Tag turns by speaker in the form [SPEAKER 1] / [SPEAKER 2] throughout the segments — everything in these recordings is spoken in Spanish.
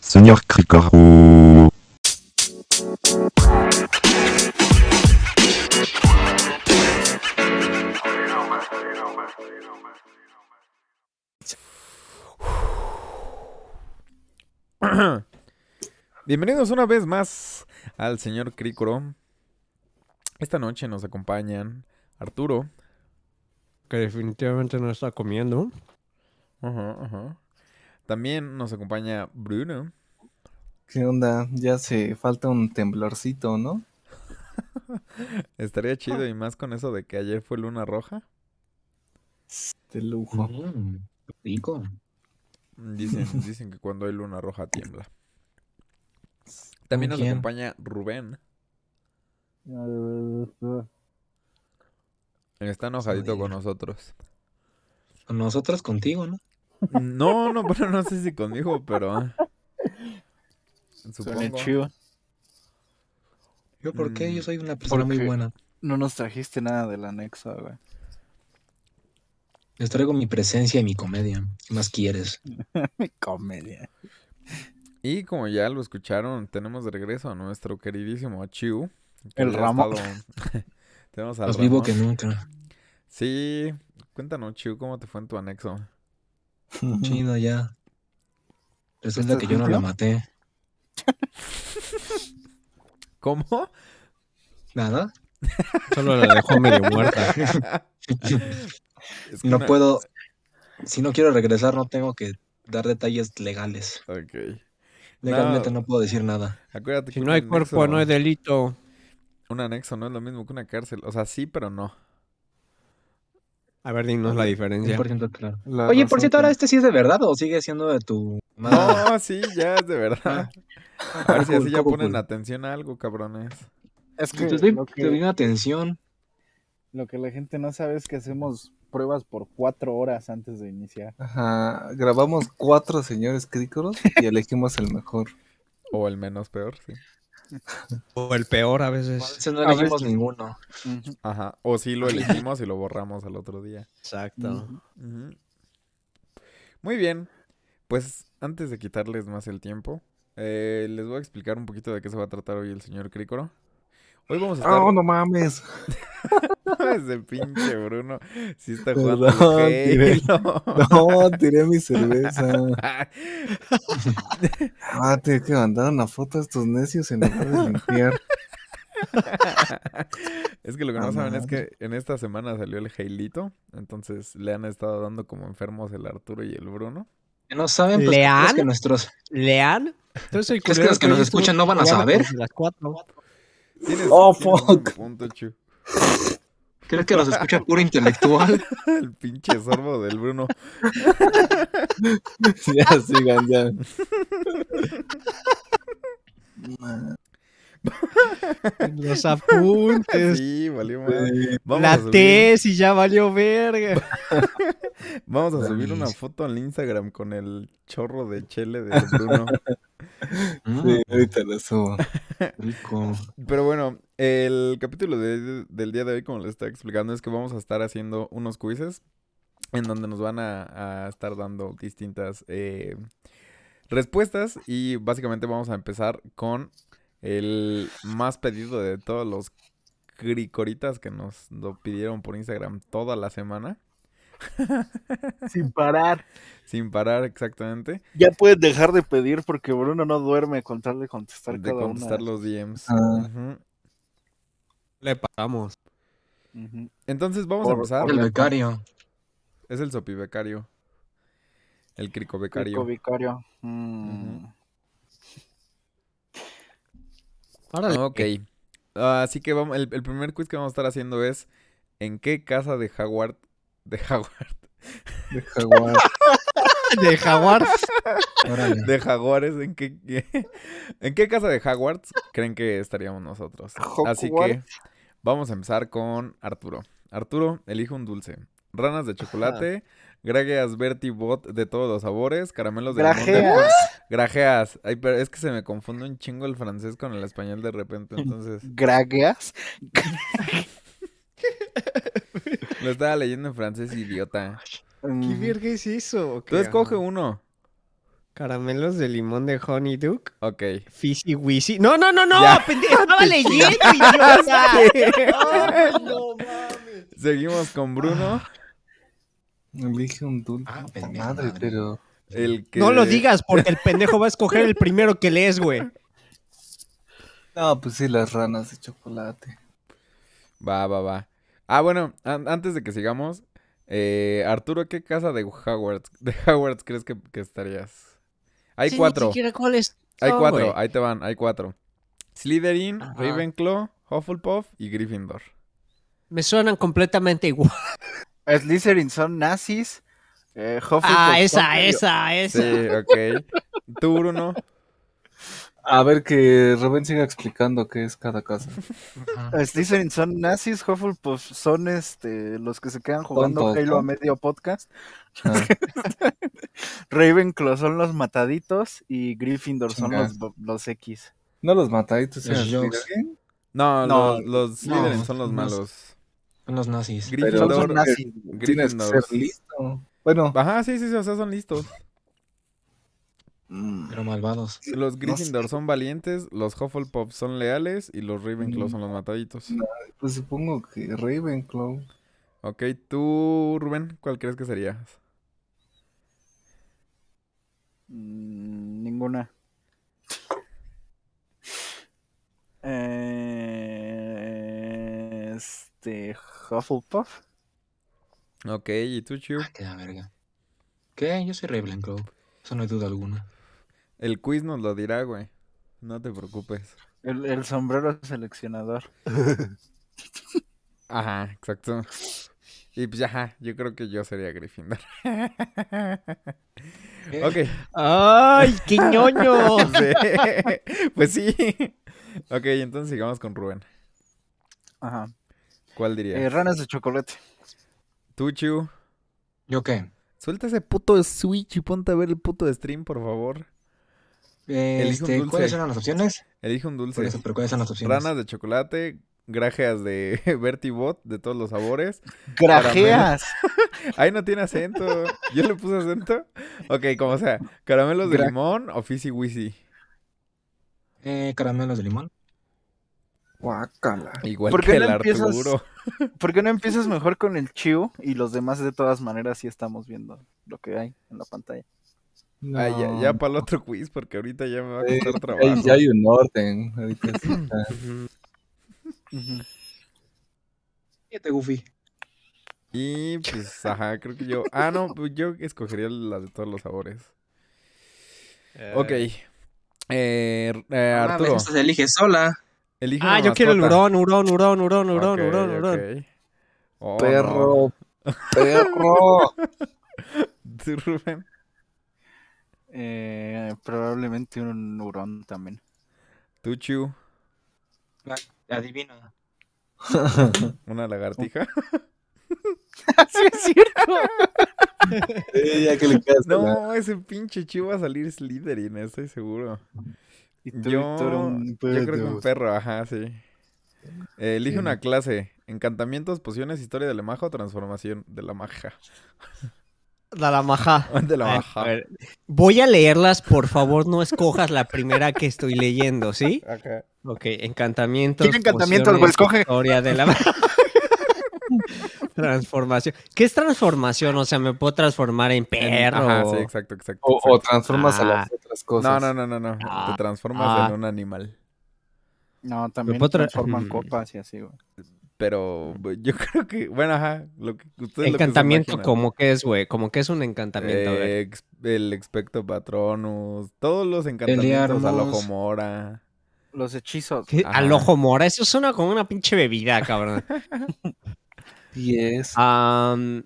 [SPEAKER 1] Señor Cricorú.
[SPEAKER 2] Bienvenidos una vez más al señor Crícoro. Esta noche nos acompañan Arturo.
[SPEAKER 3] Que definitivamente no está comiendo.
[SPEAKER 2] Ajá, ajá. También nos acompaña Bruno.
[SPEAKER 4] ¿Qué onda? Ya hace falta un temblorcito, ¿no?
[SPEAKER 2] Estaría chido y más con eso de que ayer fue luna roja.
[SPEAKER 4] De lujo.
[SPEAKER 5] Mm, rico.
[SPEAKER 2] Dicen, dicen que cuando hay luna roja tiembla. También nos
[SPEAKER 5] quién?
[SPEAKER 2] acompaña Rubén. Está enojadito con
[SPEAKER 5] Joder.
[SPEAKER 2] nosotros.
[SPEAKER 5] Con nosotros contigo, ¿no?
[SPEAKER 2] No, no, pero no sé si conmigo, pero.
[SPEAKER 4] Suena
[SPEAKER 2] Supongo.
[SPEAKER 4] chido.
[SPEAKER 5] Yo, ¿por qué?
[SPEAKER 2] Mm,
[SPEAKER 5] Yo soy una persona
[SPEAKER 4] porque-
[SPEAKER 5] muy buena.
[SPEAKER 4] No nos trajiste nada del anexo, güey.
[SPEAKER 5] Les traigo mi presencia y mi comedia. ¿Qué más quieres?
[SPEAKER 4] Mi comedia.
[SPEAKER 2] Y como ya lo escucharon, tenemos de regreso a nuestro queridísimo Chiu. que
[SPEAKER 4] El
[SPEAKER 2] ya ha
[SPEAKER 4] Ramón.
[SPEAKER 2] estado- tenemos al
[SPEAKER 5] Más vivo
[SPEAKER 2] Ramón.
[SPEAKER 5] que nunca.
[SPEAKER 2] Sí, cuéntanos, Chiu, ¿cómo te fue en tu anexo?
[SPEAKER 5] Chido, ya. Resulta
[SPEAKER 4] ¿Estás
[SPEAKER 5] que yo no la
[SPEAKER 4] limpio?
[SPEAKER 5] maté.
[SPEAKER 2] ¿Cómo?
[SPEAKER 5] ¿Nada?
[SPEAKER 3] Solo la dejó medio muerta.
[SPEAKER 2] Es que
[SPEAKER 5] No
[SPEAKER 2] una-
[SPEAKER 5] puedo. Si no quiero regresar, no tengo que dar detalles legales.
[SPEAKER 2] Ok.
[SPEAKER 5] Legalmente
[SPEAKER 2] No.
[SPEAKER 5] no, puedo decir nada.
[SPEAKER 2] Acuérdate
[SPEAKER 3] Si
[SPEAKER 2] que
[SPEAKER 3] no
[SPEAKER 2] un
[SPEAKER 3] hay cuerpo,
[SPEAKER 2] anexo-
[SPEAKER 3] no hay delito.
[SPEAKER 2] Un anexo no es lo mismo que una cárcel. O sea, sí, pero no.
[SPEAKER 3] A ver, dinos la diferencia.
[SPEAKER 5] 100% claro. Oye, por cierto, ahora este sí es de verdad o sigue siendo de tu madre.
[SPEAKER 2] No, sí, ya es de verdad. A ver si
[SPEAKER 5] Cool,
[SPEAKER 2] así ya
[SPEAKER 5] cool,
[SPEAKER 2] ponen
[SPEAKER 5] cool.
[SPEAKER 2] atención a algo, cabrones.
[SPEAKER 4] Es
[SPEAKER 5] Te
[SPEAKER 4] que
[SPEAKER 5] estoy
[SPEAKER 4] lo,
[SPEAKER 5] te doy
[SPEAKER 4] que
[SPEAKER 5] una atención.
[SPEAKER 6] Lo que la gente no sabe es que hacemos pruebas por cuatro horas antes de iniciar.
[SPEAKER 4] Ajá, grabamos cuatro señores crícoros y elegimos el mejor.
[SPEAKER 2] O el menos peor, sí.
[SPEAKER 3] O el peor a veces.
[SPEAKER 5] No
[SPEAKER 6] A
[SPEAKER 5] elegimos
[SPEAKER 6] veces.
[SPEAKER 5] ninguno.
[SPEAKER 2] Ajá. O sí lo elegimos y lo borramos al otro día.
[SPEAKER 3] Exacto.
[SPEAKER 2] Ujú. Muy bien, pues antes de quitarles más el tiempo, eh, les voy a explicar un poquito de qué se va a tratar hoy el señor Crícoro. Hoy vamos a estar...
[SPEAKER 4] ¡Oh, no mames!
[SPEAKER 2] Ese pinche Bruno sí está jugando al
[SPEAKER 4] Perdón, tiré-
[SPEAKER 2] Halo.
[SPEAKER 4] No, tiré mi cerveza. Ah, tengo que mandar una foto a estos necios en lugar de limpiar.
[SPEAKER 2] es que lo que no
[SPEAKER 4] No
[SPEAKER 2] saben es
[SPEAKER 4] mames.
[SPEAKER 2] que en esta semana salió el Halito, entonces le han estado dando como enfermos el Arturo y el Bruno.
[SPEAKER 5] Que no saben, pues,
[SPEAKER 3] ¿Leal?
[SPEAKER 5] ¿crees que nuestros...
[SPEAKER 3] ¿Lean? Entonces, el
[SPEAKER 5] ¿Crees que
[SPEAKER 3] culero
[SPEAKER 5] los que nos
[SPEAKER 3] dijo,
[SPEAKER 5] escuchan no van a
[SPEAKER 3] ya me
[SPEAKER 5] saber?
[SPEAKER 3] puse Las cuatro.
[SPEAKER 2] Tienes-
[SPEAKER 4] Oh,
[SPEAKER 2] tienes un
[SPEAKER 4] fuck.
[SPEAKER 2] punto, Chu.
[SPEAKER 5] ¿Crees que los escucha puro intelectual?
[SPEAKER 2] El pinche sorbo del Bruno.
[SPEAKER 4] ya, sigan, ya.
[SPEAKER 3] Los apuntes.
[SPEAKER 2] Sí, valió madre. Vamos a
[SPEAKER 3] La
[SPEAKER 2] subir-
[SPEAKER 3] tesis ya valió verga.
[SPEAKER 2] Vamos a subir una
[SPEAKER 5] Buenísimo.
[SPEAKER 2] foto al Instagram con el chorro de chele de Bruno.
[SPEAKER 4] Sí,
[SPEAKER 5] Mm,
[SPEAKER 4] ahorita lo subo.
[SPEAKER 5] rico.
[SPEAKER 2] Pero bueno, el capítulo de- del día de hoy, como les estaba explicando, es que vamos a estar haciendo unos quizzes en donde nos van a, a estar dando distintas eh, respuestas y básicamente vamos a empezar con el más pedido de todos los cricoritas que nos lo pidieron por Instagram toda la semana.
[SPEAKER 6] Sin parar.
[SPEAKER 2] Sin parar, exactamente.
[SPEAKER 6] Ya puedes dejar de pedir porque Bruno no duerme con tal de contestar
[SPEAKER 2] De
[SPEAKER 6] cada
[SPEAKER 2] contestar
[SPEAKER 6] una.
[SPEAKER 2] los DMs.
[SPEAKER 4] Ah.
[SPEAKER 2] Ujú.
[SPEAKER 3] Le pagamos.
[SPEAKER 6] Ujú.
[SPEAKER 2] Entonces vamos a
[SPEAKER 6] Por-
[SPEAKER 2] empezar.
[SPEAKER 5] El becario.
[SPEAKER 2] Es el sopibecario. El cricobecario.
[SPEAKER 6] Rico vicario. Mm.
[SPEAKER 3] Órale.
[SPEAKER 2] Ah, Ok. Así que vamos, el, el primer quiz que vamos a estar haciendo es ¿En qué casa de Howard de Howard
[SPEAKER 4] De jaguar.
[SPEAKER 3] De jaguar.
[SPEAKER 5] Órale.
[SPEAKER 2] de jaguares en qué en qué casa de Howard creen que estaríamos nosotros? Así que
[SPEAKER 6] Hogwarts.
[SPEAKER 2] vamos a empezar con Arturo. Arturo, elige un dulce. Ranas de chocolate, grajeas Bertie Bot de todos los sabores, caramelos de limón de
[SPEAKER 6] Grajeas.
[SPEAKER 2] Grajeas. Ay, pero es que se me confunde un chingo el francés con el español de repente, entonces.
[SPEAKER 6] Grageas.
[SPEAKER 2] Lo estaba leyendo en francés, idiota.
[SPEAKER 3] ¿Qué
[SPEAKER 6] Mm.
[SPEAKER 3] verga es eso?
[SPEAKER 2] Tú escoge uno.
[SPEAKER 3] Caramelos de limón de Honey Duke.
[SPEAKER 2] Ok.
[SPEAKER 3] Fizzy Wizzy. No, no, no, no.
[SPEAKER 2] Ya.
[SPEAKER 3] pendejo, estaba leyendo, idiota. Ay, no mames.
[SPEAKER 2] Seguimos con Bruno.
[SPEAKER 4] Elige un dulce.
[SPEAKER 5] Ah,
[SPEAKER 4] puta
[SPEAKER 5] pendejo,
[SPEAKER 4] madre,
[SPEAKER 5] madre.
[SPEAKER 4] pero.
[SPEAKER 2] El que...
[SPEAKER 3] No lo digas porque el pendejo va a escoger el primero que lees, güey.
[SPEAKER 4] No, pues sí, las ranas de chocolate.
[SPEAKER 2] Va, va, va. Ah, bueno, an- antes de que sigamos, eh, Arturo, ¿qué casa de Hogwarts, de Hogwarts crees que, que estarías? Hay cuatro, hay cuatro,
[SPEAKER 3] güey.
[SPEAKER 2] ahí te van, hay cuatro. Slytherin,
[SPEAKER 3] Ajá.
[SPEAKER 2] Ravenclaw, Hufflepuff y Gryffindor.
[SPEAKER 3] Me suenan completamente igual.
[SPEAKER 6] Slytherin son nazis. eh, Hufflepuff
[SPEAKER 3] Ah,
[SPEAKER 6] son
[SPEAKER 3] esa,
[SPEAKER 6] medio-
[SPEAKER 3] esa, esa.
[SPEAKER 2] Sí, ok. Tú, Bruno.
[SPEAKER 4] A ver que Rubén siga explicando qué es cada casa.
[SPEAKER 6] Slytherin son nazis, Hufflepuff son este, los que se quedan jugando
[SPEAKER 4] Tontos,
[SPEAKER 6] Halo
[SPEAKER 4] ¿no?
[SPEAKER 6] a medio podcast.
[SPEAKER 4] Ah,
[SPEAKER 6] Ravenclaw son los mataditos y Gryffindor son
[SPEAKER 4] Chinga.
[SPEAKER 6] los, bo- los X.
[SPEAKER 4] no los mataditos,
[SPEAKER 5] Los
[SPEAKER 4] eran
[SPEAKER 5] jokes.
[SPEAKER 4] Slytherin,
[SPEAKER 2] No,
[SPEAKER 6] No,
[SPEAKER 2] los, los
[SPEAKER 5] no,
[SPEAKER 2] Slytherin son los
[SPEAKER 5] no.
[SPEAKER 2] malos.
[SPEAKER 5] Son los nazis.
[SPEAKER 4] pero
[SPEAKER 2] Gryffindor,
[SPEAKER 6] Todos son nazis.
[SPEAKER 4] Tienes que
[SPEAKER 2] Gryffindor.
[SPEAKER 4] ser listo. Bueno,
[SPEAKER 2] Ajá, sí, sí, sí, o sea, son listos.
[SPEAKER 6] Mm.
[SPEAKER 5] Pero malvados.
[SPEAKER 2] Los
[SPEAKER 4] sé.
[SPEAKER 2] Gryffindor son valientes, los Hufflepuff son leales y los Ravenclaw
[SPEAKER 4] Mm.
[SPEAKER 2] son los mataditos.
[SPEAKER 4] No. pues supongo que Ravenclaw.
[SPEAKER 2] Ok, tú, Rubén, ¿cuál crees que serías?
[SPEAKER 6] Mm, ninguna. Eh, este. Hufflepuff.
[SPEAKER 2] Ok, ¿y tú, Chiu?
[SPEAKER 5] Ah, que la verga. ¿Qué? Yo soy Ravenclaw. Eso no hay duda alguna.
[SPEAKER 2] El quiz nos lo dirá, güey. No te preocupes.
[SPEAKER 6] El, el sombrero seleccionador.
[SPEAKER 2] Ajá, exacto. Y pues, ajá, yo creo que yo sería Gryffindor.
[SPEAKER 5] ¿Qué?
[SPEAKER 2] ok.
[SPEAKER 3] Ay, qué ñoño.
[SPEAKER 2] sí. pues sí. Ok, entonces sigamos con Rubén.
[SPEAKER 6] Ajá.
[SPEAKER 2] ¿Cuál
[SPEAKER 6] Eh,
[SPEAKER 2] dirías?
[SPEAKER 6] ranas de chocolate.
[SPEAKER 2] Tú, Chiu.
[SPEAKER 5] ¿Yo qué?
[SPEAKER 2] Suelta ese puto Switch y ponte a ver el puto stream, por favor.
[SPEAKER 5] Eh,
[SPEAKER 2] Elige un
[SPEAKER 5] este,
[SPEAKER 2] dulce.
[SPEAKER 5] ¿Cuáles eran las opciones?
[SPEAKER 2] Elige un dulce.
[SPEAKER 5] Por eso, pero ¿cuáles son las opciones?
[SPEAKER 2] Ranas de chocolate, grajeas de Bertibot de todos los sabores.
[SPEAKER 6] Grajeas.
[SPEAKER 2] Ahí no tiene acento. Yo le puse acento. Ok, como sea, caramelos de
[SPEAKER 4] Gra-
[SPEAKER 2] limón o fizzy wizzy.
[SPEAKER 5] Eh, caramelos de limón.
[SPEAKER 4] Guácala.
[SPEAKER 2] Igual
[SPEAKER 6] ¿Por qué
[SPEAKER 2] que el
[SPEAKER 6] no empiezas-
[SPEAKER 2] Arturo.
[SPEAKER 6] ¿Por qué no empiezas mejor con el chiu y los demás de todas maneras sí estamos viendo lo que hay en la pantalla?
[SPEAKER 2] Ay, Ah, ya,
[SPEAKER 4] No.
[SPEAKER 2] para el otro quiz, porque ahorita ya me va a
[SPEAKER 4] Eh,
[SPEAKER 2] costar
[SPEAKER 4] ya-
[SPEAKER 2] trabajo.
[SPEAKER 4] ya hay un orden. Ahorita sí está.
[SPEAKER 5] Fíjate, Goofy.
[SPEAKER 2] Y pues, ajá, creo que yo. Ah, no, pues, yo escogería las de todos los sabores. Ok. Eh, eh,
[SPEAKER 5] Ah,
[SPEAKER 2] Arturo,
[SPEAKER 5] ves, se elige sola.
[SPEAKER 2] elige
[SPEAKER 3] Ah,
[SPEAKER 2] una
[SPEAKER 3] yo quiero el
[SPEAKER 2] mascota.
[SPEAKER 3] hurón, hurón, hurón, hurón, hurón,
[SPEAKER 2] Ok,
[SPEAKER 3] hurón, hurón.
[SPEAKER 2] ok. Oh, no.
[SPEAKER 4] Perro, perro.
[SPEAKER 2] ¿Tú, Rubén?
[SPEAKER 6] Eh, probablemente un hurón también.
[SPEAKER 2] ¿Tú, Chu?
[SPEAKER 5] Adivina.
[SPEAKER 2] ¿Una lagartija?
[SPEAKER 4] Sí, ya que le quedas la-
[SPEAKER 2] No, ese pinche Chu va a salir Slytherin, estoy seguro.
[SPEAKER 6] Y tú,
[SPEAKER 2] Yo,
[SPEAKER 6] Víctor, un
[SPEAKER 2] yo creo que un
[SPEAKER 6] pedo.
[SPEAKER 2] perro, ajá, sí. Eh, elige una clase. Encantamientos, pociones, historia de la maja o transformación de la maja.
[SPEAKER 3] La la maja.
[SPEAKER 2] De la
[SPEAKER 3] Ay,
[SPEAKER 2] maja.
[SPEAKER 3] Ah, a ver, Voy a leerlas, por favor, no escojas la primera que estoy leyendo, ¿sí?
[SPEAKER 2] Ajá.
[SPEAKER 3] Ok, encantamientos.
[SPEAKER 6] ¿Qué encantamientos,
[SPEAKER 3] pociones,
[SPEAKER 6] güey? Escoge.
[SPEAKER 3] Historia de la transformación. ¿Qué es transformación? O sea, me puedo transformar en
[SPEAKER 2] En-
[SPEAKER 3] perro.
[SPEAKER 2] Ajá, sí, exacto, exacto.
[SPEAKER 4] O, o
[SPEAKER 2] exacto.
[SPEAKER 4] transformas a las
[SPEAKER 3] Ah.
[SPEAKER 4] otras cosas.
[SPEAKER 2] No, no, no, no, no.
[SPEAKER 3] Ah,
[SPEAKER 2] Te transformas
[SPEAKER 3] ah.
[SPEAKER 2] en un animal.
[SPEAKER 6] No, también
[SPEAKER 3] puedo tra-
[SPEAKER 6] transforman
[SPEAKER 3] Mm.
[SPEAKER 6] copas y así, güey.
[SPEAKER 2] Pero bu- yo creo que, bueno, ajá, lo que ustedes lo que se
[SPEAKER 3] Encantamiento,
[SPEAKER 2] imaginan.
[SPEAKER 3] ¿cómo que es, güey? ¿Cómo que es un encantamiento? a ver.
[SPEAKER 2] Eh, ex- el expecto patronus, todos los encantamientos al ojo
[SPEAKER 5] Pelearmos.
[SPEAKER 2] mora.
[SPEAKER 6] Los hechizos.
[SPEAKER 3] ¿Qué?
[SPEAKER 2] ajá.
[SPEAKER 3] Al ojo mora, eso suena como una pinche bebida, cabrón. Ah,
[SPEAKER 4] Diez.
[SPEAKER 3] Am,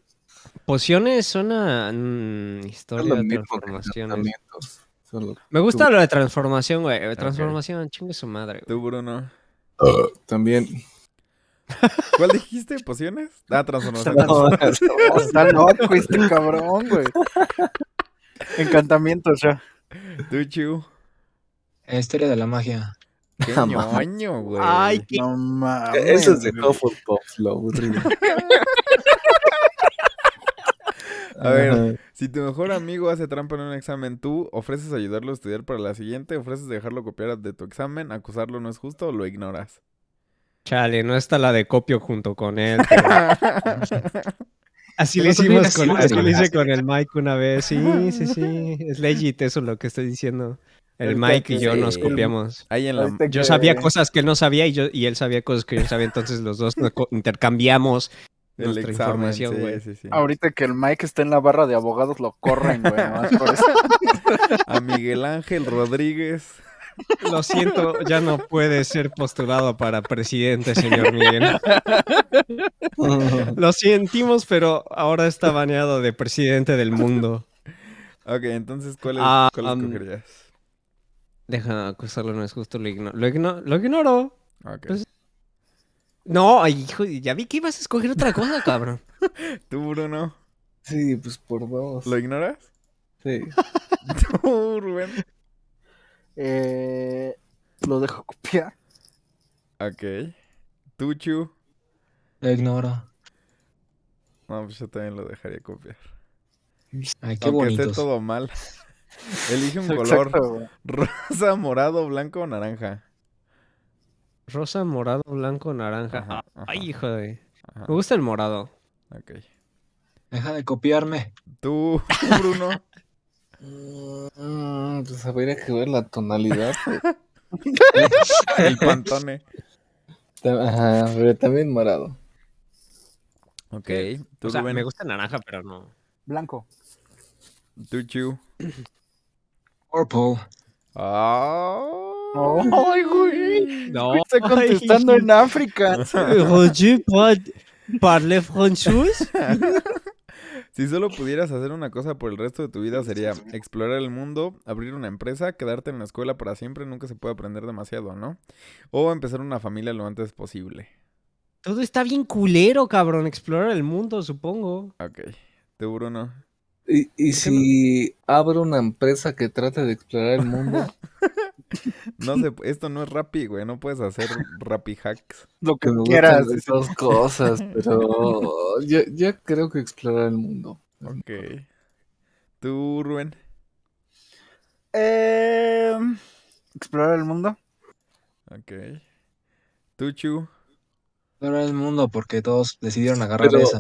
[SPEAKER 3] pociones suena. mm,
[SPEAKER 4] Es
[SPEAKER 3] historia
[SPEAKER 4] lo
[SPEAKER 3] de
[SPEAKER 4] mismo que
[SPEAKER 3] transformaciones.
[SPEAKER 4] tratamientos, solo-
[SPEAKER 3] Me gusta lo de transformación, güey.
[SPEAKER 2] Ok.
[SPEAKER 3] Transformación, chingue su madre, güey.
[SPEAKER 2] Tú, Bruno.
[SPEAKER 4] También.
[SPEAKER 2] ¿Cuál dijiste? ¿Pociones? Ah, transformación.
[SPEAKER 4] No,
[SPEAKER 6] Está loco este cabrón, güey. Encantamientos, ya.
[SPEAKER 2] Tú, Chu.
[SPEAKER 5] Eh, Historia de la magia.
[SPEAKER 2] Qué
[SPEAKER 4] Ah, mames.
[SPEAKER 2] ñoño, güey.
[SPEAKER 3] Ay, qué
[SPEAKER 6] No mames.
[SPEAKER 4] eso es de
[SPEAKER 6] güey.
[SPEAKER 4] Hufflepuff, lo aburrido.
[SPEAKER 2] A ver, si tu mejor amigo hace trampa en un examen, ¿tú ofreces ayudarlo a estudiar para la siguiente? ¿Ofreces dejarlo copiar de tu examen? ¿Acusarlo no es justo o lo ignoras?
[SPEAKER 3] Chale, no está la de copio junto con él. pero- Así
[SPEAKER 5] Pero
[SPEAKER 3] lo
[SPEAKER 5] eso viene
[SPEAKER 3] hicimos con,
[SPEAKER 5] siendo
[SPEAKER 3] así lo hice
[SPEAKER 5] desgaste.
[SPEAKER 3] con el Mike una vez. Sí, sí, sí. Es legit eso lo que estoy diciendo. El
[SPEAKER 2] El
[SPEAKER 3] Mike y yo
[SPEAKER 2] sí.
[SPEAKER 3] nos copiamos.
[SPEAKER 2] Ahí en la...
[SPEAKER 6] Ahorita
[SPEAKER 3] Yo
[SPEAKER 6] que-
[SPEAKER 3] sabía cosas que él no sabía y, yo, y él sabía cosas que yo sabía, entonces los dos nos co- intercambiamos
[SPEAKER 2] El
[SPEAKER 3] nuestra
[SPEAKER 2] examen, sí,
[SPEAKER 3] información, güey.
[SPEAKER 2] sí, sí.
[SPEAKER 6] Ahorita que el Mike está en la barra de abogados, lo corren, güey. nomás por eso.
[SPEAKER 2] A Miguel Ángel Rodríguez.
[SPEAKER 3] Lo siento, ya no puede ser postulado para presidente, señor Miguel. Lo sentimos, pero ahora está baneado de presidente del mundo.
[SPEAKER 2] Ok, entonces, ¿cuál, es,
[SPEAKER 3] Ah,
[SPEAKER 2] cuál
[SPEAKER 3] um,
[SPEAKER 2] escogerías?
[SPEAKER 3] Deja acusarlo, no es justo, lo igno- Lo, igno- lo ignoro.
[SPEAKER 2] Ok.
[SPEAKER 3] pues- No, ay, hijo, ya vi que ibas a escoger otra cosa, cabrón.
[SPEAKER 2] ¿Tú, Bruno,
[SPEAKER 4] Sí, pues por dos.
[SPEAKER 2] lo ignoras?
[SPEAKER 4] Sí.
[SPEAKER 2] ¿Tú, Rubén?
[SPEAKER 6] Eh, lo dejo copiar.
[SPEAKER 2] Ok. ¿Tú, Chu?
[SPEAKER 5] Lo ignoro.
[SPEAKER 2] No, pues yo también lo dejaría copiar.
[SPEAKER 5] Ay, qué
[SPEAKER 2] Aunque esté
[SPEAKER 5] bonitos.
[SPEAKER 2] todo mal. Elige un color.
[SPEAKER 6] Exacto, güey.
[SPEAKER 2] Rosa, morado, blanco o naranja.
[SPEAKER 3] Rosa, morado, blanco, naranja.
[SPEAKER 2] Ajá, ajá,
[SPEAKER 3] Ay, hijo de.
[SPEAKER 2] ajá.
[SPEAKER 3] Me gusta el morado.
[SPEAKER 2] Ok.
[SPEAKER 5] Deja de copiarme.
[SPEAKER 2] ¿Tú, Bruno?
[SPEAKER 4] Mm, pues habría que ver la tonalidad.
[SPEAKER 2] El pantone.
[SPEAKER 4] Ta- Ajá, pero también morado.
[SPEAKER 2] Ok. ¿Tú,
[SPEAKER 3] Eh, O sea,
[SPEAKER 2] Rubén?
[SPEAKER 3] me gusta naranja, pero no.
[SPEAKER 6] Blanco.
[SPEAKER 2] ¿Tú, Chu?
[SPEAKER 5] Purple.
[SPEAKER 2] Ah.
[SPEAKER 6] ¡Ay, güey!
[SPEAKER 3] No.
[SPEAKER 6] Está contestando en África.
[SPEAKER 3] Roger, parle francés?
[SPEAKER 2] Si solo pudieras hacer una cosa por el resto de tu vida sería explorar el mundo, abrir una empresa, quedarte en la escuela para siempre, nunca se puede aprender demasiado, ¿no? O empezar una familia lo antes posible.
[SPEAKER 3] Todo está bien culero, cabrón. Explorar el mundo, supongo.
[SPEAKER 2] Ok. ¿Tú, Bruno?
[SPEAKER 4] ¿Y, y si abro una empresa que trate de explorar el mundo?
[SPEAKER 2] No sé, esto no es rapi, güey. No puedes hacer rapi hacks.
[SPEAKER 6] Lo que
[SPEAKER 4] Que me gustan
[SPEAKER 6] quieras.
[SPEAKER 4] las dos cosas, pero yo, yo creo que explorar el mundo.
[SPEAKER 2] Ok. ¿Tú, Rubén?
[SPEAKER 6] Eh, Explorar el mundo.
[SPEAKER 2] Ok. ¿Tú, Chu?
[SPEAKER 5] Explorar el mundo porque todos decidieron agarrar
[SPEAKER 4] Pero-
[SPEAKER 5] esa.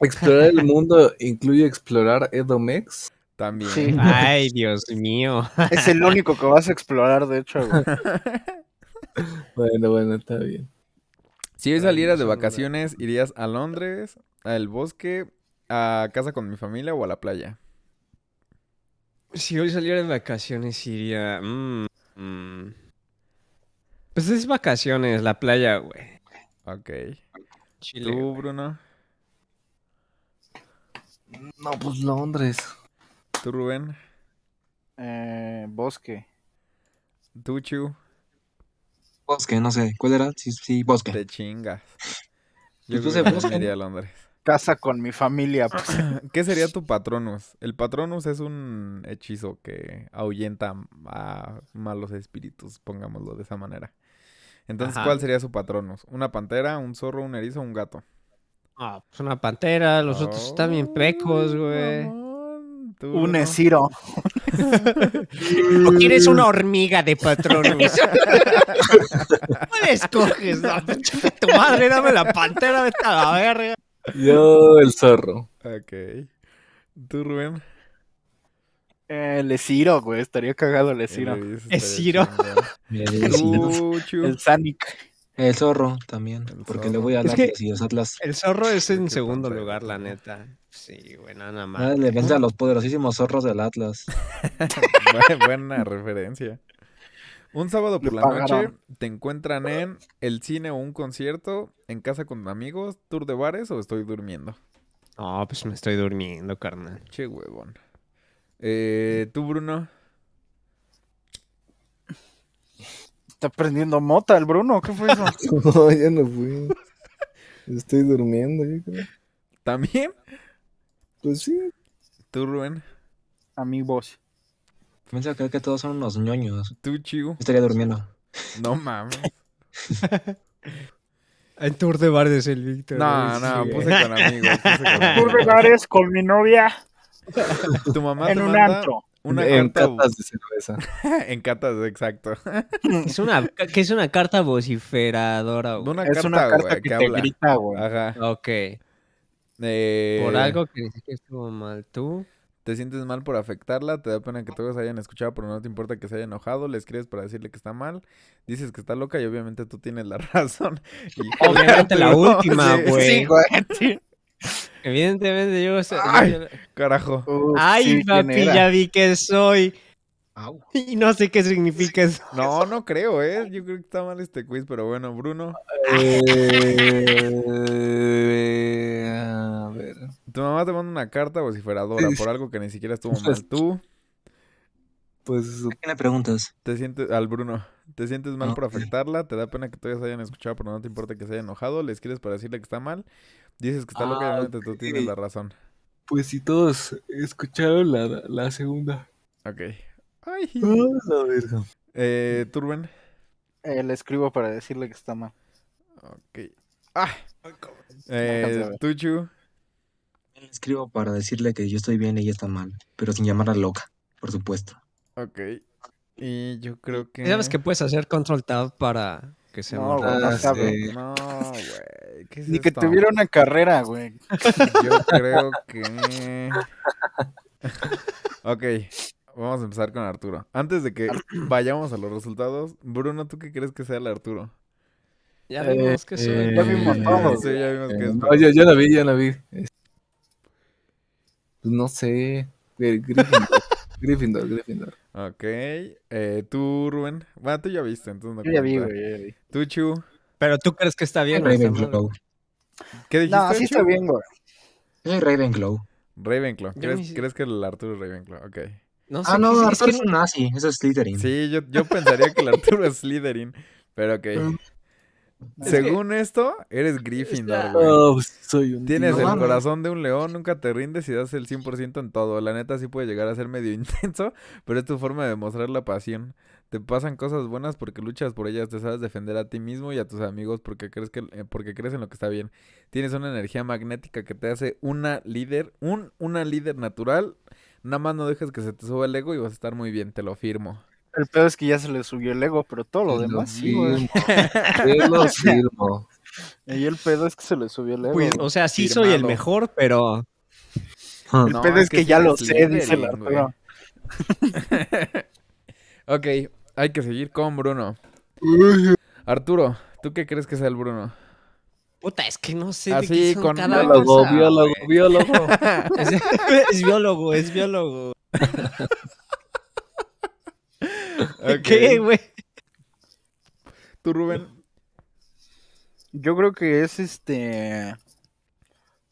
[SPEAKER 4] Explorar el mundo incluye explorar Edomex.
[SPEAKER 2] También.
[SPEAKER 6] Sí.
[SPEAKER 3] Ay, Dios mío.
[SPEAKER 6] Es el único que vas a explorar, de hecho, güey.
[SPEAKER 4] Bueno, bueno, está bien.
[SPEAKER 2] Si hoy
[SPEAKER 4] Ay,
[SPEAKER 2] salieras de
[SPEAKER 4] son una-
[SPEAKER 2] vacaciones, ¿irías a Londres, al bosque, a casa con mi familia o a la playa?
[SPEAKER 3] Si hoy saliera de vacaciones, iría. mm, mm. Pues es vacaciones, la playa, güey.
[SPEAKER 2] Ok.
[SPEAKER 3] Chile.
[SPEAKER 2] ¿Tú, Bruno?
[SPEAKER 4] No, pues Londres.
[SPEAKER 2] ¿Tú, Rubén?
[SPEAKER 6] Eh, bosque.
[SPEAKER 2] ¿Tú, Chu?
[SPEAKER 5] Bosque, no sé. ¿Cuál era? Sí, sí, bosque.
[SPEAKER 2] Te chingas.
[SPEAKER 5] Yo
[SPEAKER 2] Yo
[SPEAKER 5] puse
[SPEAKER 2] creo que
[SPEAKER 5] bosque,
[SPEAKER 2] también iría a Londres.
[SPEAKER 6] Casa con mi familia. pues.
[SPEAKER 2] ¿Qué sería tu patronus? El patronus es un hechizo que ahuyenta a malos espíritus, pongámoslo de esa manera. Entonces,
[SPEAKER 3] Ajá.
[SPEAKER 2] ¿cuál sería su patronus? ¿Una pantera, un zorro, un erizo, un gato? Oh,
[SPEAKER 3] Ah, pues una pantera, los otros están bien pecos, güey.
[SPEAKER 2] Ah,
[SPEAKER 6] Un esiro.
[SPEAKER 3] ¿O quieres una hormiga de patrones? ¿Cuál escoges? No, pues, chinga tu madre, dame la pantera, vete a la verga.
[SPEAKER 4] Yo, el zorro.
[SPEAKER 2] Ok. ¿Tú, Rubén?
[SPEAKER 6] Eh, el esiro, güey. Estaría cagado el esiro.
[SPEAKER 2] El erizo
[SPEAKER 3] Es
[SPEAKER 2] estaría chingón. Tú, Chu.
[SPEAKER 6] El Sanic.
[SPEAKER 5] El zorro también.
[SPEAKER 2] El
[SPEAKER 5] porque
[SPEAKER 2] zorro.
[SPEAKER 5] le voy a
[SPEAKER 3] Es
[SPEAKER 5] Atlas
[SPEAKER 3] que-
[SPEAKER 5] y los Atlas.
[SPEAKER 3] El zorro es
[SPEAKER 2] Qué
[SPEAKER 3] en segundo
[SPEAKER 2] pantera,
[SPEAKER 3] lugar, la
[SPEAKER 2] güey.
[SPEAKER 3] neta. Sí, güey, nada más.
[SPEAKER 4] Ah,
[SPEAKER 5] Nada Ah, le vence a los poderosísimos zorros del Atlas.
[SPEAKER 2] Bu- Buena referencia. Un sábado por
[SPEAKER 6] Le
[SPEAKER 2] la noche
[SPEAKER 6] pagaron.
[SPEAKER 2] te encuentran en el cine o un concierto, en casa con amigos, tour de bares o estoy durmiendo.
[SPEAKER 3] No, pues me estoy durmiendo, carnal.
[SPEAKER 2] Che huevón. Eh, ¿Tú, Bruno?
[SPEAKER 6] Está prendiendo mota el Bruno. ¿Qué fue eso?
[SPEAKER 4] No, ya no fui. Estoy durmiendo, yo creo.
[SPEAKER 2] ¿También?
[SPEAKER 4] Pues sí,
[SPEAKER 2] ¿Tú, Rubén?
[SPEAKER 6] Amigos.
[SPEAKER 5] Comienzo a creer que todos son unos ñoños.
[SPEAKER 2] ¿Tú, Chiu?
[SPEAKER 5] Estaría durmiendo.
[SPEAKER 2] No mames.
[SPEAKER 3] En tour de bar de el Víctor.
[SPEAKER 2] No,
[SPEAKER 3] güey,
[SPEAKER 2] no,
[SPEAKER 3] sí, güey.
[SPEAKER 2] puse con amigos. puse con
[SPEAKER 7] Tour de
[SPEAKER 2] amigos.
[SPEAKER 7] bares con mi novia
[SPEAKER 2] Tu mamá
[SPEAKER 7] en
[SPEAKER 2] te
[SPEAKER 7] un
[SPEAKER 2] manda
[SPEAKER 7] antro.
[SPEAKER 2] una
[SPEAKER 4] en
[SPEAKER 2] carta
[SPEAKER 4] catas de cerveza.
[SPEAKER 2] en catas, exacto.
[SPEAKER 3] Es una, que es una carta vociferadora, güey.
[SPEAKER 2] Una
[SPEAKER 6] es
[SPEAKER 2] carta,
[SPEAKER 6] una carta
[SPEAKER 2] güey,
[SPEAKER 6] que,
[SPEAKER 2] que,
[SPEAKER 6] te
[SPEAKER 2] habla.
[SPEAKER 6] grita, güey.
[SPEAKER 2] Ajá.
[SPEAKER 3] Ok.
[SPEAKER 2] Eh,
[SPEAKER 3] Por algo que dice que estuvo mal tú.
[SPEAKER 2] Te sientes mal por afectarla, te da pena que todos hayan escuchado, pero no te importa que se haya enojado, le escribes para decirle que está mal, dices que está loca y obviamente tú tienes la razón. Y-
[SPEAKER 3] Obviamente la
[SPEAKER 2] No,
[SPEAKER 3] última,
[SPEAKER 2] sí,
[SPEAKER 3] güey.
[SPEAKER 2] sí,
[SPEAKER 3] Evidentemente yo...
[SPEAKER 2] Ay. carajo.
[SPEAKER 6] Uf,
[SPEAKER 3] Ay,
[SPEAKER 6] sí, ¿quién
[SPEAKER 3] papi,
[SPEAKER 6] era?
[SPEAKER 3] ya vi que soy.
[SPEAKER 5] Au.
[SPEAKER 3] Y no sé qué significa eso.
[SPEAKER 2] No, no creo, ¿eh? Yo creo que está mal este quiz, pero bueno, Bruno,
[SPEAKER 4] Eh, a ver.
[SPEAKER 2] tu mamá te manda una carta pues, vociferadora por algo que ni siquiera estuvo mal tú.
[SPEAKER 4] Pues
[SPEAKER 5] ¿A quién le preguntas?
[SPEAKER 2] Te sientes, al Bruno, te sientes mal por
[SPEAKER 5] Ok.
[SPEAKER 2] afectarla, te da pena que todos hayan escuchado, pero no te importa que se haya enojado, le escribes para decirle que está mal, dices que está loca y
[SPEAKER 4] Ah,
[SPEAKER 2] obviamente tú tienes
[SPEAKER 4] ok.
[SPEAKER 2] la razón.
[SPEAKER 4] Pues si todos escucharon la, la segunda.
[SPEAKER 2] Ok. Ay.
[SPEAKER 4] Ah, la verga.
[SPEAKER 2] Eh, Turben.
[SPEAKER 6] Eh, le escribo para decirle que está mal.
[SPEAKER 2] Ok. Ah.
[SPEAKER 6] Alcanza a
[SPEAKER 2] Eh,
[SPEAKER 6] ver.
[SPEAKER 2] Tuchu.
[SPEAKER 5] Le escribo para decirle que yo estoy bien y ella está mal, pero sin llamarla loca, por supuesto.
[SPEAKER 2] Ok. Y yo creo que.
[SPEAKER 3] ¿Sabes que puedes hacer control tab para que se
[SPEAKER 6] No,
[SPEAKER 3] muera?
[SPEAKER 6] güey, no
[SPEAKER 4] Ah,
[SPEAKER 6] sabe.
[SPEAKER 4] sí.
[SPEAKER 2] No, güey. ¿Qué es
[SPEAKER 6] Ni que
[SPEAKER 2] esto?
[SPEAKER 6] tuviera una carrera, güey.
[SPEAKER 2] Yo creo que. ok. Vamos a empezar con Arturo. Antes de que vayamos a los resultados, Bruno, ¿tú qué crees que sea el Arturo?
[SPEAKER 3] Ya vimos que soy.
[SPEAKER 4] Eh,
[SPEAKER 6] Ya vimos todos.
[SPEAKER 2] Sí, ya vimos que
[SPEAKER 4] Eh,
[SPEAKER 2] es.
[SPEAKER 4] no, ya, ya la vi, ya la vi. Es- pues, No sé. eh, Gryffindor. Gryffindor, Gryffindor.
[SPEAKER 2] Ok. Eh, tú, Rubén. Bueno, tú ya viste, entonces no
[SPEAKER 6] Yo ya vi,
[SPEAKER 2] cuenta.
[SPEAKER 6] güey. ya vi.
[SPEAKER 2] Tuchu.
[SPEAKER 3] Pero tú crees que está bien. o está mal?
[SPEAKER 5] Ravenclaw.
[SPEAKER 2] ¿Qué dijiste?
[SPEAKER 6] No, sí está
[SPEAKER 2] Chu?
[SPEAKER 6] bien, güey.
[SPEAKER 5] Yo soy Ravenclaw.
[SPEAKER 2] Ravenclaw.
[SPEAKER 3] Yo
[SPEAKER 2] ¿Crees,
[SPEAKER 3] ni si-
[SPEAKER 2] ¿Crees que el Arturo es Ravenclaw? Ok.
[SPEAKER 3] No sé,
[SPEAKER 5] Ah, no,
[SPEAKER 3] es que- es
[SPEAKER 5] Arthur
[SPEAKER 3] que-
[SPEAKER 5] es un nazi, eso es Slytherin.
[SPEAKER 2] Sí, yo, yo pensaría que el Arturo es Slytherin, pero ok. Según esto, eres Gryffindor, güey.
[SPEAKER 4] Oh, soy un.
[SPEAKER 2] Tienes
[SPEAKER 5] no
[SPEAKER 2] el
[SPEAKER 5] mames.
[SPEAKER 2] corazón de un león, nunca te rindes y das el 100% en todo. La neta sí puede llegar a ser medio intenso, pero es tu forma de mostrar la pasión. Te pasan cosas buenas porque luchas por ellas, te sabes defender a ti mismo y a tus amigos porque crees, que, eh, porque crees en lo que está bien. Tienes una energía magnética que te hace una líder, un, una líder natural. Nada más no dejes que se te suba el ego y vas a estar muy bien, te lo firmo.
[SPEAKER 6] El pedo es que ya se le subió el ego, pero todo lo
[SPEAKER 4] Te
[SPEAKER 6] demás sí,
[SPEAKER 4] firmo,
[SPEAKER 6] güey.
[SPEAKER 4] Te lo firmo.
[SPEAKER 6] Y el pedo es que se le subió el ego.
[SPEAKER 3] Pues,
[SPEAKER 6] güey.
[SPEAKER 3] o sea, sí soy el
[SPEAKER 2] Firmado.
[SPEAKER 3] mejor, pero.
[SPEAKER 6] el
[SPEAKER 2] no,
[SPEAKER 6] pedo
[SPEAKER 2] es
[SPEAKER 6] es,
[SPEAKER 2] que
[SPEAKER 6] que,
[SPEAKER 2] sí
[SPEAKER 6] ya
[SPEAKER 2] eres
[SPEAKER 6] lo sé, dice el
[SPEAKER 2] Slytherin,
[SPEAKER 6] Arturo.
[SPEAKER 2] Ok, hay que seguir con Bruno. Arturo, ¿tú qué crees que sea el Bruno?
[SPEAKER 3] Puta, es que no sé de
[SPEAKER 2] Así,
[SPEAKER 3] qué son
[SPEAKER 2] con
[SPEAKER 3] cada
[SPEAKER 4] Biólogo,
[SPEAKER 3] cosa,
[SPEAKER 4] biólogo, biólogo.
[SPEAKER 3] güey. Es, es biólogo, es biólogo.
[SPEAKER 2] Ok.
[SPEAKER 3] ¿Qué, güey?
[SPEAKER 2] ¿Tú, Rubén?
[SPEAKER 6] Yo creo que es este.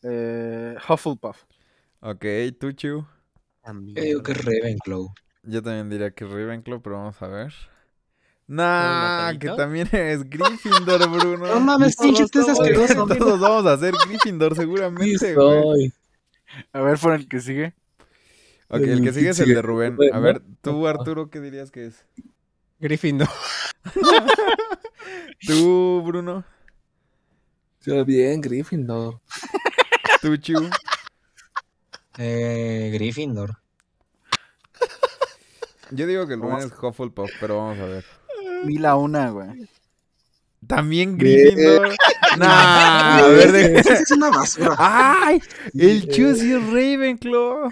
[SPEAKER 6] eh, Hufflepuff.
[SPEAKER 2] Ok, tú, Chu.
[SPEAKER 5] Yo digo que es Ravenclaw.
[SPEAKER 2] Yo también diría que Ravenclaw, pero vamos a ver. Nah, que
[SPEAKER 3] matadito?
[SPEAKER 2] también es Gryffindor, Bruno.
[SPEAKER 5] No mames,
[SPEAKER 2] Todos
[SPEAKER 5] pinche, usted es
[SPEAKER 2] todos-
[SPEAKER 5] asqueroso.
[SPEAKER 2] Todos vamos a ser Gryffindor
[SPEAKER 4] Sí
[SPEAKER 2] seguramente, güey.
[SPEAKER 4] soy.
[SPEAKER 6] A ver, por el que sigue.
[SPEAKER 2] Ok, el que
[SPEAKER 4] El
[SPEAKER 2] sigue es el
[SPEAKER 4] sigue.
[SPEAKER 2] de Rubén. A ver, tú, Arturo, ¿qué dirías que es?
[SPEAKER 3] Gryffindor.
[SPEAKER 2] Tú, Bruno.
[SPEAKER 4] Yo bien, Gryffindor.
[SPEAKER 2] Tú, Chu.
[SPEAKER 5] Eh, Gryffindor.
[SPEAKER 2] Yo digo que el Rubén es Hufflepuff, pero vamos a ver.
[SPEAKER 6] Mil a una, güey.
[SPEAKER 2] También Gryffindor. Nah, a ver, de-
[SPEAKER 5] Esa es una basura.
[SPEAKER 2] ¡Ay! El Chu sí es Ravenclaw.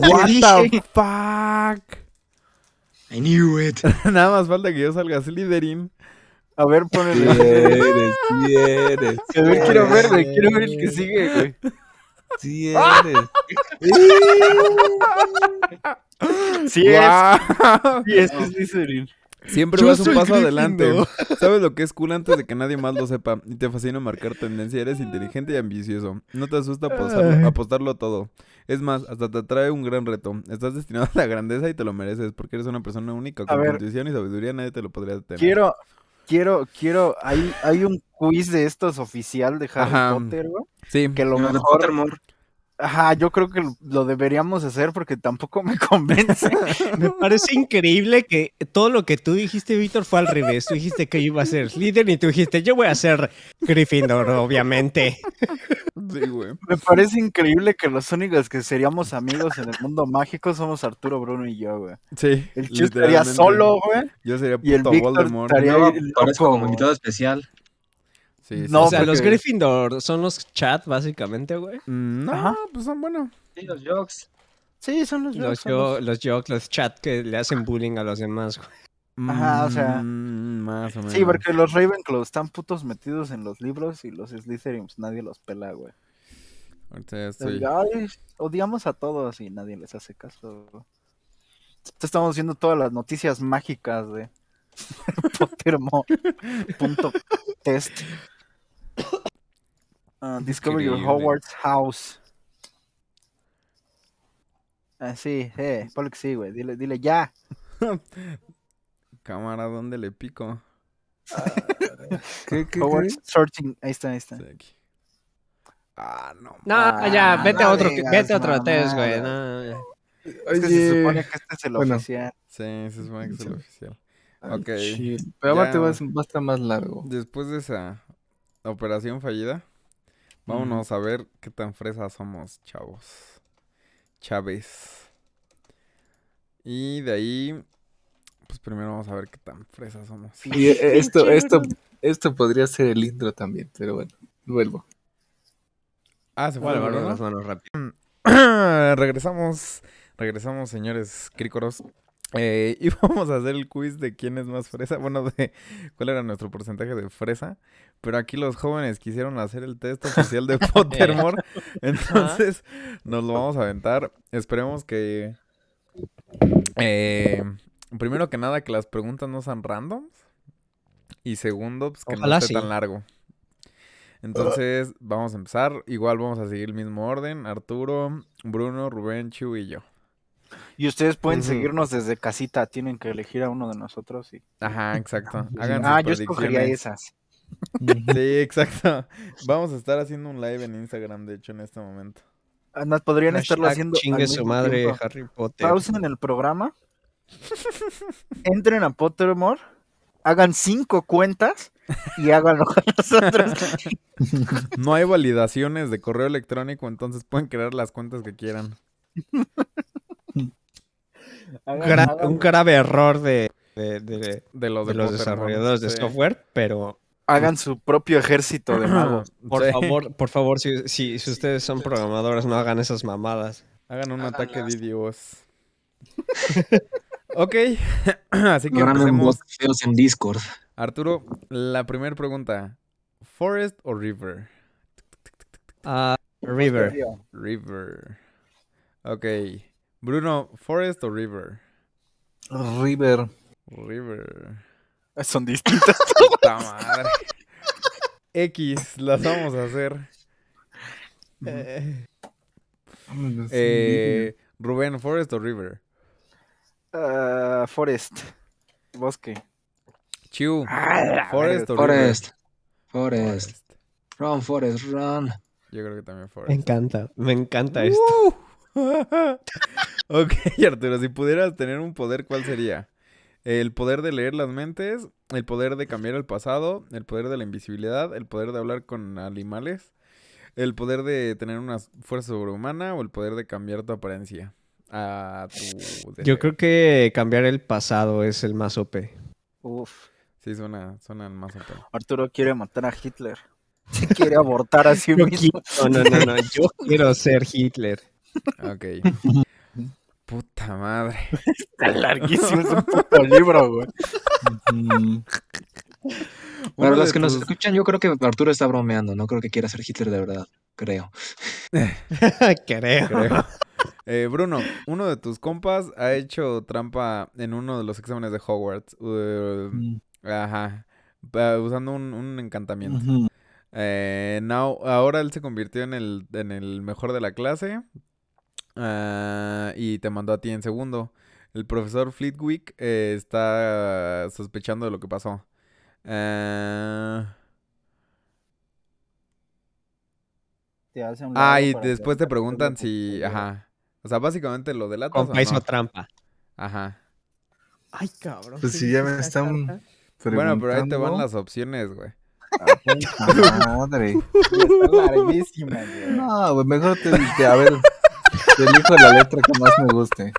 [SPEAKER 2] What the fuck.
[SPEAKER 5] I knew it.
[SPEAKER 2] Nada más falta que yo salga Slytherin.
[SPEAKER 6] A ver, pon el.
[SPEAKER 4] Tienes, tienes.
[SPEAKER 6] A ver, quiero ver, güey. Quiero ver el que sigue, güey.
[SPEAKER 4] Tienes.
[SPEAKER 6] Sí es.
[SPEAKER 2] Guau.
[SPEAKER 6] Sí es que es Slytherin.
[SPEAKER 2] Siempre
[SPEAKER 3] Yo
[SPEAKER 2] vas un
[SPEAKER 3] soy
[SPEAKER 2] paso adelante.
[SPEAKER 3] Gryffindor.
[SPEAKER 2] Sabes lo que es cool antes de que nadie más lo sepa. Y te fascina marcar tendencia. Eres inteligente y ambicioso. No te asusta apostarlo, apostarlo todo. Es más, hasta te atrae un gran reto. Estás destinado a la grandeza y te lo mereces porque eres una persona única. Con tu
[SPEAKER 6] ver.
[SPEAKER 2] intuición y sabiduría nadie te lo podría detener.
[SPEAKER 6] Quiero, quiero, quiero. Hay, hay un quiz de estos oficial de Harry
[SPEAKER 2] Ajá.
[SPEAKER 6] Potter, güey.
[SPEAKER 2] Sí.
[SPEAKER 6] Que lo
[SPEAKER 5] No, de
[SPEAKER 6] mejor.
[SPEAKER 5] Pottermore.
[SPEAKER 6] Ajá, yo creo que lo deberíamos hacer porque tampoco me convence.
[SPEAKER 3] Me parece increíble que todo lo que tú dijiste, Víctor, fue al revés. Tú dijiste que yo iba a ser líder y tú dijiste, yo voy a ser Gryffindor, obviamente.
[SPEAKER 2] Sí, güey.
[SPEAKER 6] Me parece increíble que los únicos que seríamos amigos en el mundo mágico somos Arturo, Bruno y yo, güey.
[SPEAKER 2] Sí.
[SPEAKER 6] El Chu estaría solo, güey.
[SPEAKER 2] Yo sería
[SPEAKER 6] y el
[SPEAKER 2] puto
[SPEAKER 6] Víctor
[SPEAKER 2] Voldemort.
[SPEAKER 6] estaría-
[SPEAKER 5] Yo
[SPEAKER 6] Ay,
[SPEAKER 5] aparezco
[SPEAKER 6] loco.
[SPEAKER 5] como invitado especial.
[SPEAKER 2] Sí, sí,
[SPEAKER 6] No,
[SPEAKER 2] sí.
[SPEAKER 3] o sea, los
[SPEAKER 6] porque-
[SPEAKER 3] Gryffindor son los chat, básicamente, güey.
[SPEAKER 2] Mm, No,
[SPEAKER 6] Ajá.
[SPEAKER 2] pues son buenos.
[SPEAKER 5] Sí, los jokes.
[SPEAKER 6] Sí, son los
[SPEAKER 3] Los,
[SPEAKER 6] dos.
[SPEAKER 3] yo, los jokes, los chat que le hacen bullying a los demás, güey.
[SPEAKER 6] Ajá, o sea,
[SPEAKER 2] Mm, más o menos.
[SPEAKER 6] Sí, porque los Ravenclaw están putos metidos en los libros y los Slytherin pues, nadie los pela, güey.
[SPEAKER 2] Ahorita ya estoy.
[SPEAKER 6] Ay, odiamos a todos y nadie les hace caso. güey. Ahorita Estamos viendo todas las noticias mágicas de Pottermore.test. Ah, discover your
[SPEAKER 2] Increíble.
[SPEAKER 6] Hogwarts house. Ah, sí, eh, ponle que sí, güey. Dile, dile ya.
[SPEAKER 2] Cámara, ¿dónde le pico?
[SPEAKER 4] ¿Qué, qué,
[SPEAKER 6] Hogwarts
[SPEAKER 4] qué?
[SPEAKER 6] searching. Ahí está, ahí está.
[SPEAKER 2] Sí, aquí. Ah, no.
[SPEAKER 3] No,
[SPEAKER 6] Ah,
[SPEAKER 3] ya, vete a
[SPEAKER 6] no
[SPEAKER 3] otro,
[SPEAKER 6] digas
[SPEAKER 3] vete a otro test, güey.
[SPEAKER 6] mamadas.
[SPEAKER 3] no.
[SPEAKER 6] Es que se
[SPEAKER 4] Oye,
[SPEAKER 6] supone que este es el
[SPEAKER 4] bueno.
[SPEAKER 6] oficial.
[SPEAKER 2] Sí, se supone que es el oficial.
[SPEAKER 4] ay,
[SPEAKER 2] Ok.
[SPEAKER 4] shit. Pero aparte
[SPEAKER 2] Ya.
[SPEAKER 4] va a ser- va a estar más largo.
[SPEAKER 2] Después de esa operación fallida, vámonos a ver qué tan fresas somos, chavos. Chávez. Y de ahí, pues primero vamos a ver qué tan fresas somos.
[SPEAKER 4] Y eh, esto, esto, esto podría ser el intro también, pero bueno, vuelvo.
[SPEAKER 2] Ah, se fue
[SPEAKER 3] Bueno,
[SPEAKER 2] el
[SPEAKER 3] bueno,
[SPEAKER 2] Bruno.
[SPEAKER 3] las manos rápido.
[SPEAKER 2] regresamos, regresamos, señores crícoros. Eh, y vamos a hacer el quiz de quién es más fresa. Bueno, de cuál era nuestro porcentaje de fresa. Pero aquí los jóvenes quisieron hacer el test oficial de Pottermore. entonces nos lo vamos a aventar. Esperemos que. eh, primero que nada, que las preguntas no sean randoms. Y segundo, pues que
[SPEAKER 3] Ojalá
[SPEAKER 2] no esté
[SPEAKER 3] sí.
[SPEAKER 2] tan largo. Entonces, vamos a empezar. Igual vamos a seguir el mismo orden. Arturo, Bruno, Rubén, Chu y yo.
[SPEAKER 6] Y ustedes pueden
[SPEAKER 3] Ujú.
[SPEAKER 6] seguirnos desde casita, tienen que elegir a uno de nosotros. Y...
[SPEAKER 2] Ajá, exacto. Hagan
[SPEAKER 6] Ah,
[SPEAKER 2] sus
[SPEAKER 6] yo escogería
[SPEAKER 2] predicciones.
[SPEAKER 6] esas.
[SPEAKER 2] Sí, exacto. Vamos a estar haciendo un live en Instagram, de hecho, en este momento.
[SPEAKER 6] Además, Ah, podrían estarlo
[SPEAKER 3] Hashtag
[SPEAKER 6] haciendo. al
[SPEAKER 3] Chingue su
[SPEAKER 6] mismo
[SPEAKER 3] madre,
[SPEAKER 6] tiempo.
[SPEAKER 3] Harry Potter.
[SPEAKER 6] Pausen el programa. entren a Pottermore. Hagan cinco cuentas y háganlo con nosotros.
[SPEAKER 2] No hay validaciones de correo electrónico, entonces pueden crear las cuentas que quieran.
[SPEAKER 6] Hagan-
[SPEAKER 3] Gra-
[SPEAKER 6] hagan-
[SPEAKER 3] un grave error de, de- de-
[SPEAKER 2] De los,
[SPEAKER 3] de
[SPEAKER 2] de
[SPEAKER 3] los
[SPEAKER 2] Pottermore,
[SPEAKER 3] desarrolladores de
[SPEAKER 2] sí.
[SPEAKER 3] software, pero
[SPEAKER 6] hagan su propio ejército de magos.
[SPEAKER 3] por
[SPEAKER 2] Sí.
[SPEAKER 3] favor, por favor, si, si, si ustedes son programadores, no hagan esas mamadas.
[SPEAKER 2] Hagan un ataque de
[SPEAKER 5] Háganlas.
[SPEAKER 2] Dios. ok, así que
[SPEAKER 5] No graben
[SPEAKER 2] empecemos.
[SPEAKER 5] bots feos en Discord.
[SPEAKER 2] Arturo, la primera pregunta. ¿Forest o river?
[SPEAKER 3] Ah, River.
[SPEAKER 2] River. Ok. Bruno, ¿forest o river?
[SPEAKER 4] River.
[SPEAKER 2] River.
[SPEAKER 6] Son distintas.
[SPEAKER 2] Puta madre. X, las vamos a hacer.
[SPEAKER 3] Eh,
[SPEAKER 4] Vámonos,
[SPEAKER 2] Eh, Rubén, ¿forest o river?
[SPEAKER 6] Ah, forest. Bosque.
[SPEAKER 2] Chiu,
[SPEAKER 6] Ah, la
[SPEAKER 2] ¿forest o river?
[SPEAKER 5] Forest. Forest. Run, Forest, run.
[SPEAKER 2] Yo creo que también forest.
[SPEAKER 3] me encanta, me encanta esto.
[SPEAKER 2] ok, Arturo, si pudieras tener un poder, ¿cuál sería? El poder de leer las mentes, el poder de cambiar el pasado, el poder de la invisibilidad, el poder de hablar con animales, el poder de tener una fuerza sobrehumana o el poder de cambiar tu apariencia. A tu
[SPEAKER 3] Yo
[SPEAKER 2] deseo.
[SPEAKER 3] creo que cambiar el pasado es el más OP.
[SPEAKER 6] Uf.
[SPEAKER 2] Sí, suena, suena el más OP.
[SPEAKER 6] Arturo quiere matar a Hitler. Se quiere abortar a sí
[SPEAKER 3] Yo
[SPEAKER 6] mismo.
[SPEAKER 3] No, no, no, no, yo quiero ser Hitler.
[SPEAKER 2] Ok. Puta madre.
[SPEAKER 6] Está larguísimo, es un puto libro, güey.
[SPEAKER 4] Mm,
[SPEAKER 2] Uno
[SPEAKER 5] Para los
[SPEAKER 2] de
[SPEAKER 5] que nos
[SPEAKER 2] tus-
[SPEAKER 5] escuchan, yo creo que Arturo está bromeando. No creo que quiera ser Hitler de verdad. Creo.
[SPEAKER 3] Creo.
[SPEAKER 2] creo. Eh, Bruno, uno de tus compas ha hecho trampa en uno de los exámenes de Hogwarts. eh,
[SPEAKER 4] mm,
[SPEAKER 2] ajá. pa- usando un, un encantamiento.
[SPEAKER 4] ujú.
[SPEAKER 2] Eh, now- ahora él se convirtió en el, en el mejor de la clase. ah, y te mandó a ti en segundo. El profesor Flitwick eh, está sospechando de lo que pasó. Ah,
[SPEAKER 6] te hace a un lado
[SPEAKER 2] Ah, y
[SPEAKER 6] para que
[SPEAKER 2] después te
[SPEAKER 6] hagas lo
[SPEAKER 2] preguntan
[SPEAKER 6] que
[SPEAKER 2] si.
[SPEAKER 6] tú
[SPEAKER 2] Ajá. O sea, básicamente lo delatas.
[SPEAKER 3] Compa
[SPEAKER 2] o
[SPEAKER 3] hizo
[SPEAKER 2] no?
[SPEAKER 3] trampa.
[SPEAKER 2] Ajá.
[SPEAKER 3] Ay, cabrón.
[SPEAKER 4] Pues si ya me están.
[SPEAKER 2] Bueno, pero ahí te van
[SPEAKER 4] preguntando.
[SPEAKER 2] las opciones, güey.
[SPEAKER 4] Ah, Madre.
[SPEAKER 6] quieres. Está larguísima, güey.
[SPEAKER 4] No, güey, mejor te, te- a ver, te elijo la letra que más me guste.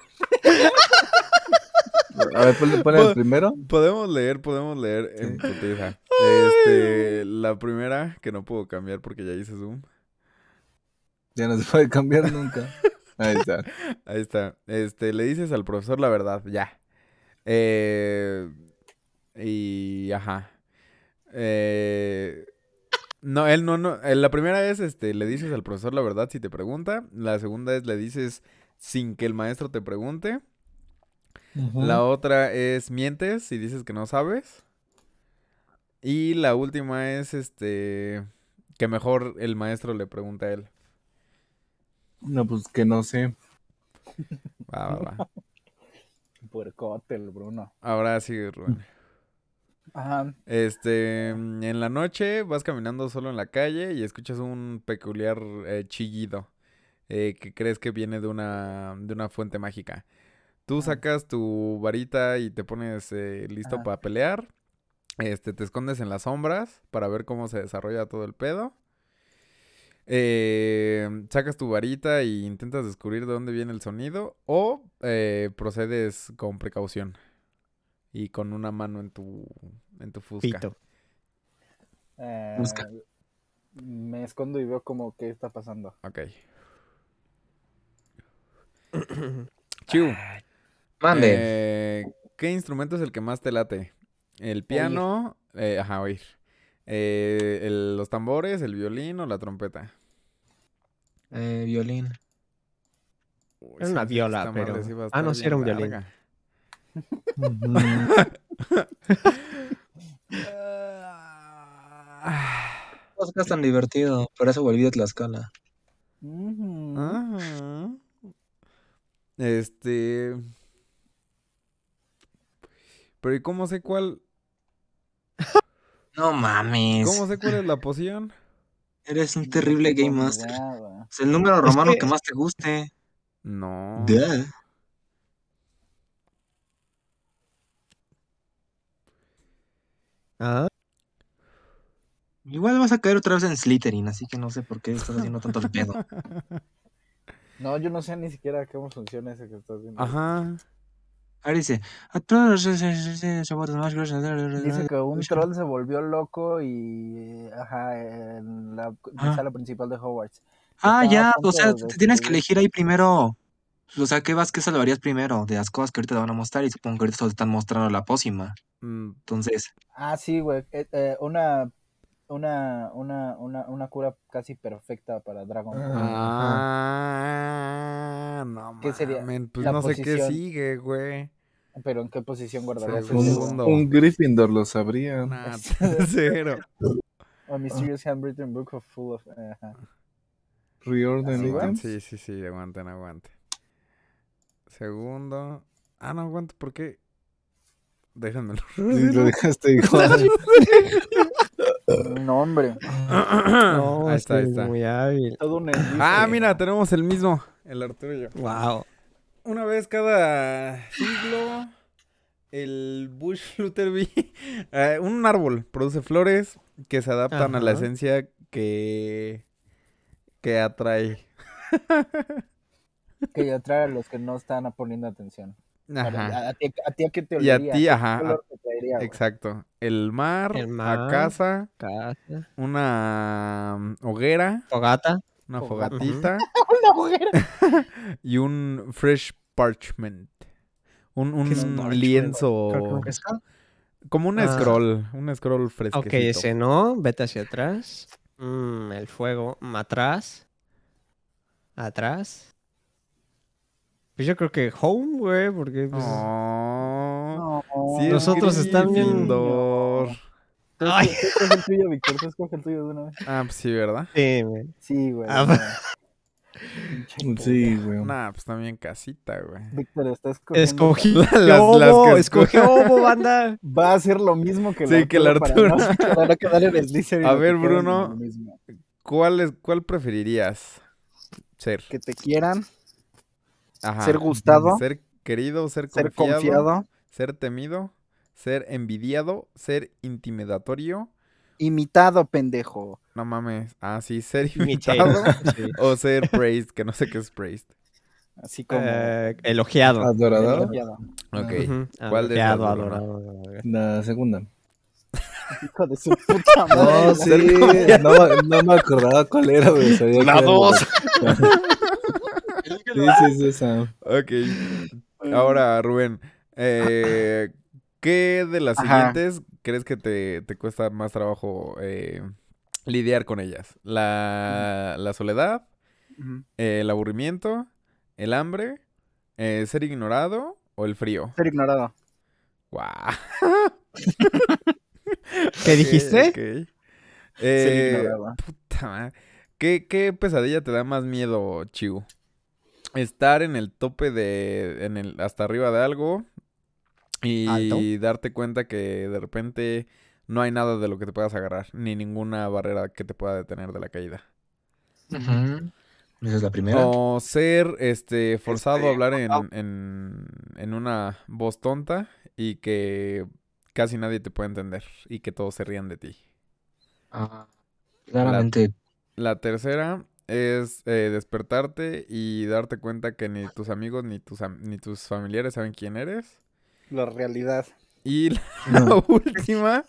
[SPEAKER 4] A ver, ponle, ponle el primero.
[SPEAKER 2] Podemos leer, podemos leer en putiza. Este, la primera que no puedo cambiar porque ya hice zoom.
[SPEAKER 4] Ya no se puede cambiar nunca. Ahí está.
[SPEAKER 2] Ahí está. Este, le dices al profesor la verdad, ya. Eh, y ajá. Eh, no, él no, no. eh, La primera es, este, le dices al profesor la verdad si te pregunta. La segunda es, le dices sin que el maestro te pregunte. La otra es mientes y dices que no sabes. Y la última es este que mejor el maestro le pregunta a él.
[SPEAKER 4] No, pues que no sé.
[SPEAKER 2] Va, va, va.
[SPEAKER 6] Puercote el Bruno.
[SPEAKER 2] Ahora sí, Rubén.
[SPEAKER 6] Ajá.
[SPEAKER 2] Este, mm, en la noche vas caminando solo en la calle y escuchas un peculiar eh, chillido eh, que crees que viene de una, de una fuente mágica. Tú sacas tu varita y te pones eh, listo
[SPEAKER 6] Ajá.
[SPEAKER 2] para pelear. Este, te escondes en las sombras para ver cómo se desarrolla todo el pedo. Eh, sacas tu varita e intentas descubrir de dónde viene el sonido o eh, procedes con precaución y con una mano en tu en tu fusca.
[SPEAKER 3] Pito.
[SPEAKER 6] Eh,
[SPEAKER 5] Busca.
[SPEAKER 6] Me escondo y veo como qué está pasando.
[SPEAKER 2] Ok. Chiu,
[SPEAKER 5] Mande.
[SPEAKER 2] eh, ¿qué instrumento es el que más te late? ¿El piano? eh, ajá, oír. Eh, el- ¿Los tambores, el violín o la trompeta?
[SPEAKER 5] Eh, violín.
[SPEAKER 2] Uy,
[SPEAKER 3] Era
[SPEAKER 2] sí,
[SPEAKER 3] una
[SPEAKER 2] esta
[SPEAKER 3] viola,
[SPEAKER 2] madre
[SPEAKER 3] pero-
[SPEAKER 2] sí va a
[SPEAKER 3] ah,
[SPEAKER 2] estar
[SPEAKER 3] no, sí
[SPEAKER 2] bien
[SPEAKER 3] era un violín.
[SPEAKER 2] larga.
[SPEAKER 5] No es tan divertido, por eso volví de Tlaxcala.
[SPEAKER 6] Ujú.
[SPEAKER 2] Ah, Ajá. Este. Pero ¿y cómo sé cuál?
[SPEAKER 5] No mames.
[SPEAKER 2] ¿Cómo sé cuál es la poción?
[SPEAKER 5] Eres un terrible Game Master.
[SPEAKER 6] Nada.
[SPEAKER 5] Es el número romano
[SPEAKER 3] que-
[SPEAKER 5] que... más te guste.
[SPEAKER 2] No.
[SPEAKER 5] Duh.
[SPEAKER 3] Ah,
[SPEAKER 5] Igual vas a caer otra vez en Slytherin, así que no sé por qué estás haciendo tanto el pedo.
[SPEAKER 6] No, yo no sé ni siquiera cómo funciona ese que estás viendo.
[SPEAKER 2] Ajá.
[SPEAKER 5] Ahora dice, a todos los chabotes más gruesos.
[SPEAKER 6] Dice que un troll se volvió loco y. Ajá, en la
[SPEAKER 5] Ah.
[SPEAKER 6] sala principal de Hogwarts. Estaba
[SPEAKER 5] Ah,
[SPEAKER 6] a
[SPEAKER 5] ya, o
[SPEAKER 6] punto
[SPEAKER 5] sea,
[SPEAKER 6] de
[SPEAKER 5] te tienes que
[SPEAKER 6] escribir.
[SPEAKER 5] elegir ahí primero. O sea, ¿qué vas, qué salvarías primero de las cosas que ahorita te van a mostrar? Y supongo que ahorita solo te están mostrando la pócima.
[SPEAKER 2] Mm,
[SPEAKER 5] Entonces,
[SPEAKER 6] Ah, sí, güey. eh, eh, una, una, una, una, una cura casi perfecta para Dragon Ball.
[SPEAKER 4] Ah,
[SPEAKER 2] Ah, no
[SPEAKER 6] ¿Qué sería?
[SPEAKER 2] mamen, Pues
[SPEAKER 6] La
[SPEAKER 2] no sé qué
[SPEAKER 6] posición.
[SPEAKER 2] sigue, güey.
[SPEAKER 6] Pero ¿en qué posición guardarías
[SPEAKER 2] Segundo.
[SPEAKER 6] ese,
[SPEAKER 4] Un,
[SPEAKER 6] güey?
[SPEAKER 4] un Gryffindor lo sabría.
[SPEAKER 2] Nah, pues, cero.
[SPEAKER 6] A mysterious handwritten book of full of. Ajá.
[SPEAKER 4] Reorden
[SPEAKER 6] Así va.
[SPEAKER 4] items.
[SPEAKER 2] Sí, sí, sí, aguanten, aguanten. Segundo. Ah, no aguanto, ¿por qué? Déjenmelo.
[SPEAKER 4] Sí, lo dejaste igual.
[SPEAKER 6] No, hombre.
[SPEAKER 3] no,
[SPEAKER 2] ahí está, ahí
[SPEAKER 3] este es
[SPEAKER 2] está.
[SPEAKER 3] muy hábil.
[SPEAKER 6] Todo un esguince.
[SPEAKER 2] Ah, mira, tenemos el mismo, el Arturo y yo.
[SPEAKER 3] Wow.
[SPEAKER 2] Una vez cada siglo, el Bush Lutterby, eh, un árbol, produce flores que se adaptan a la
[SPEAKER 3] Ajá.
[SPEAKER 2] esencia que, que atrae.
[SPEAKER 6] Que ya trae a los que no están poniendo atención.
[SPEAKER 2] Ajá.
[SPEAKER 6] A, a ti, a ti a qué te
[SPEAKER 2] Y a
[SPEAKER 6] olería,
[SPEAKER 2] ti, ah,
[SPEAKER 6] ¿Qué
[SPEAKER 2] ajá. a-
[SPEAKER 6] color te traería, güey?
[SPEAKER 2] exacto. El mar,
[SPEAKER 3] El mar.
[SPEAKER 2] a casa,
[SPEAKER 3] Casa.
[SPEAKER 2] una mm, hoguera,
[SPEAKER 3] Fogata.
[SPEAKER 2] una
[SPEAKER 6] Fogata.
[SPEAKER 2] fogatita
[SPEAKER 6] Una hoguera.
[SPEAKER 2] y un fresh parchment. Un, un
[SPEAKER 3] ¿Qué es parchment? Oh,
[SPEAKER 2] lienzo, como un
[SPEAKER 3] Ah.
[SPEAKER 2] scroll, un scroll fresquecito.
[SPEAKER 3] Ok, ese no. Vete hacia atrás. Mm, el fuego. mm, Atrás. Atrás. Pues yo creo que home, güey, porque pues,
[SPEAKER 2] Oh. No. Sí,
[SPEAKER 3] es Nosotros están bien-
[SPEAKER 2] Gryffindor.
[SPEAKER 6] Tú
[SPEAKER 3] Ay.
[SPEAKER 6] escoge- tú escoge el tuyo, Víctor. Tú escoge el tuyo de una vez.
[SPEAKER 2] Ah, pues sí, ¿verdad?
[SPEAKER 3] sí, güey.
[SPEAKER 6] Sí, güey.
[SPEAKER 3] Ah,
[SPEAKER 6] no.
[SPEAKER 4] Sí, güey.
[SPEAKER 2] Nah, pues también casita, güey.
[SPEAKER 6] Víctor está escogiendo.
[SPEAKER 3] Escogí.
[SPEAKER 2] Las- las
[SPEAKER 3] Obo,
[SPEAKER 2] que
[SPEAKER 3] escogí Obo, banda.
[SPEAKER 6] Va a ser lo mismo que el
[SPEAKER 2] Sí, que el
[SPEAKER 6] Arturo. para
[SPEAKER 2] Arturo.
[SPEAKER 6] no- para no quedar en el Slytherin
[SPEAKER 2] A
[SPEAKER 6] o que
[SPEAKER 2] ver,
[SPEAKER 6] queden en
[SPEAKER 2] Bruno.
[SPEAKER 6] lo mismo.
[SPEAKER 2] ¿Cuál, es, ¿Cuál preferirías ser?
[SPEAKER 6] Que te quieran,
[SPEAKER 2] Ajá. Mm,
[SPEAKER 6] ser gustado,
[SPEAKER 2] Ser querido, ser confiado,
[SPEAKER 6] ser confiado,
[SPEAKER 2] ser temido, ser envidiado, ser intimidatorio.
[SPEAKER 6] imitado, pendejo.
[SPEAKER 2] No mames. Ah, sí, ser
[SPEAKER 3] Imitado.
[SPEAKER 2] imitado o ser praised, que no sé qué es praised.
[SPEAKER 6] Así como.
[SPEAKER 3] Eh, elogiado.
[SPEAKER 4] ¿Adorador?
[SPEAKER 6] Elogiado.
[SPEAKER 2] Ok.
[SPEAKER 3] Ujú,
[SPEAKER 2] ¿Cuál de
[SPEAKER 3] elogiado,
[SPEAKER 2] esas, Bruno?
[SPEAKER 3] adorado, adorado.
[SPEAKER 4] La segunda.
[SPEAKER 6] Hijo de su puta madre.
[SPEAKER 4] No, sí, no, no me acordaba cuál era, güey. sabía que
[SPEAKER 6] La
[SPEAKER 4] era
[SPEAKER 6] dos.
[SPEAKER 4] Sí, sí, sí, esa.
[SPEAKER 2] Ok. Ahora, Rubén. eh, ¿Qué de las
[SPEAKER 6] Ajá.
[SPEAKER 2] siguientes crees que te, te cuesta más trabajo eh, lidiar con ellas? La, la soledad,
[SPEAKER 6] Ujú.
[SPEAKER 2] eh, el aburrimiento, el hambre, eh, ser ignorado o el frío.
[SPEAKER 6] Ser ignorado.
[SPEAKER 2] ¡Guau!
[SPEAKER 3] ¿Qué
[SPEAKER 2] Ok,
[SPEAKER 3] dijiste?
[SPEAKER 2] ok.
[SPEAKER 6] Ser
[SPEAKER 2] Eh,
[SPEAKER 6] ignorado.
[SPEAKER 2] puta madre. ¿Qué, qué pesadilla te da más miedo, Chiu? Estar en el tope de. En el, hasta arriba de algo. Y
[SPEAKER 3] ¿Alto?
[SPEAKER 2] darte cuenta que de repente no hay nada de lo que te puedas agarrar. Ni ninguna barrera que te pueda detener de la caída.
[SPEAKER 5] Ujú. Esa es la primera.
[SPEAKER 6] Oh.
[SPEAKER 2] O ser este forzado a
[SPEAKER 5] Este,
[SPEAKER 2] hablar en,
[SPEAKER 5] forzado.
[SPEAKER 2] en, en una voz tonta y que casi nadie te puede entender. Y que todos se rían de ti.
[SPEAKER 5] Ah, claramente.
[SPEAKER 2] La tercera es eh, despertarte y darte cuenta que ni tus amigos ni tus, am- ni tus familiares saben quién eres.
[SPEAKER 6] La realidad.
[SPEAKER 2] Y la última,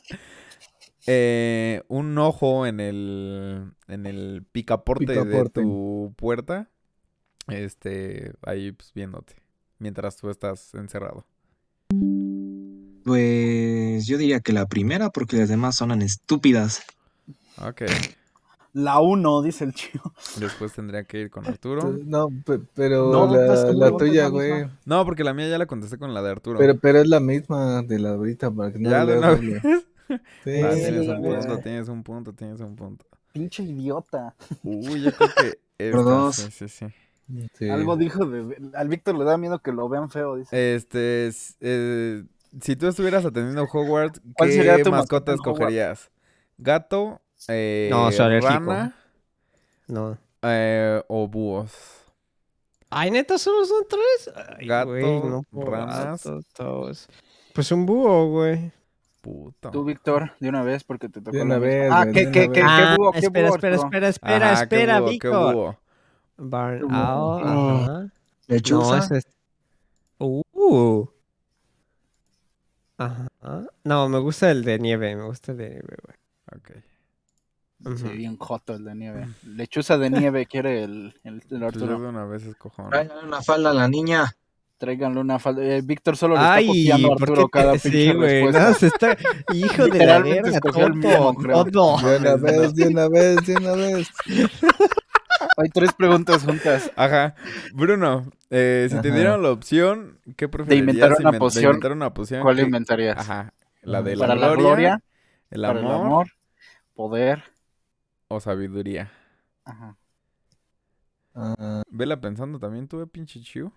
[SPEAKER 2] eh, un ojo en el, en el picaporte,
[SPEAKER 4] Picaporte.
[SPEAKER 2] de tu puerta, este, ahí pues, viéndote, mientras tú estás encerrado.
[SPEAKER 5] Pues yo diría que la primera, porque las demás sonan estúpidas.
[SPEAKER 2] Ok,
[SPEAKER 6] La uno, dice el chico.
[SPEAKER 2] después tendría que ir con Arturo.
[SPEAKER 4] No, pe- pero
[SPEAKER 6] No,
[SPEAKER 4] la,
[SPEAKER 6] estás tú,
[SPEAKER 4] la
[SPEAKER 6] no,
[SPEAKER 4] tuya,
[SPEAKER 6] estás la misma.
[SPEAKER 4] güey.
[SPEAKER 2] No, porque la mía ya la contesté con la de Arturo.
[SPEAKER 4] Pero, pero es la misma de la ahorita, para que no
[SPEAKER 2] ya de
[SPEAKER 4] leas
[SPEAKER 2] una
[SPEAKER 4] doble.
[SPEAKER 2] vez.
[SPEAKER 4] Sí,
[SPEAKER 2] Ah,
[SPEAKER 6] Sí,
[SPEAKER 2] tienes un
[SPEAKER 6] güey.
[SPEAKER 2] punto, tienes un punto, tienes un punto.
[SPEAKER 6] Pinche idiota.
[SPEAKER 2] Uy, yo creo que esta,
[SPEAKER 5] dos.
[SPEAKER 2] sí, sí, sí.
[SPEAKER 4] sí.
[SPEAKER 6] Algo dijo de. Al Víctor le da miedo que lo vean feo, dice.
[SPEAKER 2] Este, s- eh, si tú estuvieras atendiendo Hogwarts,
[SPEAKER 6] ¿Cuál
[SPEAKER 2] ¿qué
[SPEAKER 6] sería tu
[SPEAKER 2] mascota
[SPEAKER 6] mascota en Hogwarts?
[SPEAKER 2] escogerías? ¿Gato? eh,
[SPEAKER 3] No, soy alérgico.
[SPEAKER 2] ¿Rana?
[SPEAKER 3] No.
[SPEAKER 2] eh, ¿O búhos?
[SPEAKER 3] Ay, neta, solo son tres. Ay,
[SPEAKER 2] Gato,
[SPEAKER 3] güey, no puedo,
[SPEAKER 2] ranas.
[SPEAKER 3] gato, todos. Pues un búho, güey.
[SPEAKER 2] Puto.
[SPEAKER 6] Tú, Víctor, de una vez, porque te tocó
[SPEAKER 4] De
[SPEAKER 6] la
[SPEAKER 4] una
[SPEAKER 6] misma.
[SPEAKER 4] vez,
[SPEAKER 6] Ah,
[SPEAKER 4] güey,
[SPEAKER 6] ¿qué,
[SPEAKER 4] de
[SPEAKER 6] qué,
[SPEAKER 4] una
[SPEAKER 6] qué, qué
[SPEAKER 4] vez.
[SPEAKER 3] Ah,
[SPEAKER 6] búho, qué
[SPEAKER 3] espera,
[SPEAKER 6] búho,
[SPEAKER 3] espera,
[SPEAKER 6] Arturo?
[SPEAKER 3] espera, espera,
[SPEAKER 2] Ajá, ¿qué
[SPEAKER 3] espera,
[SPEAKER 2] búho, qué
[SPEAKER 3] Víctor. Oh,
[SPEAKER 2] búho?
[SPEAKER 3] Burn
[SPEAKER 6] Qué
[SPEAKER 3] out,
[SPEAKER 5] búho.
[SPEAKER 3] ajá. No,
[SPEAKER 5] Lechuza.
[SPEAKER 3] ese es... Uh. Ajá. No, me gusta el de nieve, me gusta el de nieve, güey.
[SPEAKER 2] Ok.
[SPEAKER 6] Sí,
[SPEAKER 3] Ujú.
[SPEAKER 6] bien joto el de nieve. Lechuza de nieve quiere el, el, el
[SPEAKER 2] Pues yo
[SPEAKER 6] Arturo.
[SPEAKER 2] de una vez escojo. ¿no?
[SPEAKER 5] Tráigale una falda a la niña.
[SPEAKER 6] Tráiganle una falda. Eh, Víctor solo le está
[SPEAKER 3] Ay,
[SPEAKER 6] copiando a
[SPEAKER 3] ¿por qué
[SPEAKER 6] Arturo cada
[SPEAKER 3] te...
[SPEAKER 6] pinche
[SPEAKER 3] Sí, güey,
[SPEAKER 6] respuesta.
[SPEAKER 3] no, se está... Hijo de la
[SPEAKER 6] Literalmente
[SPEAKER 3] verga,
[SPEAKER 6] escogió el
[SPEAKER 3] tonto,
[SPEAKER 6] mismo, creo.
[SPEAKER 3] tonto.
[SPEAKER 4] De una vez, de una vez, de una vez.
[SPEAKER 6] Hay tres preguntas juntas.
[SPEAKER 2] Ajá. Bruno, eh, si te
[SPEAKER 4] Ajá.
[SPEAKER 2] dieron la opción, ¿qué preferirías?
[SPEAKER 6] inventar una
[SPEAKER 2] inven- de
[SPEAKER 6] poción,
[SPEAKER 2] inventar una poción,
[SPEAKER 6] ¿Cuál
[SPEAKER 2] ¿qué-
[SPEAKER 6] inventarías?
[SPEAKER 2] Ajá. La de la
[SPEAKER 6] Para
[SPEAKER 2] gloria,
[SPEAKER 6] la gloria,
[SPEAKER 2] el
[SPEAKER 6] para el
[SPEAKER 2] amor
[SPEAKER 6] amor, poder.
[SPEAKER 2] o sabiduría.
[SPEAKER 6] Ajá.
[SPEAKER 4] Ah,
[SPEAKER 2] Vela pensando también, tuve pinche chiu.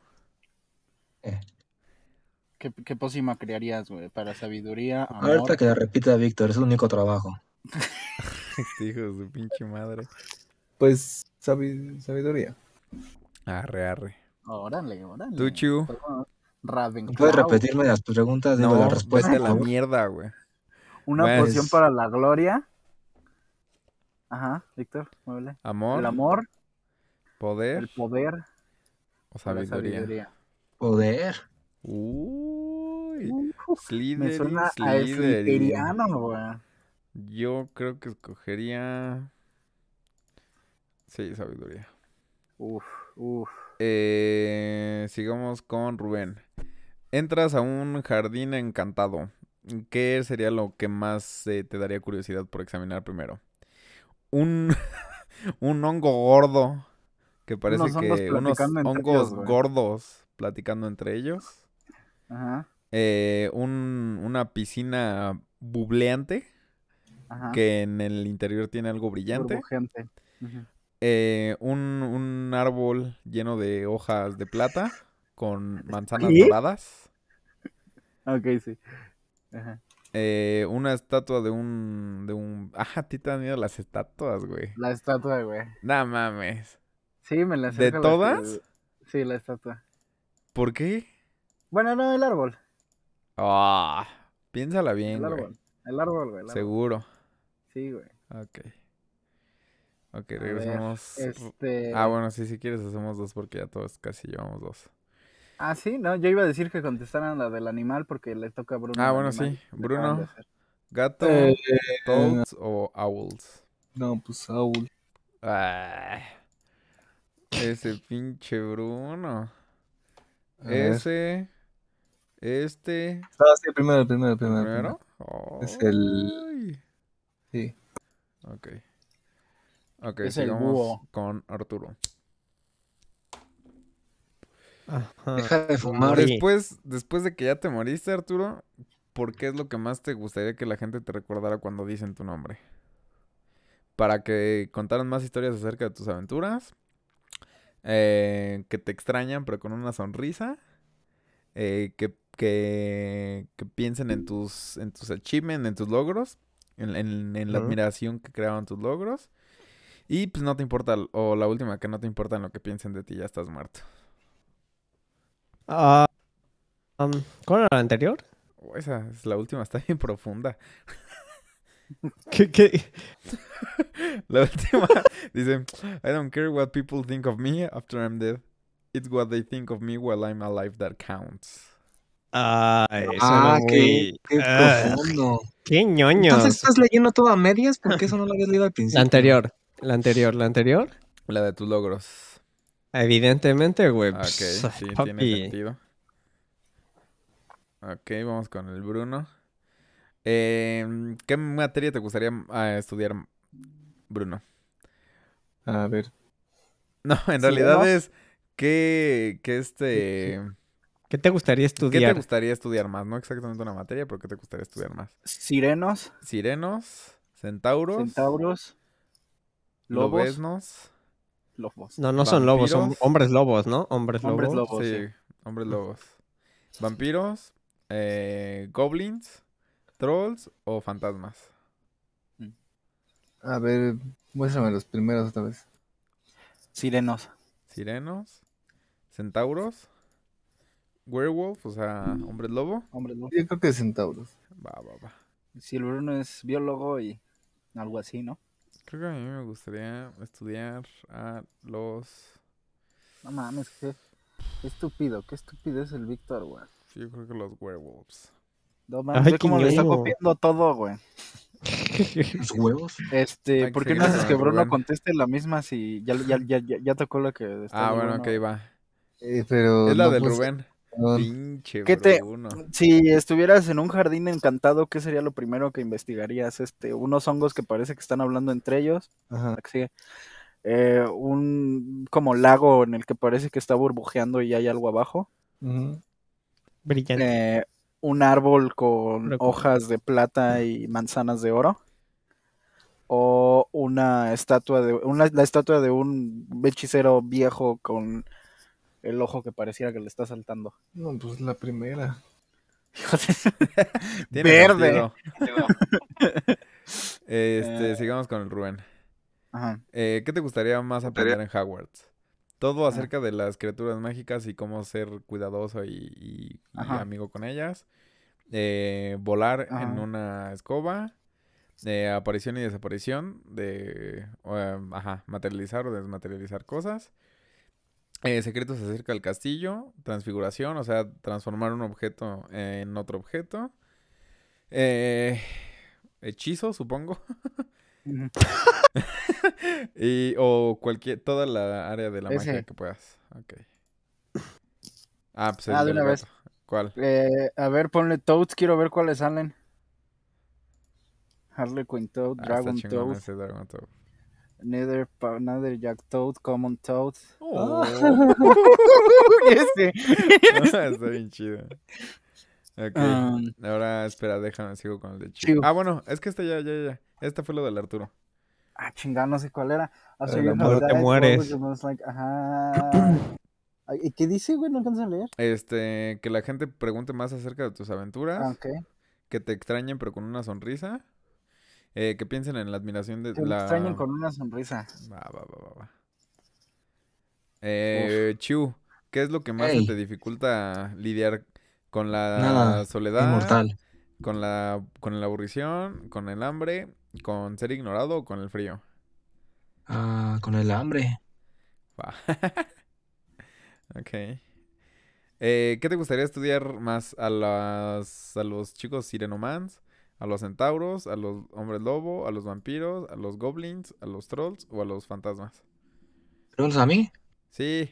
[SPEAKER 6] ¿Qué, qué pócima crearías, güey? Para sabiduría, amor.
[SPEAKER 5] Ahorita que la repita Víctor, es el único trabajo.
[SPEAKER 2] Este hijo de su pinche madre.
[SPEAKER 4] pues, sabi- sabiduría.
[SPEAKER 2] Arre, arre.
[SPEAKER 6] Órale, órale.
[SPEAKER 2] Tú, Chu.
[SPEAKER 6] Ravenclaw.
[SPEAKER 5] ¿Puedes repetirme las preguntas? Dime
[SPEAKER 2] No,
[SPEAKER 5] la respuesta.
[SPEAKER 2] vete a la
[SPEAKER 5] por favor?
[SPEAKER 2] mierda, güey.
[SPEAKER 6] Una
[SPEAKER 2] Bueno,
[SPEAKER 6] poción
[SPEAKER 2] es-
[SPEAKER 6] para la gloria. Ajá, Víctor, muévele.
[SPEAKER 2] Amor,
[SPEAKER 6] El amor,
[SPEAKER 2] poder
[SPEAKER 6] el poder,
[SPEAKER 2] o
[SPEAKER 6] la
[SPEAKER 2] sabiduría.
[SPEAKER 6] sabiduría.
[SPEAKER 5] Poder.
[SPEAKER 2] Uy,
[SPEAKER 6] Uf, me
[SPEAKER 2] Slytherin,
[SPEAKER 6] suena a
[SPEAKER 2] Slytherin.
[SPEAKER 6] esliteriano, güey.
[SPEAKER 2] Yo creo que escogería... Sí, sabiduría.
[SPEAKER 6] Uf, uf.
[SPEAKER 2] Eh, sigamos con Rubén. Entras a un jardín encantado. ¿Qué sería lo que más eh, te daría curiosidad por examinar primero? Un, un hongo gordo. Que parece
[SPEAKER 6] Unos hongos
[SPEAKER 2] que unos
[SPEAKER 6] platicando entre
[SPEAKER 2] hongos
[SPEAKER 6] ellos, güey.
[SPEAKER 2] gordos platicando entre ellos.
[SPEAKER 6] Ajá,
[SPEAKER 2] Eh, un- una piscina bubleante
[SPEAKER 6] ajá.
[SPEAKER 2] que en el interior tiene algo brillante.
[SPEAKER 6] Burbujante. Ujú.
[SPEAKER 2] Eh, un, un árbol lleno de hojas de plata con manzanas
[SPEAKER 6] ¿Qué?
[SPEAKER 2] doradas.
[SPEAKER 6] Ok, sí. Ajá.
[SPEAKER 2] eh, una estatua de un, de un... Ah, a ti te dan miedo las estatuas, güey.
[SPEAKER 6] La estatua, güey.
[SPEAKER 2] Nah mames.
[SPEAKER 6] Sí, me la
[SPEAKER 2] ¿De
[SPEAKER 6] acerco a la
[SPEAKER 2] todas?
[SPEAKER 6] estu- Sí, la estatua.
[SPEAKER 2] ¿Por qué?
[SPEAKER 6] Bueno, no, el árbol.
[SPEAKER 2] Ah, piénsala bien,
[SPEAKER 6] El
[SPEAKER 2] güey.
[SPEAKER 6] árbol. El árbol, güey. el árbol.
[SPEAKER 2] Seguro.
[SPEAKER 6] Sí, güey.
[SPEAKER 2] Ok. Ok,
[SPEAKER 6] ver,
[SPEAKER 2] regresamos.
[SPEAKER 6] Este.
[SPEAKER 2] Ah, bueno, sí, si quieres hacemos dos porque ya todos casi llevamos dos.
[SPEAKER 6] Ah, sí, no, yo iba a decir que contestaran la del animal porque le toca a Bruno.
[SPEAKER 2] Ah,
[SPEAKER 6] el
[SPEAKER 2] bueno,
[SPEAKER 6] animal.
[SPEAKER 2] sí,
[SPEAKER 6] Le acaban de
[SPEAKER 2] Bruno.
[SPEAKER 6] hacer.
[SPEAKER 2] ¿Gato,
[SPEAKER 4] Eh,
[SPEAKER 2] toads o owls?
[SPEAKER 4] no, pues Saúl.
[SPEAKER 2] Ah, ese pinche Bruno.
[SPEAKER 4] A ver.
[SPEAKER 2] Ese. Este.
[SPEAKER 4] Ah, sí, primero, primero, primero.
[SPEAKER 2] ¿Primero?
[SPEAKER 4] Ah, Es el-
[SPEAKER 2] Ay.
[SPEAKER 4] Sí.
[SPEAKER 2] Ok. Ok,
[SPEAKER 6] Es el
[SPEAKER 2] sigamos
[SPEAKER 6] búho.
[SPEAKER 2] con Arturo.
[SPEAKER 3] Ajá.
[SPEAKER 5] Deja de fumar.
[SPEAKER 3] Morí.
[SPEAKER 2] Después, después de que ya te moriste, Arturo, ¿por qué es lo que más te gustaría que la gente te recordara cuando dicen tu nombre? Para que contaran más historias acerca de tus aventuras, eh, que te extrañan pero con una sonrisa, eh, que, que- que piensen en tus, en tus achievements, en tus logros, en, en- en la
[SPEAKER 3] Ujú.
[SPEAKER 2] admiración que creaban tus logros. Y pues no te importa, o la última, que no te importa en lo que piensen de ti, ya estás muerto.
[SPEAKER 3] Ah, um, ¿Cuál era la anterior?
[SPEAKER 2] Oh, esa es la última, está bien profunda.
[SPEAKER 3] ¿Qué, qué?
[SPEAKER 2] La última dice, I don't care what people think of me after I'm dead. It's what they think of me while I'm alive that counts.
[SPEAKER 3] Ay, eso
[SPEAKER 5] Ah,
[SPEAKER 3] no
[SPEAKER 5] qué,
[SPEAKER 3] muy-
[SPEAKER 5] qué
[SPEAKER 3] Ah,
[SPEAKER 5] profundo.
[SPEAKER 3] qué ñoño.
[SPEAKER 5] Entonces estás leyendo todo a medias porque eso no lo habías leído al
[SPEAKER 3] La
[SPEAKER 5] principio.
[SPEAKER 3] anterior, la anterior, la anterior.
[SPEAKER 2] La de tus logros.
[SPEAKER 3] Evidentemente, güey.
[SPEAKER 2] Ah, Ok,
[SPEAKER 3] pues,
[SPEAKER 2] sí, tiene
[SPEAKER 3] papi.
[SPEAKER 2] sentido. Ok, vamos con el Bruno. Em, ¿Qué materia te gustaría ah, estudiar, Bruno?
[SPEAKER 4] A ver.
[SPEAKER 2] No, en realidad es que, que este...
[SPEAKER 3] ¿Qué te gustaría
[SPEAKER 2] ¿Qué te
[SPEAKER 3] estudiar?
[SPEAKER 2] gustaría estudiar más? No exactamente una materia, pero ¿qué te gustaría estudiar más?
[SPEAKER 6] Sirenos,
[SPEAKER 2] ¿Sirenos? ¿Centauros?
[SPEAKER 6] centauros, lobos,
[SPEAKER 2] ¿Lobesnos?
[SPEAKER 6] lobos.
[SPEAKER 3] No, no son lobos, son
[SPEAKER 2] ¿Vampiros?
[SPEAKER 3] hombres lobos, ¿no? Hombres lobos.
[SPEAKER 6] Hombres lobos,
[SPEAKER 2] sí,
[SPEAKER 6] sí.
[SPEAKER 2] hombres lobos. ¿Vampiros? eh, ¿Goblins? ¿Trolls o fantasmas?
[SPEAKER 4] A ver, muéstrame los primeros otra vez.
[SPEAKER 6] Sirenos,
[SPEAKER 2] ¿Sirenos? ¿Centauros? ¿Werewolf? O sea, hombres lobo.
[SPEAKER 6] hombre, no.
[SPEAKER 4] Yo creo que centauros.
[SPEAKER 2] Va, va, va.
[SPEAKER 6] Si el Bruno es biólogo y algo así, ¿no?
[SPEAKER 2] Creo que a mí me gustaría estudiar a los...
[SPEAKER 6] No mames, qué, qué estúpido, qué estúpido es el Víctor, güey.
[SPEAKER 2] Yo creo que los werewolves.
[SPEAKER 6] No mames,
[SPEAKER 3] Ay,
[SPEAKER 6] ve cómo le está
[SPEAKER 3] quiñero.
[SPEAKER 6] copiando todo, güey.
[SPEAKER 5] Los huevos.
[SPEAKER 2] Hay
[SPEAKER 6] Este,
[SPEAKER 2] que
[SPEAKER 6] ¿por qué
[SPEAKER 2] seguirle
[SPEAKER 6] no haces
[SPEAKER 2] con
[SPEAKER 6] que
[SPEAKER 2] el
[SPEAKER 6] Bruno
[SPEAKER 2] Rubén.
[SPEAKER 6] conteste la misma si ya, ya, ya, ya, ya tocó la que está
[SPEAKER 2] ah,
[SPEAKER 6] el
[SPEAKER 2] bueno,
[SPEAKER 6] Bruno?
[SPEAKER 2] ok, va.
[SPEAKER 4] Eh, pero.
[SPEAKER 2] Es la
[SPEAKER 4] no
[SPEAKER 2] del
[SPEAKER 4] puse-
[SPEAKER 2] Rubén.
[SPEAKER 4] no,
[SPEAKER 2] Pinche
[SPEAKER 6] ¿Qué te-
[SPEAKER 2] Bruno.
[SPEAKER 6] Si estuvieras en un jardín encantado, ¿qué sería lo primero que investigarías? Este, unos hongos que parece que están hablando entre ellos.
[SPEAKER 4] Ajá.
[SPEAKER 6] la que sigue. Eh, un como lago en el que parece que está burbujeando y hay algo abajo.
[SPEAKER 4] ujú.
[SPEAKER 3] Brillante.
[SPEAKER 6] Eh, un árbol con
[SPEAKER 3] Recuerdo.
[SPEAKER 6] hojas de plata y manzanas de oro. O una estatua de una, la estatua de un hechicero viejo con el ojo que pareciera que le está saltando.
[SPEAKER 4] No, pues la primera.
[SPEAKER 2] Tiene
[SPEAKER 6] Verde.
[SPEAKER 2] sentido. Este, sigamos con el Rubén.
[SPEAKER 6] Ajá.
[SPEAKER 2] Eh, ¿Qué te gustaría más aprender en Hogwarts? Todo acerca de las criaturas mágicas y cómo ser cuidadoso y, y- y
[SPEAKER 6] Ajá.
[SPEAKER 2] amigo con ellas. Eh, volar
[SPEAKER 6] Ajá.
[SPEAKER 2] en una escoba. Eh, aparición y desaparición. De, um, ajá, materializar o desmaterializar cosas. Eh, secretos acerca del castillo. Transfiguración, o sea, transformar un objeto en otro objeto. Eh, hechizo, supongo.
[SPEAKER 6] Ujú.
[SPEAKER 2] Y, o cualquier, toda la área de la magia
[SPEAKER 6] Ese.
[SPEAKER 2] que puedas. Ok. Ah, pues el
[SPEAKER 6] Ah, de
[SPEAKER 2] del
[SPEAKER 6] una vez.
[SPEAKER 2] gato. ¿Cuál? Ah,
[SPEAKER 6] Eh, a ver, ponle Toads, quiero ver cuáles salen. Harley Quinn Toad,
[SPEAKER 2] Ah, está
[SPEAKER 6] Dragon
[SPEAKER 2] chingón
[SPEAKER 6] Toad,
[SPEAKER 2] ese Dragon Toad.
[SPEAKER 6] Nether, Pa- Nether Jack Toad, Common Toad.
[SPEAKER 2] Oh,
[SPEAKER 6] este.
[SPEAKER 2] está bien chido. Ok.
[SPEAKER 6] Um,
[SPEAKER 2] Ahora, espera, déjame, sigo con el de Chivo.
[SPEAKER 6] Chivo.
[SPEAKER 2] Ah, bueno, es que esta ya, ya, ya. Esta fue lo del Arturo.
[SPEAKER 6] ah, chingada, no sé cuál era. After
[SPEAKER 4] Pero
[SPEAKER 6] you
[SPEAKER 4] tampoco
[SPEAKER 6] have
[SPEAKER 3] te
[SPEAKER 6] died, what
[SPEAKER 3] mueres.
[SPEAKER 6] was the most like- Ajá. Ay, ¿Y qué dice, güey? No alcanza a leer.
[SPEAKER 2] Este, que la gente pregunte más acerca de tus aventuras.
[SPEAKER 6] Ah, ok.
[SPEAKER 2] que te extrañen pero con una sonrisa, eh, que piensen en la admiración de
[SPEAKER 6] Que me
[SPEAKER 2] la...
[SPEAKER 6] extrañen con una sonrisa.
[SPEAKER 2] Va, va, va, va, va. Eh, Chu, ¿qué es lo que más se
[SPEAKER 5] Ey.
[SPEAKER 2] te dificulta lidiar con la
[SPEAKER 5] Nada,
[SPEAKER 2] soledad,
[SPEAKER 5] Inmortal.
[SPEAKER 2] con la con la aburrición, con el hambre, con ser ignorado o con el frío?
[SPEAKER 5] Ah, con el hambre.
[SPEAKER 2] Va. ok. Eh, ¿qué te gustaría estudiar más a las a los chicos sirenomans, a los centauros, a los hombres lobo, a los vampiros, a los goblins, a los trolls o a los fantasmas?
[SPEAKER 5] ¿Preguntas a mí?
[SPEAKER 2] Sí.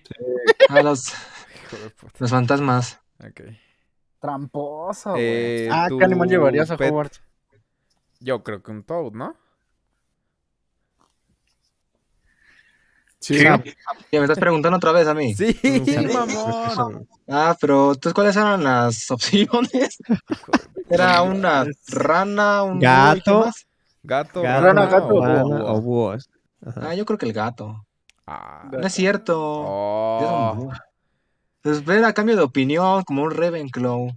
[SPEAKER 5] A los,
[SPEAKER 2] Hijo de puta.
[SPEAKER 5] los fantasmas.
[SPEAKER 2] Ok.
[SPEAKER 6] Tramposo, güey.
[SPEAKER 2] Eh,
[SPEAKER 6] ah, ¿qué animal
[SPEAKER 2] tu
[SPEAKER 6] llevarías a
[SPEAKER 2] pet-
[SPEAKER 6] Hogwarts?
[SPEAKER 2] Yo creo que un Toad, ¿no?
[SPEAKER 4] Sí.
[SPEAKER 5] ¿Ya me estás preguntando otra vez a mí?
[SPEAKER 2] Sí,
[SPEAKER 3] Sí,
[SPEAKER 2] mamón.
[SPEAKER 5] Ah, pero entonces, ¿cuáles eran las opciones? Era una rana, un
[SPEAKER 3] Gato.
[SPEAKER 5] ¿y qué más?
[SPEAKER 2] Gato,
[SPEAKER 3] Gato,
[SPEAKER 6] Rana, gato,
[SPEAKER 2] o
[SPEAKER 3] rana
[SPEAKER 2] búho.
[SPEAKER 3] o búhos. Ajá.
[SPEAKER 5] Ah, yo creo que el gato.
[SPEAKER 2] Ah.
[SPEAKER 5] No es cierto. Era un
[SPEAKER 2] Oh.
[SPEAKER 5] búho. Pues ver a cambio de opinión, como un Ravenclaw.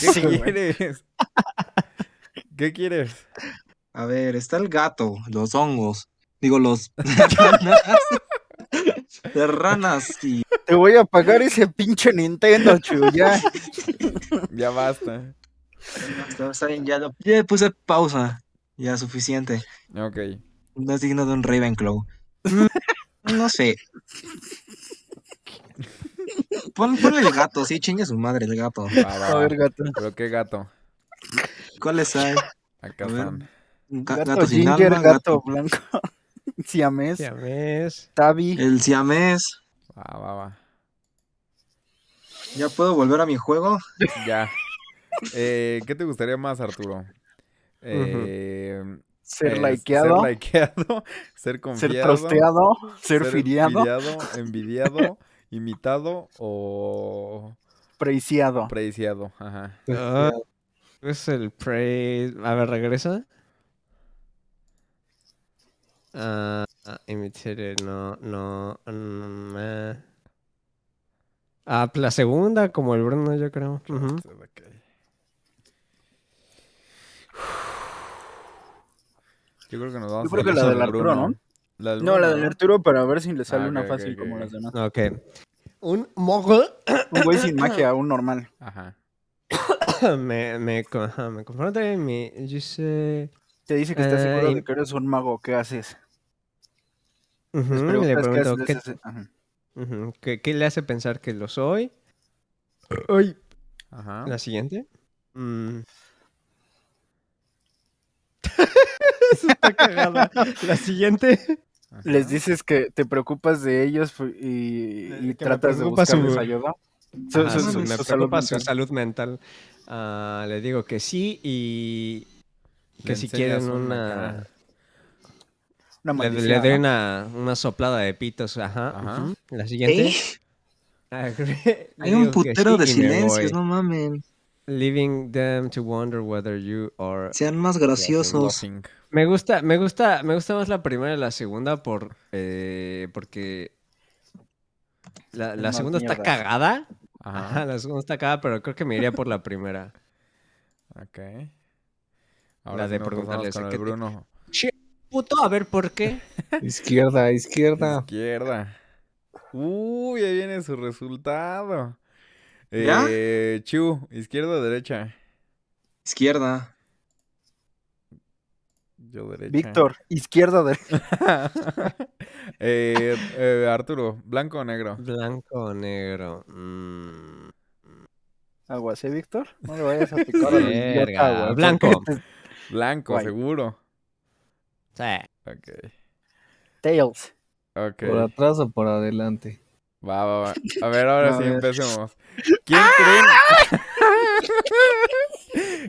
[SPEAKER 2] ¿Qué quieres? ¿Qué quieres?
[SPEAKER 5] A ver, está el gato, los hongos. Digo, los las ranas y
[SPEAKER 6] Te voy a pagar ese pinche Nintendo, Chu, ya.
[SPEAKER 2] Ya basta.
[SPEAKER 5] Está- está bien, ya, lo- ya puse pausa. Ya suficiente.
[SPEAKER 2] Ok.
[SPEAKER 5] No es digno de un Ravenclaw. Mm, No sé. Pon, ponle el gato, sí, chingue su madre el gato.
[SPEAKER 2] Va, va,
[SPEAKER 6] A ver,
[SPEAKER 2] va.
[SPEAKER 6] gato.
[SPEAKER 2] Pero qué gato.
[SPEAKER 5] ¿Cuáles hay?
[SPEAKER 2] Acá
[SPEAKER 5] A ver.
[SPEAKER 2] están.
[SPEAKER 5] Ga-
[SPEAKER 6] Gato,
[SPEAKER 5] Gato, sin
[SPEAKER 6] ginger,
[SPEAKER 5] alma,
[SPEAKER 6] gato,
[SPEAKER 5] gato.
[SPEAKER 6] blanco. Siamés,
[SPEAKER 3] Ya ves.
[SPEAKER 6] Tabi.
[SPEAKER 5] El siamés.
[SPEAKER 2] Va, va, va.
[SPEAKER 5] ¿Ya puedo volver a mi juego?
[SPEAKER 2] Ya. Eh, ¿Qué te gustaría más, Arturo? Eh, eh,
[SPEAKER 6] Ser
[SPEAKER 2] ser
[SPEAKER 6] likeado,
[SPEAKER 2] Ser likeado, ser
[SPEAKER 6] ser,
[SPEAKER 2] confiado.
[SPEAKER 6] trosteado, ser, filiado,
[SPEAKER 2] envidiado, imitado o
[SPEAKER 6] preciado.
[SPEAKER 2] preciado. Ajá.
[SPEAKER 3] Ah,
[SPEAKER 6] Este,
[SPEAKER 3] es el praise. A ver, regresa. Ah, ah, imitated, no, no. mm, ah. Ah, la segunda, como el Bruno, yo creo. Ujú.
[SPEAKER 2] Ok. Yo creo que nos vamos
[SPEAKER 6] creo
[SPEAKER 2] ir
[SPEAKER 6] que la
[SPEAKER 2] con
[SPEAKER 6] del
[SPEAKER 2] el
[SPEAKER 6] Arturo,
[SPEAKER 2] Bruno.
[SPEAKER 6] ¿no?
[SPEAKER 2] La del
[SPEAKER 6] No, la
[SPEAKER 2] Bruno,
[SPEAKER 6] del
[SPEAKER 2] ¿no?
[SPEAKER 6] Arturo para ver si le sale
[SPEAKER 2] Ah,
[SPEAKER 6] una
[SPEAKER 2] ok,
[SPEAKER 6] fácil
[SPEAKER 2] ok,
[SPEAKER 6] como
[SPEAKER 2] ok.
[SPEAKER 6] las demás.
[SPEAKER 3] Ok. Un mogul
[SPEAKER 6] Un güey sin magia, un normal.
[SPEAKER 2] Ajá.
[SPEAKER 3] me, me, co- ajá, me confronta y me dice.
[SPEAKER 6] Te dice que estás
[SPEAKER 3] Eh,
[SPEAKER 6] seguro
[SPEAKER 3] y-
[SPEAKER 6] de que eres un mago, ¿qué haces?
[SPEAKER 3] Ujú,
[SPEAKER 6] Les
[SPEAKER 3] Mm, y
[SPEAKER 6] preguntas
[SPEAKER 3] le
[SPEAKER 6] qué
[SPEAKER 3] pregunto,
[SPEAKER 6] haces,
[SPEAKER 3] ¿qué,
[SPEAKER 6] les haces- ajá.
[SPEAKER 3] ujú, qué- qué le hace pensar que lo soy? Ay,
[SPEAKER 2] Ajá.
[SPEAKER 3] La siguiente. Mm. Eso está cagada. La siguiente.
[SPEAKER 2] ajá.
[SPEAKER 6] Les dices que te preocupas de ellos fu- y,
[SPEAKER 3] Eh,
[SPEAKER 6] y
[SPEAKER 3] que me
[SPEAKER 6] tratas de
[SPEAKER 3] preocupa su-
[SPEAKER 6] buscarles ayuda. Su,
[SPEAKER 3] Ajá,
[SPEAKER 6] su-
[SPEAKER 3] su-
[SPEAKER 6] su-
[SPEAKER 3] me
[SPEAKER 6] su salud
[SPEAKER 3] preocupa su
[SPEAKER 6] mental.
[SPEAKER 3] salud mental. Ah, le digo que sí y que
[SPEAKER 2] Le
[SPEAKER 3] si
[SPEAKER 2] enseñas
[SPEAKER 3] quieren
[SPEAKER 2] una
[SPEAKER 3] una...
[SPEAKER 6] Una
[SPEAKER 3] Le, le
[SPEAKER 6] maldición,
[SPEAKER 3] doy
[SPEAKER 6] ¿no?
[SPEAKER 3] una, una soplada de pitos. Ajá.
[SPEAKER 2] Ajá.
[SPEAKER 3] ujú. La siguiente.
[SPEAKER 5] ¿Eh?
[SPEAKER 3] Ah, le
[SPEAKER 5] Hay
[SPEAKER 3] digo
[SPEAKER 5] un
[SPEAKER 3] que
[SPEAKER 5] putero
[SPEAKER 3] sí
[SPEAKER 5] de
[SPEAKER 3] y me
[SPEAKER 5] silencios,
[SPEAKER 3] voy.
[SPEAKER 5] no mamen.
[SPEAKER 3] Leaving them to wonder whether you are
[SPEAKER 5] Sean más graciosos.
[SPEAKER 2] Lofing.
[SPEAKER 3] Me gusta, me gusta, me gusta más la primera y la segunda por, eh, porque la, la
[SPEAKER 6] Más
[SPEAKER 3] segunda está
[SPEAKER 6] mierdas.
[SPEAKER 3] cagada. Ajá,
[SPEAKER 2] Ajá.
[SPEAKER 3] la segunda está cagada, pero creo que me iría por la primera.
[SPEAKER 2] Ok.
[SPEAKER 3] La
[SPEAKER 2] sí
[SPEAKER 3] de
[SPEAKER 2] nos pasamos
[SPEAKER 3] preguntarles,
[SPEAKER 2] con
[SPEAKER 3] ¿a
[SPEAKER 2] el
[SPEAKER 3] qué te-
[SPEAKER 2] Bruno.
[SPEAKER 3] Puto, a ver por qué.
[SPEAKER 4] Izquierda, izquierda.
[SPEAKER 2] Izquierda. Uy, ahí viene su resultado.
[SPEAKER 5] ¿Ya?
[SPEAKER 2] Eh, Chu, izquierda o derecha.
[SPEAKER 5] Izquierda.
[SPEAKER 2] Yo derecha.
[SPEAKER 6] Víctor, izquierda, derecha.
[SPEAKER 2] Eh, eh, Arturo, blanco o negro.
[SPEAKER 3] Blanco o negro. Mm,
[SPEAKER 6] Aguas, ¿eh, Víctor? No le vayas a picar al idiota,
[SPEAKER 3] Verga,
[SPEAKER 6] güey, porque
[SPEAKER 3] blanco.
[SPEAKER 6] te-
[SPEAKER 2] Blanco,
[SPEAKER 6] Guay.
[SPEAKER 2] seguro.
[SPEAKER 3] sí.
[SPEAKER 2] Ok.
[SPEAKER 6] Tails.
[SPEAKER 2] Ok.
[SPEAKER 4] ¿Por atrás o por adelante?
[SPEAKER 2] Va, va, va. A ver, ahora
[SPEAKER 6] A
[SPEAKER 2] sí
[SPEAKER 6] ver. ¡Ah!
[SPEAKER 2] empecemos. ¿Quién creen?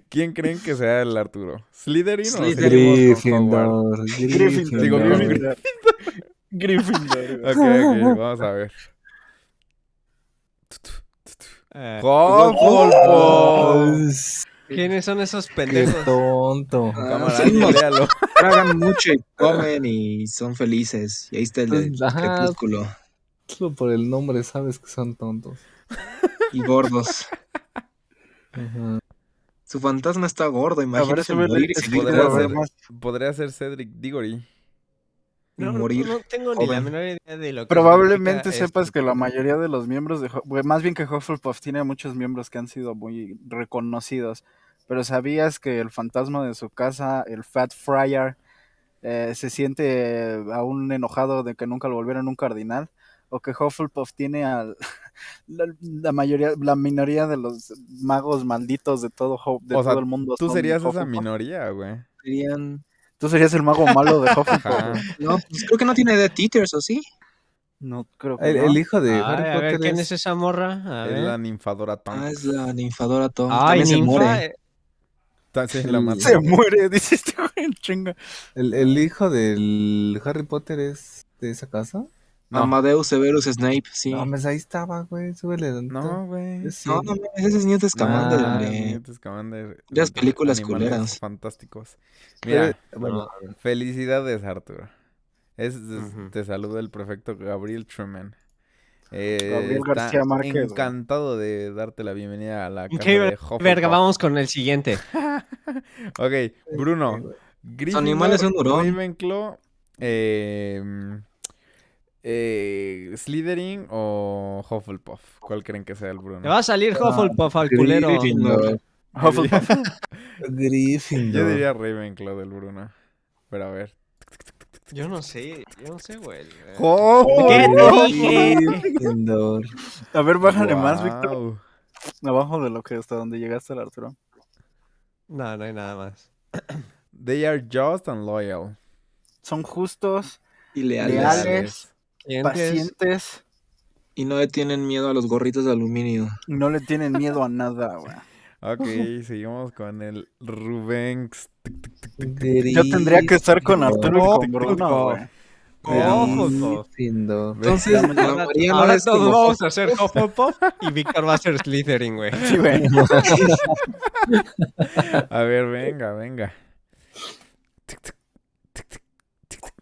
[SPEAKER 2] ¿Quién creen que sea el Arturo? ¿Slytherin o seguimos con Howard?
[SPEAKER 4] Gryffindor,
[SPEAKER 6] Gryffindor.
[SPEAKER 2] Digo,
[SPEAKER 4] Gryffindor. pues,
[SPEAKER 2] Gryffindor.
[SPEAKER 6] Gryffindor.
[SPEAKER 2] Ok, ok, vamos a ver.
[SPEAKER 3] Eh,
[SPEAKER 2] ¡Hufflepuff!
[SPEAKER 3] ¿Quiénes son esos
[SPEAKER 4] Qué
[SPEAKER 3] pendejos?
[SPEAKER 4] tonto.
[SPEAKER 2] Cámara,
[SPEAKER 5] Ah, sí,
[SPEAKER 2] alguien
[SPEAKER 5] los
[SPEAKER 2] léalo.
[SPEAKER 5] tragan mucho y comen y son felices. Y ahí está el del
[SPEAKER 4] Pues, Ajá.
[SPEAKER 5] crepúsculo.
[SPEAKER 4] Solo por el nombre sabes que son tontos.
[SPEAKER 5] Y gordos.
[SPEAKER 4] Ajá.
[SPEAKER 5] Su fantasma está gordo,
[SPEAKER 6] ver,
[SPEAKER 5] imagínate
[SPEAKER 6] sube la
[SPEAKER 5] morir y
[SPEAKER 6] lista,
[SPEAKER 5] seguir
[SPEAKER 2] podría
[SPEAKER 5] gordo.
[SPEAKER 6] a ver
[SPEAKER 2] ser-
[SPEAKER 6] más.
[SPEAKER 2] Podría ser Cedric Diggory.
[SPEAKER 5] y
[SPEAKER 3] No, no-
[SPEAKER 5] morir.
[SPEAKER 3] no tengo ni la
[SPEAKER 5] joven.
[SPEAKER 3] menor idea de lo que
[SPEAKER 6] Probablemente
[SPEAKER 3] significa
[SPEAKER 6] sepas
[SPEAKER 3] esto.
[SPEAKER 6] que la mayoría de los miembros de Hu- bueno, más bien que Hufflepuff tiene muchos miembros que han sido muy reconocidos, pero ¿sabías que el fantasma de su casa, el Fat Friar, eh, se siente eh, aún enojado de que nunca lo volvieron un cardinal? ¿O que Hufflepuff tiene al, la, la mayoría, la minoría de los magos malditos de todo, Hu- de
[SPEAKER 2] O sea,
[SPEAKER 6] todo el mundo?
[SPEAKER 2] Tú
[SPEAKER 6] son
[SPEAKER 2] serías esa
[SPEAKER 6] Hufflepuff?
[SPEAKER 2] minoría, güey.
[SPEAKER 5] Serían-
[SPEAKER 6] Tú serías el mago malo de Hufflepuff.
[SPEAKER 2] Ajá.
[SPEAKER 5] No, pues creo que no tiene de teachers, ¿o sí?
[SPEAKER 6] No creo que
[SPEAKER 4] El,
[SPEAKER 6] no.
[SPEAKER 4] el hijo de
[SPEAKER 3] Ay,
[SPEAKER 4] Harry
[SPEAKER 3] a ver,
[SPEAKER 4] Potter
[SPEAKER 3] ¿quién
[SPEAKER 4] es-
[SPEAKER 3] es esa morra? A
[SPEAKER 2] Es la
[SPEAKER 3] ver.
[SPEAKER 2] ninfadora Tom.
[SPEAKER 5] Ah, es la ninfadora Tom.
[SPEAKER 3] Ay,
[SPEAKER 5] También se
[SPEAKER 3] ninfa.
[SPEAKER 5] muere.
[SPEAKER 3] eh,
[SPEAKER 2] Ta- sí, la mata.
[SPEAKER 6] Se muere, dice este güey en chinga.
[SPEAKER 4] el, el hijo del Harry Potter es de esa casa.
[SPEAKER 2] No.
[SPEAKER 5] Amadeus Severus Snape, sí.
[SPEAKER 4] No, pues ahí estaba, güey. Súbele. tantito.
[SPEAKER 2] No, güey.
[SPEAKER 4] Es- sí.
[SPEAKER 5] No, no, no, ese es Newt Scamander,
[SPEAKER 2] Ah,
[SPEAKER 5] hombre.
[SPEAKER 2] Newt Scamander.
[SPEAKER 5] Las
[SPEAKER 2] de
[SPEAKER 5] películas
[SPEAKER 2] animales
[SPEAKER 5] culeras.
[SPEAKER 2] Fantásticos.
[SPEAKER 4] Pero-
[SPEAKER 2] Mira,
[SPEAKER 4] bueno,
[SPEAKER 2] felicidades, Arturo. Es, es-
[SPEAKER 3] Ujú.
[SPEAKER 2] Te saluda el prefecto Gabriel Truman. Eh,
[SPEAKER 6] Gabriel
[SPEAKER 2] está
[SPEAKER 6] García Márquez, güey.
[SPEAKER 2] Encantado de darte la bienvenida a la casa
[SPEAKER 3] qué
[SPEAKER 2] de Hufflepuff.
[SPEAKER 3] Verga, vamos con el siguiente.
[SPEAKER 2] Ok, Bruno. Gryffindor,
[SPEAKER 5] animales son hurón.
[SPEAKER 2] Ravenclaw, eh, eh, Slytherin o Hufflepuff. ¿Cuál creen que sea el Bruno?
[SPEAKER 3] Te va a salir Hufflepuff al culero.
[SPEAKER 5] Gryffindor.
[SPEAKER 2] Yo diría-
[SPEAKER 4] Gryffindor.
[SPEAKER 2] Yo diría Ravenclaw del Bruno. Pero a ver.
[SPEAKER 3] Yo no sé, yo no sé, güey. ¿Qué
[SPEAKER 2] ¡Oh!
[SPEAKER 3] te dije?
[SPEAKER 4] Gryffindor.
[SPEAKER 6] A ver, bájale más, Víctor.
[SPEAKER 2] Guau.
[SPEAKER 6] Abajo de lo que hasta donde llegaste, el Arturo.
[SPEAKER 3] No, no hay nada más.
[SPEAKER 2] They are just and loyal.
[SPEAKER 6] Son justos,
[SPEAKER 5] Y leales.
[SPEAKER 6] Leales.
[SPEAKER 3] Siguientes.
[SPEAKER 6] pacientes,
[SPEAKER 5] Y no le tienen miedo a los gorritos de aluminio.
[SPEAKER 6] no le tienen miedo a nada, güey.
[SPEAKER 2] Ok, seguimos con el Rubén.
[SPEAKER 6] Yo tendría que estar con Arturo y con
[SPEAKER 2] Gryffindor.
[SPEAKER 6] Bruno, güey.
[SPEAKER 3] Hufflepuff.
[SPEAKER 4] Gryffindor.
[SPEAKER 5] Entonces,
[SPEAKER 6] Ya me-
[SPEAKER 5] la María no
[SPEAKER 3] Ahora
[SPEAKER 5] es
[SPEAKER 3] todos
[SPEAKER 5] como-
[SPEAKER 3] vamos a ser Hufflepuff y Víctor va a ser Slytherin, güey.
[SPEAKER 6] Sí, güey.
[SPEAKER 2] A ver, venga, venga.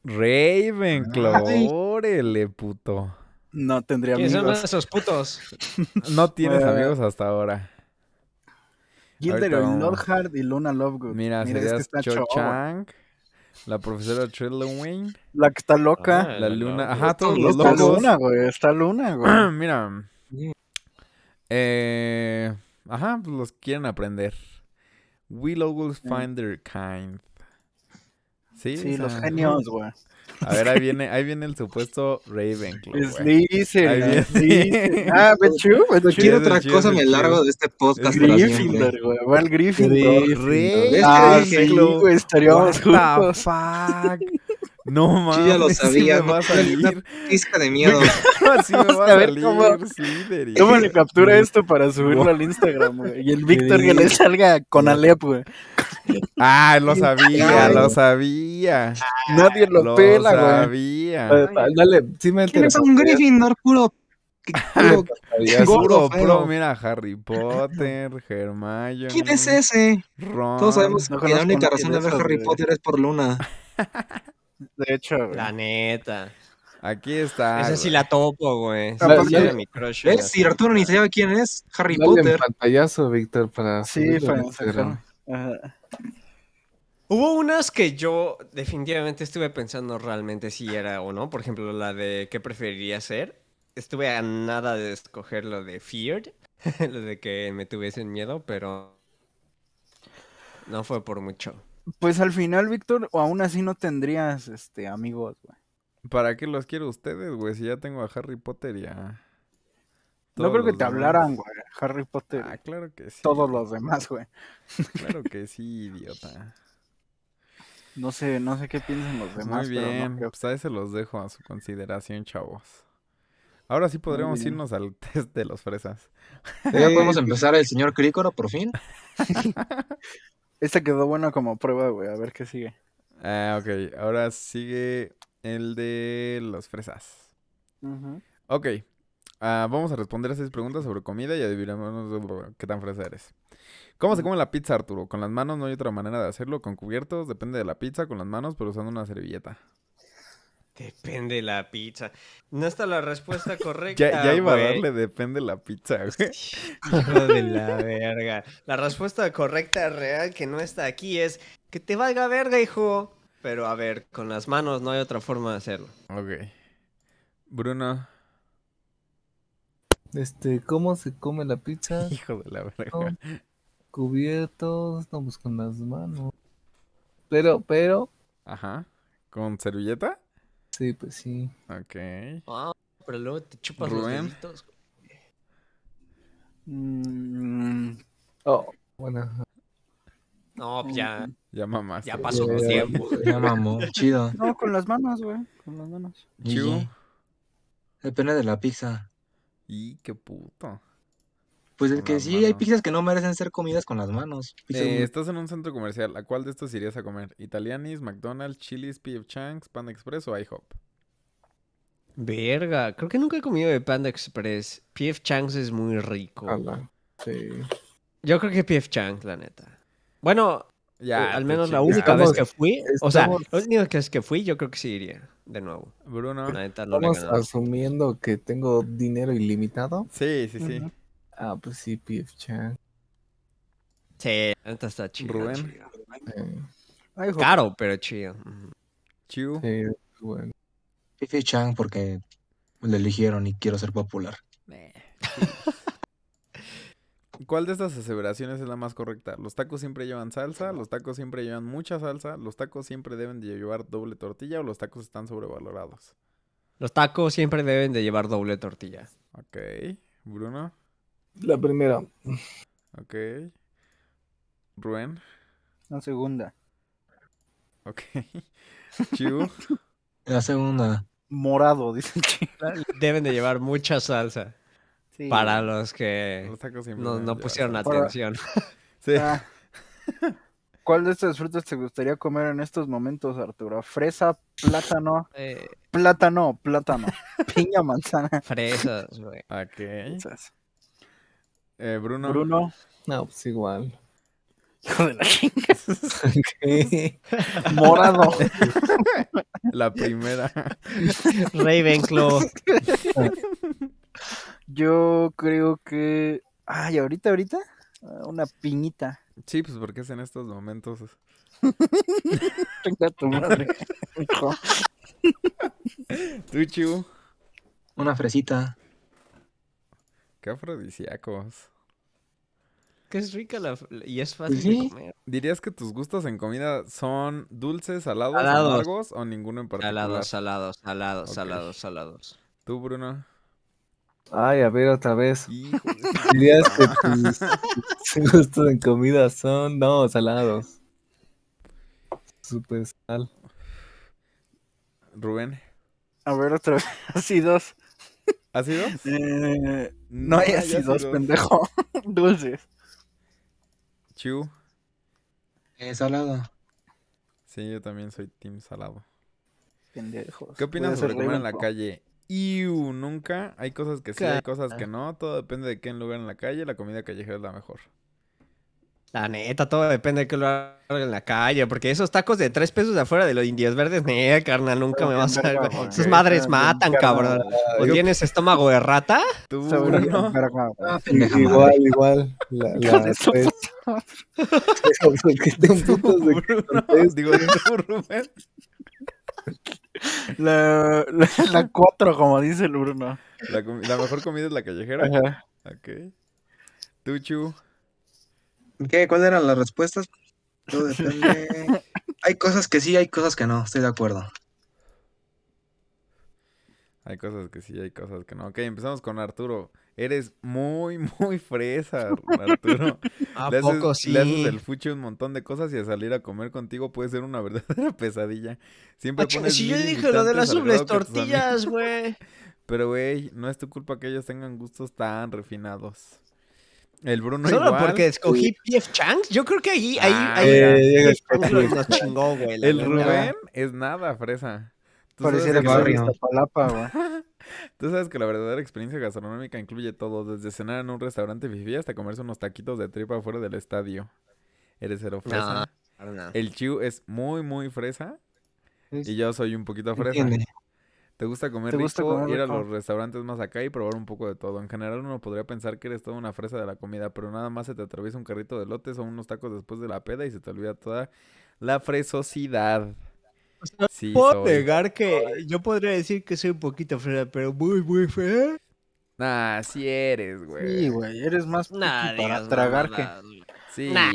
[SPEAKER 2] Ravenclaw,
[SPEAKER 5] Ay.
[SPEAKER 2] órale, puto.
[SPEAKER 6] No tendría
[SPEAKER 3] ¿Quiénes son
[SPEAKER 6] amigos.
[SPEAKER 3] esos putos?
[SPEAKER 2] No tienes
[SPEAKER 6] Bueno.
[SPEAKER 2] amigos hasta ahora.
[SPEAKER 6] Gilderoy
[SPEAKER 2] Ahorita vamos.
[SPEAKER 6] Lockhart y Luna Lovegood.
[SPEAKER 2] Mira,
[SPEAKER 6] Mira, es que
[SPEAKER 2] serías
[SPEAKER 6] está
[SPEAKER 2] Cho
[SPEAKER 6] chavo.
[SPEAKER 2] Chang, la profesora Trelawney,
[SPEAKER 6] La que está loca.
[SPEAKER 3] Ah,
[SPEAKER 2] la luna, ajá,
[SPEAKER 3] Ajá.
[SPEAKER 2] todos Ah, los
[SPEAKER 6] está
[SPEAKER 2] locos.
[SPEAKER 6] Luna, güey. Está Luna, güey.
[SPEAKER 2] Mira. Eh, ajá, pues los quieren aprender. Will always find their kind. Sí,
[SPEAKER 6] Sí,
[SPEAKER 2] o
[SPEAKER 6] los
[SPEAKER 2] sea,
[SPEAKER 6] genios, güey.
[SPEAKER 2] A ver, ahí viene, ahí viene el supuesto Ravenclaw.
[SPEAKER 6] Es
[SPEAKER 2] güey. Ahí
[SPEAKER 6] Slytherin. es
[SPEAKER 2] viene.
[SPEAKER 6] Slytherin. Ah, Bechu, Bechu.
[SPEAKER 5] Quiero
[SPEAKER 2] Chido,
[SPEAKER 5] otra
[SPEAKER 2] chido,
[SPEAKER 5] cosa, me
[SPEAKER 2] chido.
[SPEAKER 5] largo de este podcast para siempre.
[SPEAKER 6] Gryffindor, güey. Va el Gryffindor.
[SPEAKER 2] Ravenclaw.
[SPEAKER 6] Ah,
[SPEAKER 5] Es que
[SPEAKER 6] sí, güey, estaríamos
[SPEAKER 2] What the
[SPEAKER 6] juntos.
[SPEAKER 2] fuck? No mames.
[SPEAKER 5] Yo ya lo
[SPEAKER 2] sí
[SPEAKER 5] sabía,
[SPEAKER 2] me va a
[SPEAKER 5] no
[SPEAKER 2] salir.
[SPEAKER 5] Pizca de miedo.
[SPEAKER 2] Sí me va
[SPEAKER 6] a
[SPEAKER 2] a
[SPEAKER 6] ver
[SPEAKER 2] salir.
[SPEAKER 6] cómo-
[SPEAKER 2] Slytherin.
[SPEAKER 6] Tómale captura esto para subirlo al Instagram, güey. Y el Víctor que le salga con Alep, güey.
[SPEAKER 2] Ah, lo sabía,
[SPEAKER 5] Ay.
[SPEAKER 2] lo sabía.
[SPEAKER 6] Nadie lo,
[SPEAKER 2] Lo
[SPEAKER 6] pela, güey.
[SPEAKER 2] sabía.
[SPEAKER 4] Eh, Dale, sí me
[SPEAKER 5] ¿Quién es un Gryffindor puro? puro-
[SPEAKER 2] Puro,
[SPEAKER 5] Gordo,
[SPEAKER 2] pro,
[SPEAKER 5] feo.
[SPEAKER 2] mira, Harry Potter, Hermione.
[SPEAKER 5] ¿Quién es ese?
[SPEAKER 2] Ron.
[SPEAKER 5] Todos sabemos
[SPEAKER 6] no
[SPEAKER 5] que la
[SPEAKER 6] conozco
[SPEAKER 5] única
[SPEAKER 6] nadie
[SPEAKER 5] razón
[SPEAKER 6] de
[SPEAKER 5] de ver
[SPEAKER 6] esos,
[SPEAKER 5] Harry
[SPEAKER 6] güey.
[SPEAKER 5] Potter es por Luna.
[SPEAKER 6] De hecho, güey.
[SPEAKER 3] La neta.
[SPEAKER 2] Aquí está.
[SPEAKER 3] Esa
[SPEAKER 2] Ah,
[SPEAKER 3] sí
[SPEAKER 2] güey.
[SPEAKER 3] la topo, güey. Esa
[SPEAKER 4] Aparte-
[SPEAKER 3] sí era mi crush. güey.
[SPEAKER 5] ¿Ves? Si Arturo ni sabe quién es, Harry
[SPEAKER 4] Dale
[SPEAKER 5] Potter.
[SPEAKER 4] en pantallazo, Víctor, para
[SPEAKER 6] Sí,
[SPEAKER 4] subirlo
[SPEAKER 6] fue
[SPEAKER 4] en Instagram.
[SPEAKER 6] Ajá.
[SPEAKER 3] Hubo unas que yo definitivamente estuve pensando realmente si era o no. Por ejemplo, la de qué preferiría ser. Estuve a nada de escoger lo de feared, lo de que me tuviesen miedo, pero no fue por mucho.
[SPEAKER 6] Pues al final, Víctor, o aún así no tendrías este amigos, güey.
[SPEAKER 2] ¿Para qué los quiero ustedes, güey? Si ya tengo a Harry Potter y a.
[SPEAKER 6] No
[SPEAKER 2] todos
[SPEAKER 6] creo que
[SPEAKER 2] los
[SPEAKER 6] te
[SPEAKER 2] demás.
[SPEAKER 6] hablaran, güey. Harry Potter.
[SPEAKER 2] Ah, claro que sí.
[SPEAKER 6] Todos los demás, güey.
[SPEAKER 2] Claro que sí, idiota.
[SPEAKER 6] No sé, no sé qué piensan los demás,
[SPEAKER 2] Muy
[SPEAKER 6] pero
[SPEAKER 2] bien.
[SPEAKER 6] no creo.
[SPEAKER 2] Pues ahí se los dejo a su consideración, chavos. Ahora sí podríamos
[SPEAKER 6] bien.
[SPEAKER 2] irnos al test de los fresas.
[SPEAKER 5] Ya podemos
[SPEAKER 4] Eh,
[SPEAKER 5] empezar el señor Crícoro, por fin.
[SPEAKER 6] Esta quedó buena como prueba, güey. A ver qué sigue.
[SPEAKER 2] Ah, ok. Ahora sigue el de los fresas.
[SPEAKER 6] Ujú.
[SPEAKER 2] Ok. ah, vamos a responder seis preguntas sobre comida y adivinamos qué tan fresa eres. ¿Cómo se come la pizza, Arturo? Con las manos no hay otra manera de hacerlo. Con cubiertos, depende de la pizza, con las manos, pero usando una servilleta.
[SPEAKER 3] Depende la pizza. No está la respuesta correcta.
[SPEAKER 2] Ya, ya iba
[SPEAKER 3] güey.
[SPEAKER 2] a darle depende la pizza, güey.
[SPEAKER 3] Hijo de la verga. La respuesta correcta real que no está aquí es que te valga verga, hijo. Pero a ver, con las manos no hay otra forma de hacerlo.
[SPEAKER 2] Ok. Bruno,
[SPEAKER 4] Este, ¿cómo se come la pizza?
[SPEAKER 2] hijo de la verga.
[SPEAKER 4] Con cubiertos, estamos con las manos. Pero, pero,
[SPEAKER 2] Ajá. ¿Con servilleta?
[SPEAKER 4] sí, pues sí.
[SPEAKER 2] Ok.
[SPEAKER 3] Ah, pero luego te chupas
[SPEAKER 2] Rubén.
[SPEAKER 3] los deditos.
[SPEAKER 6] Mm,
[SPEAKER 4] Oh,
[SPEAKER 3] Ah,
[SPEAKER 4] bueno.
[SPEAKER 3] No, pues ya,
[SPEAKER 2] Ya mamás.
[SPEAKER 3] ya pasó
[SPEAKER 4] Ya,
[SPEAKER 3] tu
[SPEAKER 4] ya.
[SPEAKER 3] tiempo.
[SPEAKER 5] Ya mamó, chido.
[SPEAKER 6] no, con las manos, güey. Con las manos.
[SPEAKER 5] GG. Depende de la pizza.
[SPEAKER 2] Y qué puto.
[SPEAKER 5] Pues el
[SPEAKER 2] Con
[SPEAKER 5] que
[SPEAKER 2] las
[SPEAKER 5] sí, hay
[SPEAKER 2] manos.
[SPEAKER 5] pizzas que no merecen ser comidas con las manos. Pizzas
[SPEAKER 2] Eh,
[SPEAKER 5] muy-
[SPEAKER 2] estás en un centro comercial. ¿A cuál de estos irías a comer? ¿Italianis, McDonald's, Chili's, P.F. Chang's, Panda Express o IHOP?
[SPEAKER 3] Verga, creo que nunca he comido de Panda Express. PF Chang's es muy rico.
[SPEAKER 4] ala, Sí.
[SPEAKER 3] Yo creo que PF Chang's, la neta. Bueno, eh,
[SPEAKER 2] Ya.
[SPEAKER 3] al
[SPEAKER 2] te
[SPEAKER 3] menos la
[SPEAKER 2] chingaste.
[SPEAKER 3] única
[SPEAKER 4] Estamos-
[SPEAKER 3] vez que fui, o sea,
[SPEAKER 4] estamos-
[SPEAKER 3] la única vez que fui, yo creo que sí iría de nuevo.
[SPEAKER 2] Bruno.
[SPEAKER 3] La neta no le
[SPEAKER 4] Estamos
[SPEAKER 3] ganamos.
[SPEAKER 4] asumiendo que tengo dinero ilimitado.
[SPEAKER 2] Sí, sí, sí.
[SPEAKER 6] Ujú.
[SPEAKER 4] Ah, pues sí, PF Chang.
[SPEAKER 3] Sí, la neta está chido.
[SPEAKER 2] Rubén.
[SPEAKER 3] chido.
[SPEAKER 4] eh,
[SPEAKER 6] Ay, hijo,
[SPEAKER 3] Caro, pero chido. Ujú.
[SPEAKER 2] Chiu.
[SPEAKER 4] sí, bueno.
[SPEAKER 5] Fifi Chang porque le eligieron y quiero ser popular.
[SPEAKER 2] ¿Cuál de estas aseveraciones es la más correcta? ¿Los tacos siempre llevan salsa? ¿Los tacos siempre llevan mucha salsa? ¿Los tacos siempre deben de llevar doble tortilla o los tacos están sobrevalorados?
[SPEAKER 3] Los tacos siempre deben de llevar doble tortilla.
[SPEAKER 2] Ok. Bruno.
[SPEAKER 4] La primera.
[SPEAKER 2] Ok. Rubén.
[SPEAKER 6] La segunda.
[SPEAKER 2] Ok. Chiu.
[SPEAKER 5] La segunda,
[SPEAKER 6] Morado, dice el chico.
[SPEAKER 3] Deben de llevar mucha salsa.
[SPEAKER 6] Sí.
[SPEAKER 3] Para los que
[SPEAKER 2] Los tacos siempre
[SPEAKER 3] no,
[SPEAKER 2] deben
[SPEAKER 3] no
[SPEAKER 2] llevar
[SPEAKER 3] pusieron
[SPEAKER 2] salsa.
[SPEAKER 6] Para-
[SPEAKER 3] atención.
[SPEAKER 2] Sí.
[SPEAKER 6] Ah. ¿Cuál de estas frutas te gustaría comer en estos momentos, Arturo? ¿Fresa, plátano?
[SPEAKER 3] Eh,
[SPEAKER 6] Plátano, plátano. Piña, manzana.
[SPEAKER 3] fresas, güey.
[SPEAKER 2] Ok. Eh, Bruno.
[SPEAKER 6] Bruno.
[SPEAKER 4] No, pues igual.
[SPEAKER 6] Hijo de la chingada.
[SPEAKER 4] Ok.
[SPEAKER 6] Morado.
[SPEAKER 2] La primera.
[SPEAKER 3] Ravenclaw.
[SPEAKER 6] Yo creo que. Ay, ahorita, ahorita. ah, Una piñita.
[SPEAKER 2] sí, pues porque es en estos momentos.
[SPEAKER 6] Tenga tu madre. hijo.
[SPEAKER 2] Tú, Chiu.
[SPEAKER 5] una fresita.
[SPEAKER 2] Qué afrodisíacos.
[SPEAKER 3] que es rica la, y es fácil de
[SPEAKER 5] Sí.
[SPEAKER 3] comer.
[SPEAKER 2] ¿Dirías que tus gustos en comida son dulces, salados,
[SPEAKER 3] Salados.
[SPEAKER 2] amargos o ninguno en particular?
[SPEAKER 3] Salados, salados, salados,
[SPEAKER 2] Ok.
[SPEAKER 3] salados, salados.
[SPEAKER 2] Tú, Bruno.
[SPEAKER 4] Ay, a ver otra vez.
[SPEAKER 2] Hijo de-
[SPEAKER 4] Dirías que tus tus gustos en comida son, no, salados. Super sal.
[SPEAKER 2] Rubén.
[SPEAKER 6] A ver, otra vez. Así dos.
[SPEAKER 2] ¿Ha sido?
[SPEAKER 6] Eh, no hay así dos, pendejo. Dulces.
[SPEAKER 2] Chiu.
[SPEAKER 5] Eh, salada.
[SPEAKER 2] Sí, yo también soy team salado.
[SPEAKER 6] Pendejos.
[SPEAKER 2] ¿Qué
[SPEAKER 6] Voy a
[SPEAKER 2] opinas sobre
[SPEAKER 6] ser
[SPEAKER 2] comer en la
[SPEAKER 6] Ravenclaw.
[SPEAKER 2] calle? Iu, nunca. Hay cosas que sí, hay cosas que no. Todo depende de qué lugar en la calle. La comida callejera es la mejor.
[SPEAKER 3] La neta, todo depende de que lo hagan en la calle, porque esos tacos de tres pesos de afuera de los indios verdes, ne, carnal, nunca me vas a ver.
[SPEAKER 6] Verga,
[SPEAKER 3] güey.
[SPEAKER 6] güey.
[SPEAKER 3] Esas madres
[SPEAKER 6] Verga,
[SPEAKER 3] matan,
[SPEAKER 6] verga,
[SPEAKER 3] cabrón. ¿O
[SPEAKER 2] Yo-
[SPEAKER 3] tienes estómago de rata?
[SPEAKER 2] Tú,
[SPEAKER 6] Sobre
[SPEAKER 2] Bruno.
[SPEAKER 6] verga, güey.
[SPEAKER 5] pendeja
[SPEAKER 4] Igual, igual. La,
[SPEAKER 6] Hijo
[SPEAKER 4] la
[SPEAKER 6] de su
[SPEAKER 4] tres. Pero, porque te emputas de que
[SPEAKER 2] Bruno.
[SPEAKER 4] contesto.
[SPEAKER 2] Digo, tú, Rubén.
[SPEAKER 6] La, la, la cuatro, como dice el Bruno.
[SPEAKER 2] La, comi- la mejor comida es la callejera.
[SPEAKER 6] Ajá.
[SPEAKER 2] Ok. Tú, Chu.
[SPEAKER 5] ¿Qué? ¿Cuáles eran las respuestas? Todo depende. hay cosas que sí, hay cosas que no, estoy de acuerdo.
[SPEAKER 2] Hay cosas que sí, hay cosas que no. Ok, empezamos con Arturo. Eres muy, muy fresa, Arturo.
[SPEAKER 3] ¿A
[SPEAKER 2] le, haces,
[SPEAKER 3] poco sí?
[SPEAKER 2] le haces el fuche un montón de cosas y a salir a comer contigo puede ser una verdadera pesadilla. Siempre
[SPEAKER 3] Ah, chinga,
[SPEAKER 2] pones
[SPEAKER 3] si yo
[SPEAKER 2] mil
[SPEAKER 3] dije lo de
[SPEAKER 2] limitantes
[SPEAKER 3] las
[SPEAKER 2] al
[SPEAKER 3] dobles
[SPEAKER 2] grado que pues, tus amigos-
[SPEAKER 3] tortillas, güey.
[SPEAKER 2] Pero, güey, no es tu culpa que ellos tengan gustos tan refinados. El Bruno
[SPEAKER 3] Solo
[SPEAKER 2] igual.
[SPEAKER 3] porque escogí PF Chang's, yo creo que ahí, ahí,
[SPEAKER 2] Ah,
[SPEAKER 3] ahí.
[SPEAKER 4] Eh, llega
[SPEAKER 3] P.F. Chang's lo- nos chingó, güey. la
[SPEAKER 2] El
[SPEAKER 3] neta.
[SPEAKER 2] Rubén es nada fresa. Tú sabes
[SPEAKER 6] Pareciera
[SPEAKER 2] que
[SPEAKER 6] que
[SPEAKER 2] la-
[SPEAKER 6] soy de
[SPEAKER 5] barrio.
[SPEAKER 6] Iztapalapa, güey.
[SPEAKER 2] Tú sabes que la verdadera experiencia gastronómica incluye todo, desde cenar en un restaurante fifi hasta comerse unos taquitos de tripa fuera del estadio. Eres cero fresa.
[SPEAKER 3] Ah. No, no.
[SPEAKER 2] El Chiu es muy, muy fresa. Y yo soy un poquito fresa.
[SPEAKER 5] Entiende.
[SPEAKER 2] ¿Te gusta comer
[SPEAKER 6] ¿Te gusta
[SPEAKER 2] rico?
[SPEAKER 6] comer
[SPEAKER 2] ir a
[SPEAKER 6] rico?
[SPEAKER 2] los restaurantes más acá y probar un poco de todo. En general uno podría pensar que eres toda una fresa de la comida, pero nada más se te atraviesa un carrito de lotes o unos tacos después de la peda y se te olvida toda la fresosidad. Sí,
[SPEAKER 3] Puedo
[SPEAKER 2] soy.
[SPEAKER 3] negar que yo podría decir que soy un poquito fea, pero muy, muy fea.
[SPEAKER 2] Nah, sí eres, güey.
[SPEAKER 6] Sí, güey, eres más piqui
[SPEAKER 3] Nada,
[SPEAKER 6] para tragar que
[SPEAKER 2] Sí.
[SPEAKER 3] Nah.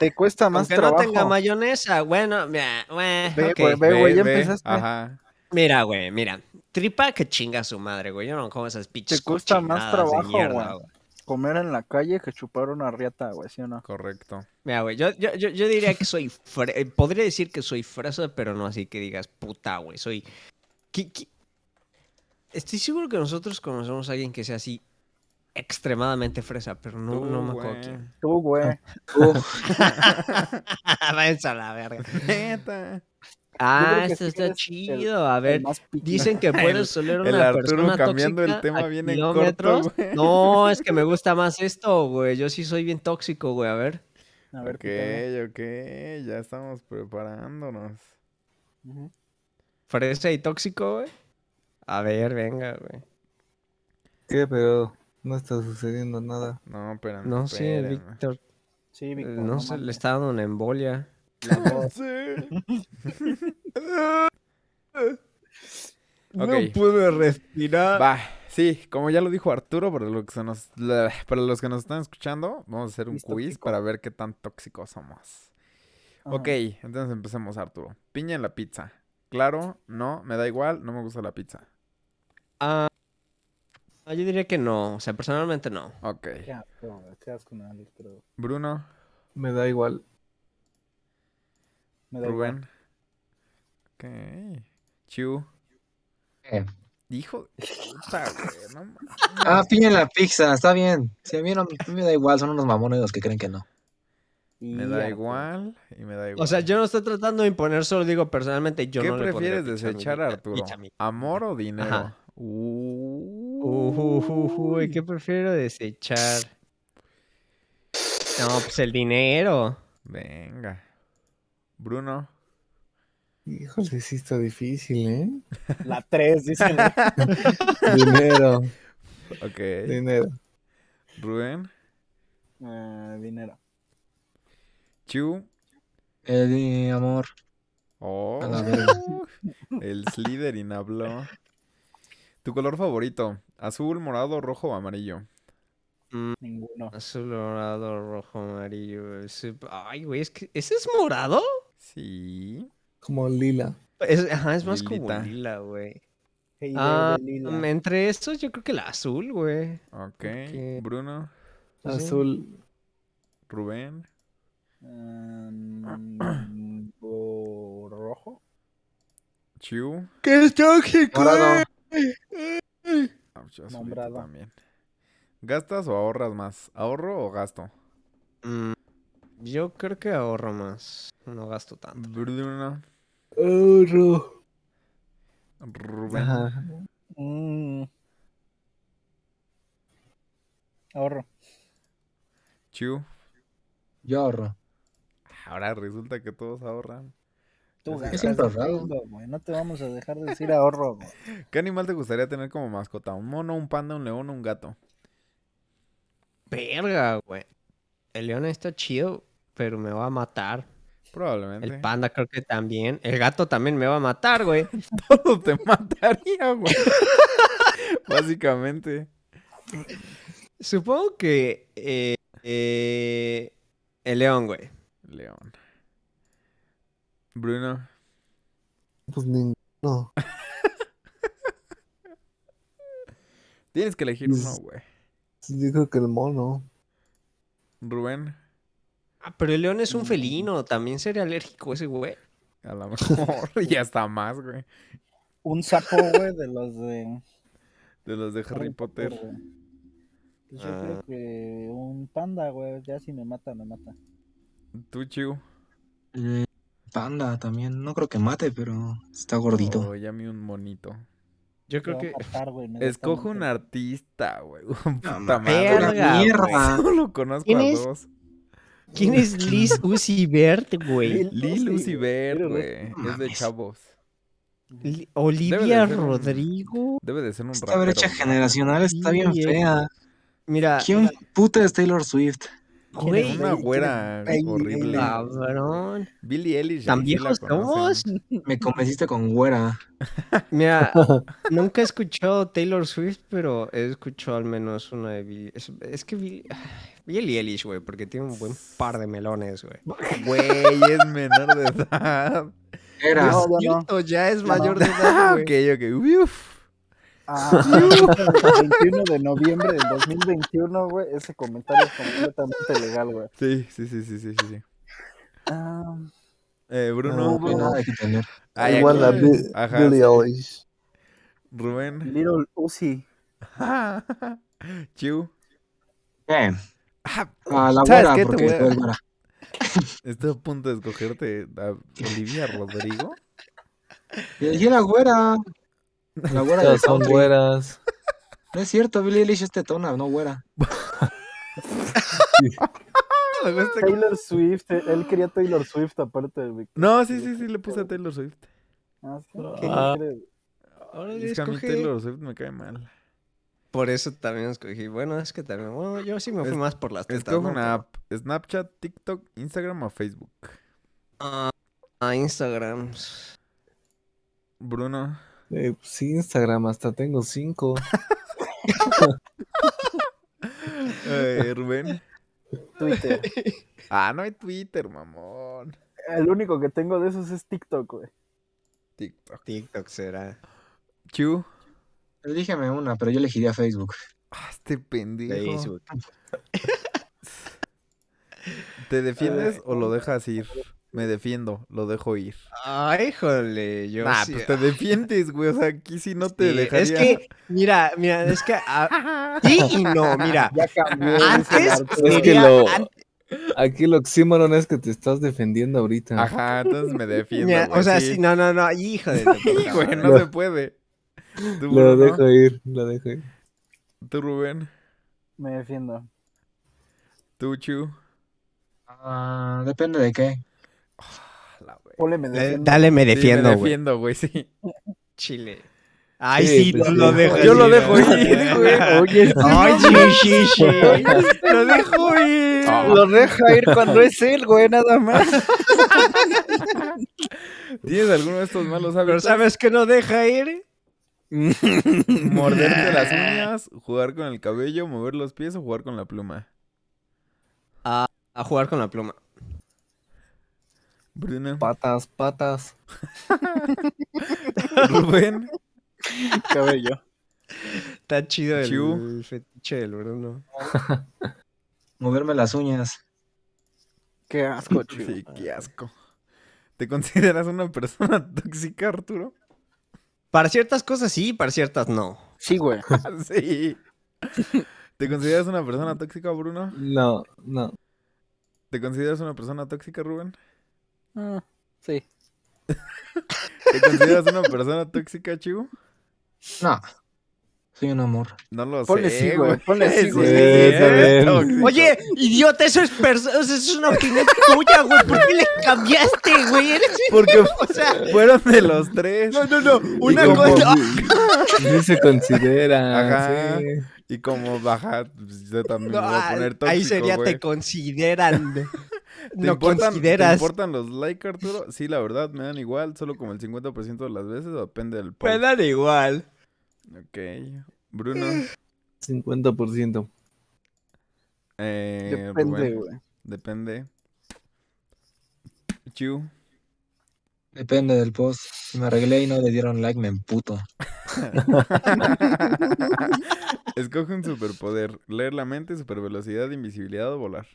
[SPEAKER 6] te cuesta más
[SPEAKER 3] Aunque
[SPEAKER 6] trabajo.
[SPEAKER 3] no tenga mayonesa, bueno, mira, güey, ok.
[SPEAKER 6] Ve, güey, pues, ve, güey, ya empezaste.
[SPEAKER 2] Ajá.
[SPEAKER 3] mira, güey, mira. Tripa que chinga su madre, güey. Yo no como esas pinches
[SPEAKER 6] Te cuesta más
[SPEAKER 3] cochinadas de
[SPEAKER 6] trabajo,
[SPEAKER 3] mierda,
[SPEAKER 6] güey. Comer en la calle que chupar una riata, güey, ¿sí o no?
[SPEAKER 2] Correcto.
[SPEAKER 3] Mira, güey, yo, yo, yo, yo diría que soy. fre- eh, Podría decir que soy fresa, pero no así que digas puta, güey. Soy. ¿Qué- qué? Estoy seguro que nosotros conocemos a alguien que sea así extremadamente fresa, pero no,
[SPEAKER 2] Tú,
[SPEAKER 3] no me acuerdo
[SPEAKER 2] Uh, güey.
[SPEAKER 3] quién.
[SPEAKER 6] Tú,
[SPEAKER 3] Ah,
[SPEAKER 6] güey.
[SPEAKER 3] Váyanse a la verga.
[SPEAKER 2] Neta.
[SPEAKER 3] Ah,
[SPEAKER 6] creo que
[SPEAKER 3] esto
[SPEAKER 6] sí
[SPEAKER 3] está
[SPEAKER 6] eres el-
[SPEAKER 3] chido. a ver,
[SPEAKER 6] El más piqui.
[SPEAKER 3] dicen que puedes oler a
[SPEAKER 2] el
[SPEAKER 3] una
[SPEAKER 2] Arturo
[SPEAKER 3] persona
[SPEAKER 2] cambiando el
[SPEAKER 3] tóxica
[SPEAKER 2] tema
[SPEAKER 3] a
[SPEAKER 2] bien en
[SPEAKER 3] kilómetros.
[SPEAKER 2] corto, güey.
[SPEAKER 3] No, es que me gusta más esto, güey. Yo sí soy bien tóxico, güey. A ver.
[SPEAKER 6] A ver,
[SPEAKER 2] Ok,
[SPEAKER 6] qué
[SPEAKER 2] ok. Ya estamos preparándonos.
[SPEAKER 3] Fresa y tóxico, güey. A ver, venga, güey.
[SPEAKER 4] ¿Qué? Pero no está sucediendo nada.
[SPEAKER 2] No, espérame.
[SPEAKER 3] No sé,
[SPEAKER 2] espérame.
[SPEAKER 3] Víctor.
[SPEAKER 6] Sí,
[SPEAKER 3] eh,
[SPEAKER 6] Víctor,
[SPEAKER 3] No sé,
[SPEAKER 6] mames.
[SPEAKER 3] le está dando una embolia.
[SPEAKER 2] No sé. Ok.
[SPEAKER 3] pude respirar.
[SPEAKER 2] Va, sí, como ya lo dijo Arturo, para los que, se nos, la- para los que nos están escuchando, vamos a hacer un
[SPEAKER 6] Listo,
[SPEAKER 2] quiz
[SPEAKER 6] pico.
[SPEAKER 2] para ver qué tan tóxicos somos.
[SPEAKER 6] Ajá.
[SPEAKER 2] Ok, entonces empecemos, Arturo. Piña en la pizza. Claro, no, me da igual, no me gusta la pizza.
[SPEAKER 3] Ah, yo diría que no. O sea, personalmente no.
[SPEAKER 2] Ok.
[SPEAKER 6] Qué asco, güey, qué asco, no, Víctor.
[SPEAKER 2] Bruno,
[SPEAKER 4] Me da igual.
[SPEAKER 6] Me da igual.
[SPEAKER 2] Rubén. Ok. Chu.
[SPEAKER 5] Eh.
[SPEAKER 2] Hijo de puta, güey, no mames.
[SPEAKER 5] Ah, piña en la pizza, está bien. Si a mí no a mí me da igual, son unos mamones los que creen que no.
[SPEAKER 2] Me
[SPEAKER 6] Y
[SPEAKER 2] da
[SPEAKER 6] Arturo.
[SPEAKER 2] igual y me da igual.
[SPEAKER 3] O sea, yo no estoy tratando de imponer, solo digo personalmente yo
[SPEAKER 2] ¿Qué
[SPEAKER 3] no le pondría
[SPEAKER 2] prefieres
[SPEAKER 3] pizza a mi
[SPEAKER 2] desechar,
[SPEAKER 3] vida-
[SPEAKER 2] Arturo?
[SPEAKER 3] pizza a mi-
[SPEAKER 2] ¿Amor o dinero?
[SPEAKER 3] Ajá.
[SPEAKER 2] Uy.
[SPEAKER 3] Ujujujuy, ¿qué prefiero desechar? No, pues el dinero.
[SPEAKER 2] Venga. Bruno.
[SPEAKER 4] Híjole, sí está difícil, ¿eh?
[SPEAKER 6] La 3, dicen.
[SPEAKER 4] Dinero,
[SPEAKER 2] Ok.
[SPEAKER 4] dinero.
[SPEAKER 2] Rubén.
[SPEAKER 6] Eh, dinero.
[SPEAKER 2] Chu.
[SPEAKER 5] El eh, amor.
[SPEAKER 2] Oh.
[SPEAKER 5] A la verga.
[SPEAKER 2] El Slytherin habló. ¿Tu color favorito? ¿Azul, morado, rojo o amarillo?
[SPEAKER 6] Ninguno.
[SPEAKER 3] Azul, dorado, rojo, amarillo. ese- Ay, güey, es que. ¿Ese es morado?
[SPEAKER 2] Sí.
[SPEAKER 4] Como lila.
[SPEAKER 3] Es, ajá, es más
[SPEAKER 2] Lilita.
[SPEAKER 3] como lila, güey.
[SPEAKER 6] Hey,
[SPEAKER 3] Ah,
[SPEAKER 6] de lila.
[SPEAKER 3] mm, entre estos, yo creo que la azul, güey.
[SPEAKER 2] Ok.
[SPEAKER 3] Ok.
[SPEAKER 2] Bruno.
[SPEAKER 4] Azul.
[SPEAKER 2] Rubén.
[SPEAKER 6] Mm, o rojo.
[SPEAKER 2] Chu.
[SPEAKER 3] ¡Qué es tóxico!
[SPEAKER 5] Morado.
[SPEAKER 2] Ah, yo azulito
[SPEAKER 6] Nombrado.
[SPEAKER 2] también. ¿Gastas o ahorras más? ¿Ahorro o gasto?
[SPEAKER 3] yo creo que ahorro más. No gasto tanto.
[SPEAKER 2] Bruno.
[SPEAKER 4] Oro.
[SPEAKER 2] Rubén.
[SPEAKER 4] Ajá.
[SPEAKER 6] Mm. Ahorro.
[SPEAKER 2] Chu.
[SPEAKER 5] Yo ahorro.
[SPEAKER 2] Ahora resulta que todos ahorran.
[SPEAKER 6] Tú
[SPEAKER 2] Yo
[SPEAKER 6] gastas
[SPEAKER 5] siempre
[SPEAKER 6] en
[SPEAKER 5] ahorrado.
[SPEAKER 6] todo, güey, No te vamos a dejar de decir ahorro, güey.
[SPEAKER 2] ¿Qué animal te gustaría tener como mascota? ¿Un mono, un panda, un león o un gato?
[SPEAKER 3] Verga, güey. El león está chido, pero me va a matar.
[SPEAKER 2] Probablemente.
[SPEAKER 3] El panda creo que también. El gato también me va a matar, güey.
[SPEAKER 2] Todo te mataría, güey. Básicamente.
[SPEAKER 3] Supongo que eh, eh, el león, güey.
[SPEAKER 2] León. Bruno.
[SPEAKER 4] Pues ninguno.
[SPEAKER 2] Tienes que elegir uno, güey.
[SPEAKER 4] Pues, Yo creo que el mono.
[SPEAKER 2] Rubén.
[SPEAKER 3] Ah, pero el león es
[SPEAKER 2] Mm.
[SPEAKER 3] un felino. También sería alérgico ese, güey.
[SPEAKER 2] A lo mejor. y hasta más, güey.
[SPEAKER 6] Un sapo, güey, de los de
[SPEAKER 2] De los de Harry Potter.
[SPEAKER 6] güey. Pues yo creo que un panda, güey. Ya si me mata, me mata.
[SPEAKER 2] Tú, Chiu.
[SPEAKER 5] Eh, Panda también. No creo que mate, pero está gordito.
[SPEAKER 2] Oh, llame un monito.
[SPEAKER 3] Yo
[SPEAKER 6] Te
[SPEAKER 3] creo
[SPEAKER 6] va
[SPEAKER 3] que.
[SPEAKER 6] a matar, güey, inmediatamente.
[SPEAKER 2] Escojo un artista, güey. Puta
[SPEAKER 5] No,
[SPEAKER 2] madre.
[SPEAKER 5] pura
[SPEAKER 3] Verga, güey.
[SPEAKER 5] mierda.
[SPEAKER 2] Solo conozco
[SPEAKER 3] ¿Quién
[SPEAKER 2] a
[SPEAKER 3] es?
[SPEAKER 2] dos.
[SPEAKER 3] ¿Quién es Liz Uzi Vert, güey?
[SPEAKER 6] Lil
[SPEAKER 2] Lil
[SPEAKER 6] Uzi,
[SPEAKER 2] Uzi Vert,
[SPEAKER 6] Lil Uzi.
[SPEAKER 2] güey. Es de
[SPEAKER 5] Mames.
[SPEAKER 2] chavos.
[SPEAKER 7] Li-
[SPEAKER 2] Debe
[SPEAKER 7] Olivia
[SPEAKER 2] de ser un-
[SPEAKER 7] Rodrigo.
[SPEAKER 2] Debe de ser un
[SPEAKER 5] Esta brecha
[SPEAKER 2] rapero.
[SPEAKER 5] generacional está bien
[SPEAKER 7] Sí, eh.
[SPEAKER 5] fea.
[SPEAKER 7] Mira,
[SPEAKER 5] ¿Quién puta es Taylor Swift?
[SPEAKER 7] güey,
[SPEAKER 2] Una güera
[SPEAKER 6] Ey, ey,
[SPEAKER 2] horrible.
[SPEAKER 7] cabrón.
[SPEAKER 2] Billie Eilish.
[SPEAKER 7] ¿Tan
[SPEAKER 2] ahí sí la
[SPEAKER 7] viejos somos?
[SPEAKER 2] conocen.
[SPEAKER 5] Me convenciste con güera.
[SPEAKER 3] Mira, nunca he escuchado Taylor Swift, pero he escuchado al menos una de Billie. Es, es que Billie, Billie Eilish, güey, porque tiene un buen par de melones, güey.
[SPEAKER 2] Güey, es menor de edad.
[SPEAKER 5] Era.
[SPEAKER 6] No, ya no.
[SPEAKER 3] Cierto, ya es
[SPEAKER 6] Ya
[SPEAKER 3] mayor de edad,
[SPEAKER 2] Ah,
[SPEAKER 3] güey.
[SPEAKER 2] ok, ok. Uf.
[SPEAKER 6] Ah, el 21 de noviembre del 2021, güey, ese comentario es completamente legal, güey.
[SPEAKER 2] Sí, sí, sí, sí, sí, sí, sí.
[SPEAKER 6] Ah,
[SPEAKER 2] Eh, Bruno.
[SPEAKER 5] No, no, nada que tener.
[SPEAKER 2] Ah, ya
[SPEAKER 4] Igual la
[SPEAKER 2] que-
[SPEAKER 4] Bi-
[SPEAKER 2] Ajá,
[SPEAKER 4] Billie
[SPEAKER 2] sí.
[SPEAKER 4] Eilish.
[SPEAKER 2] Rubén.
[SPEAKER 6] Little Uzi.
[SPEAKER 2] Chiu.
[SPEAKER 5] Eh,
[SPEAKER 2] Ah,
[SPEAKER 5] a la
[SPEAKER 2] ¿Sabes
[SPEAKER 5] güera,
[SPEAKER 2] qué? Te
[SPEAKER 5] porque
[SPEAKER 2] voy a-
[SPEAKER 5] fue güera.
[SPEAKER 2] estoy a punto de escogerte a Olivia Rodrigo.
[SPEAKER 5] Y dije la güera. La güera de
[SPEAKER 4] Todas son
[SPEAKER 5] country.
[SPEAKER 4] güeras.
[SPEAKER 5] No es cierto, Billie Eilish es tetona, no güera.
[SPEAKER 2] Ah, luego está-
[SPEAKER 6] Taylor Swift, eh, él quería Taylor Swift aparte de Victoria.
[SPEAKER 2] No, sí, sí, sí, le puse a Taylor Swift.
[SPEAKER 6] Ah, sí,
[SPEAKER 4] ¿Qué?
[SPEAKER 6] no quiere-
[SPEAKER 3] Órale,
[SPEAKER 2] Es que a mí
[SPEAKER 3] escoge-
[SPEAKER 2] Taylor Swift me cae mal.
[SPEAKER 3] Por eso también escogí. Bueno, es que también. Bueno, yo sí me fui
[SPEAKER 2] Es-
[SPEAKER 3] más por las tetas.
[SPEAKER 2] Escoge
[SPEAKER 3] ¿no?
[SPEAKER 2] una app. Snapchat, TikTok, Instagram o Facebook.
[SPEAKER 3] Ah, a Instagram.
[SPEAKER 2] Bruno.
[SPEAKER 4] Eh, pues, Instagram, hasta tengo cinco.
[SPEAKER 2] Eh, Rubén.
[SPEAKER 6] Twitter.
[SPEAKER 2] Ah, no hay Twitter, mamón.
[SPEAKER 6] El único que tengo de esos es TikTok, güey.
[SPEAKER 2] TikTok.
[SPEAKER 3] TikTok será.
[SPEAKER 2] Chu.
[SPEAKER 5] Elígeme una, pero yo elegiría Facebook.
[SPEAKER 2] Ah, este pendejo.
[SPEAKER 3] Facebook.
[SPEAKER 2] ¿Te defiendes o lo dejas ir? Me defiendo, lo dejo ir.
[SPEAKER 3] Ay, jole, yo
[SPEAKER 2] Nah,
[SPEAKER 3] sí-
[SPEAKER 2] pues te defiendes, güey. O sea, aquí sí no te
[SPEAKER 3] sí,
[SPEAKER 2] dejaría.
[SPEAKER 3] Es que, mira, mira, es que ah, sí y no, mira.
[SPEAKER 6] Ya cambió. dice
[SPEAKER 3] Antes
[SPEAKER 6] Marco.
[SPEAKER 4] Es que
[SPEAKER 3] diría,
[SPEAKER 4] lo-
[SPEAKER 3] an-
[SPEAKER 4] Aquí el oxímoron es que te estás defendiendo ahorita.
[SPEAKER 2] Ajá, entonces me defiendo.
[SPEAKER 3] mira,
[SPEAKER 2] güey,
[SPEAKER 3] o sea,
[SPEAKER 2] sí.
[SPEAKER 3] sí, no, no, no, hijo de tu puta
[SPEAKER 2] Güey,
[SPEAKER 3] madre.
[SPEAKER 2] no
[SPEAKER 4] Lo-
[SPEAKER 2] se puede. Tú,
[SPEAKER 4] Lo
[SPEAKER 2] Bruno,
[SPEAKER 4] dejo ir, lo dejo ir.
[SPEAKER 2] tú, Rubén,
[SPEAKER 6] Me defiendo.
[SPEAKER 2] tú, Chu.
[SPEAKER 5] Ah, depende de qué.
[SPEAKER 6] Pole
[SPEAKER 2] Eh,
[SPEAKER 6] me
[SPEAKER 3] Le-
[SPEAKER 6] defiendo.
[SPEAKER 3] Eh, Dale, me
[SPEAKER 2] Sí,
[SPEAKER 3] defiendo,
[SPEAKER 2] me
[SPEAKER 3] güey.
[SPEAKER 2] defiendo, güey, sí.
[SPEAKER 3] Chile. Ay,
[SPEAKER 4] Sí,
[SPEAKER 3] sí,
[SPEAKER 4] pues
[SPEAKER 3] tú
[SPEAKER 4] sí.
[SPEAKER 3] lo dejas.
[SPEAKER 2] Yo lo dejo ir,
[SPEAKER 3] ¿verdad?
[SPEAKER 2] güey.
[SPEAKER 6] Oye,
[SPEAKER 3] Ay, sí, sí, sí. Ah. Lo dejo ir.
[SPEAKER 6] lo deja ir cuando es él, güey, nada más.
[SPEAKER 2] ¿Tienes alguno de estos malos
[SPEAKER 3] Pero
[SPEAKER 2] hábitos?
[SPEAKER 3] ¿sabes que no deja ir?
[SPEAKER 2] Morderte las uñas, jugar con el cabello, mover los pies o jugar con la pluma.
[SPEAKER 3] A jugar con la pluma.
[SPEAKER 2] Bruno,
[SPEAKER 4] Patas, patas.
[SPEAKER 2] Rubén,
[SPEAKER 6] Cabello.
[SPEAKER 3] Está chido el,
[SPEAKER 2] Chiu.
[SPEAKER 3] fetiche del Bruno.
[SPEAKER 5] Moverme las uñas.
[SPEAKER 6] Qué asco, chido.
[SPEAKER 2] sí, qué asco. ¿Te consideras una persona tóxica, Arturo?
[SPEAKER 3] Para ciertas cosas sí, para ciertas no.
[SPEAKER 6] Sí, güey.
[SPEAKER 2] Ah, sí. ¿Te consideras una persona tóxica, Bruno?
[SPEAKER 4] No, no.
[SPEAKER 2] ¿Te consideras una persona tóxica, Rubén?
[SPEAKER 6] Ah, sí.
[SPEAKER 2] ¿Te consideras una persona tóxica, Chivo?
[SPEAKER 5] No. Soy un amor.
[SPEAKER 2] No lo
[SPEAKER 6] Ponle
[SPEAKER 2] sé,
[SPEAKER 6] sí, güey, ponle sí, güey.
[SPEAKER 2] es
[SPEAKER 4] Está bien.
[SPEAKER 2] tóxico.
[SPEAKER 3] Oye, idiota, eso es, perso- eso es una opinión tuya, güey. ¿Por qué le cambiaste, güey? Eres-
[SPEAKER 2] porque
[SPEAKER 3] O sea,
[SPEAKER 2] fueron de los tres.
[SPEAKER 3] no, no. Una
[SPEAKER 2] como-
[SPEAKER 3] cosa.
[SPEAKER 4] Sí se considera.
[SPEAKER 2] Ajá.
[SPEAKER 4] sí.
[SPEAKER 2] Y como baja, pues, yo también me
[SPEAKER 3] No, ah,
[SPEAKER 2] voy a poner tóxico,
[SPEAKER 3] ahí sería
[SPEAKER 2] güey.
[SPEAKER 3] te consideran.
[SPEAKER 2] ¿Te
[SPEAKER 3] No
[SPEAKER 2] importan, ¿Te
[SPEAKER 3] consideras.
[SPEAKER 2] importan los likes, Arturo? Sí, la verdad, me dan igual, solo como el 50% de las veces, o depende del
[SPEAKER 3] Me
[SPEAKER 2] post.
[SPEAKER 3] dan Pues igual.
[SPEAKER 2] Ok. Bruno,
[SPEAKER 4] 50%.
[SPEAKER 2] eh,
[SPEAKER 6] Depende,
[SPEAKER 2] Rubén,
[SPEAKER 6] güey.
[SPEAKER 2] Depende. Chu,
[SPEAKER 5] Depende del post. Si me arreglé y no le dieron like, me emputo.
[SPEAKER 2] escoge un superpoder, leer la mente, supervelocidad, invisibilidad o volar.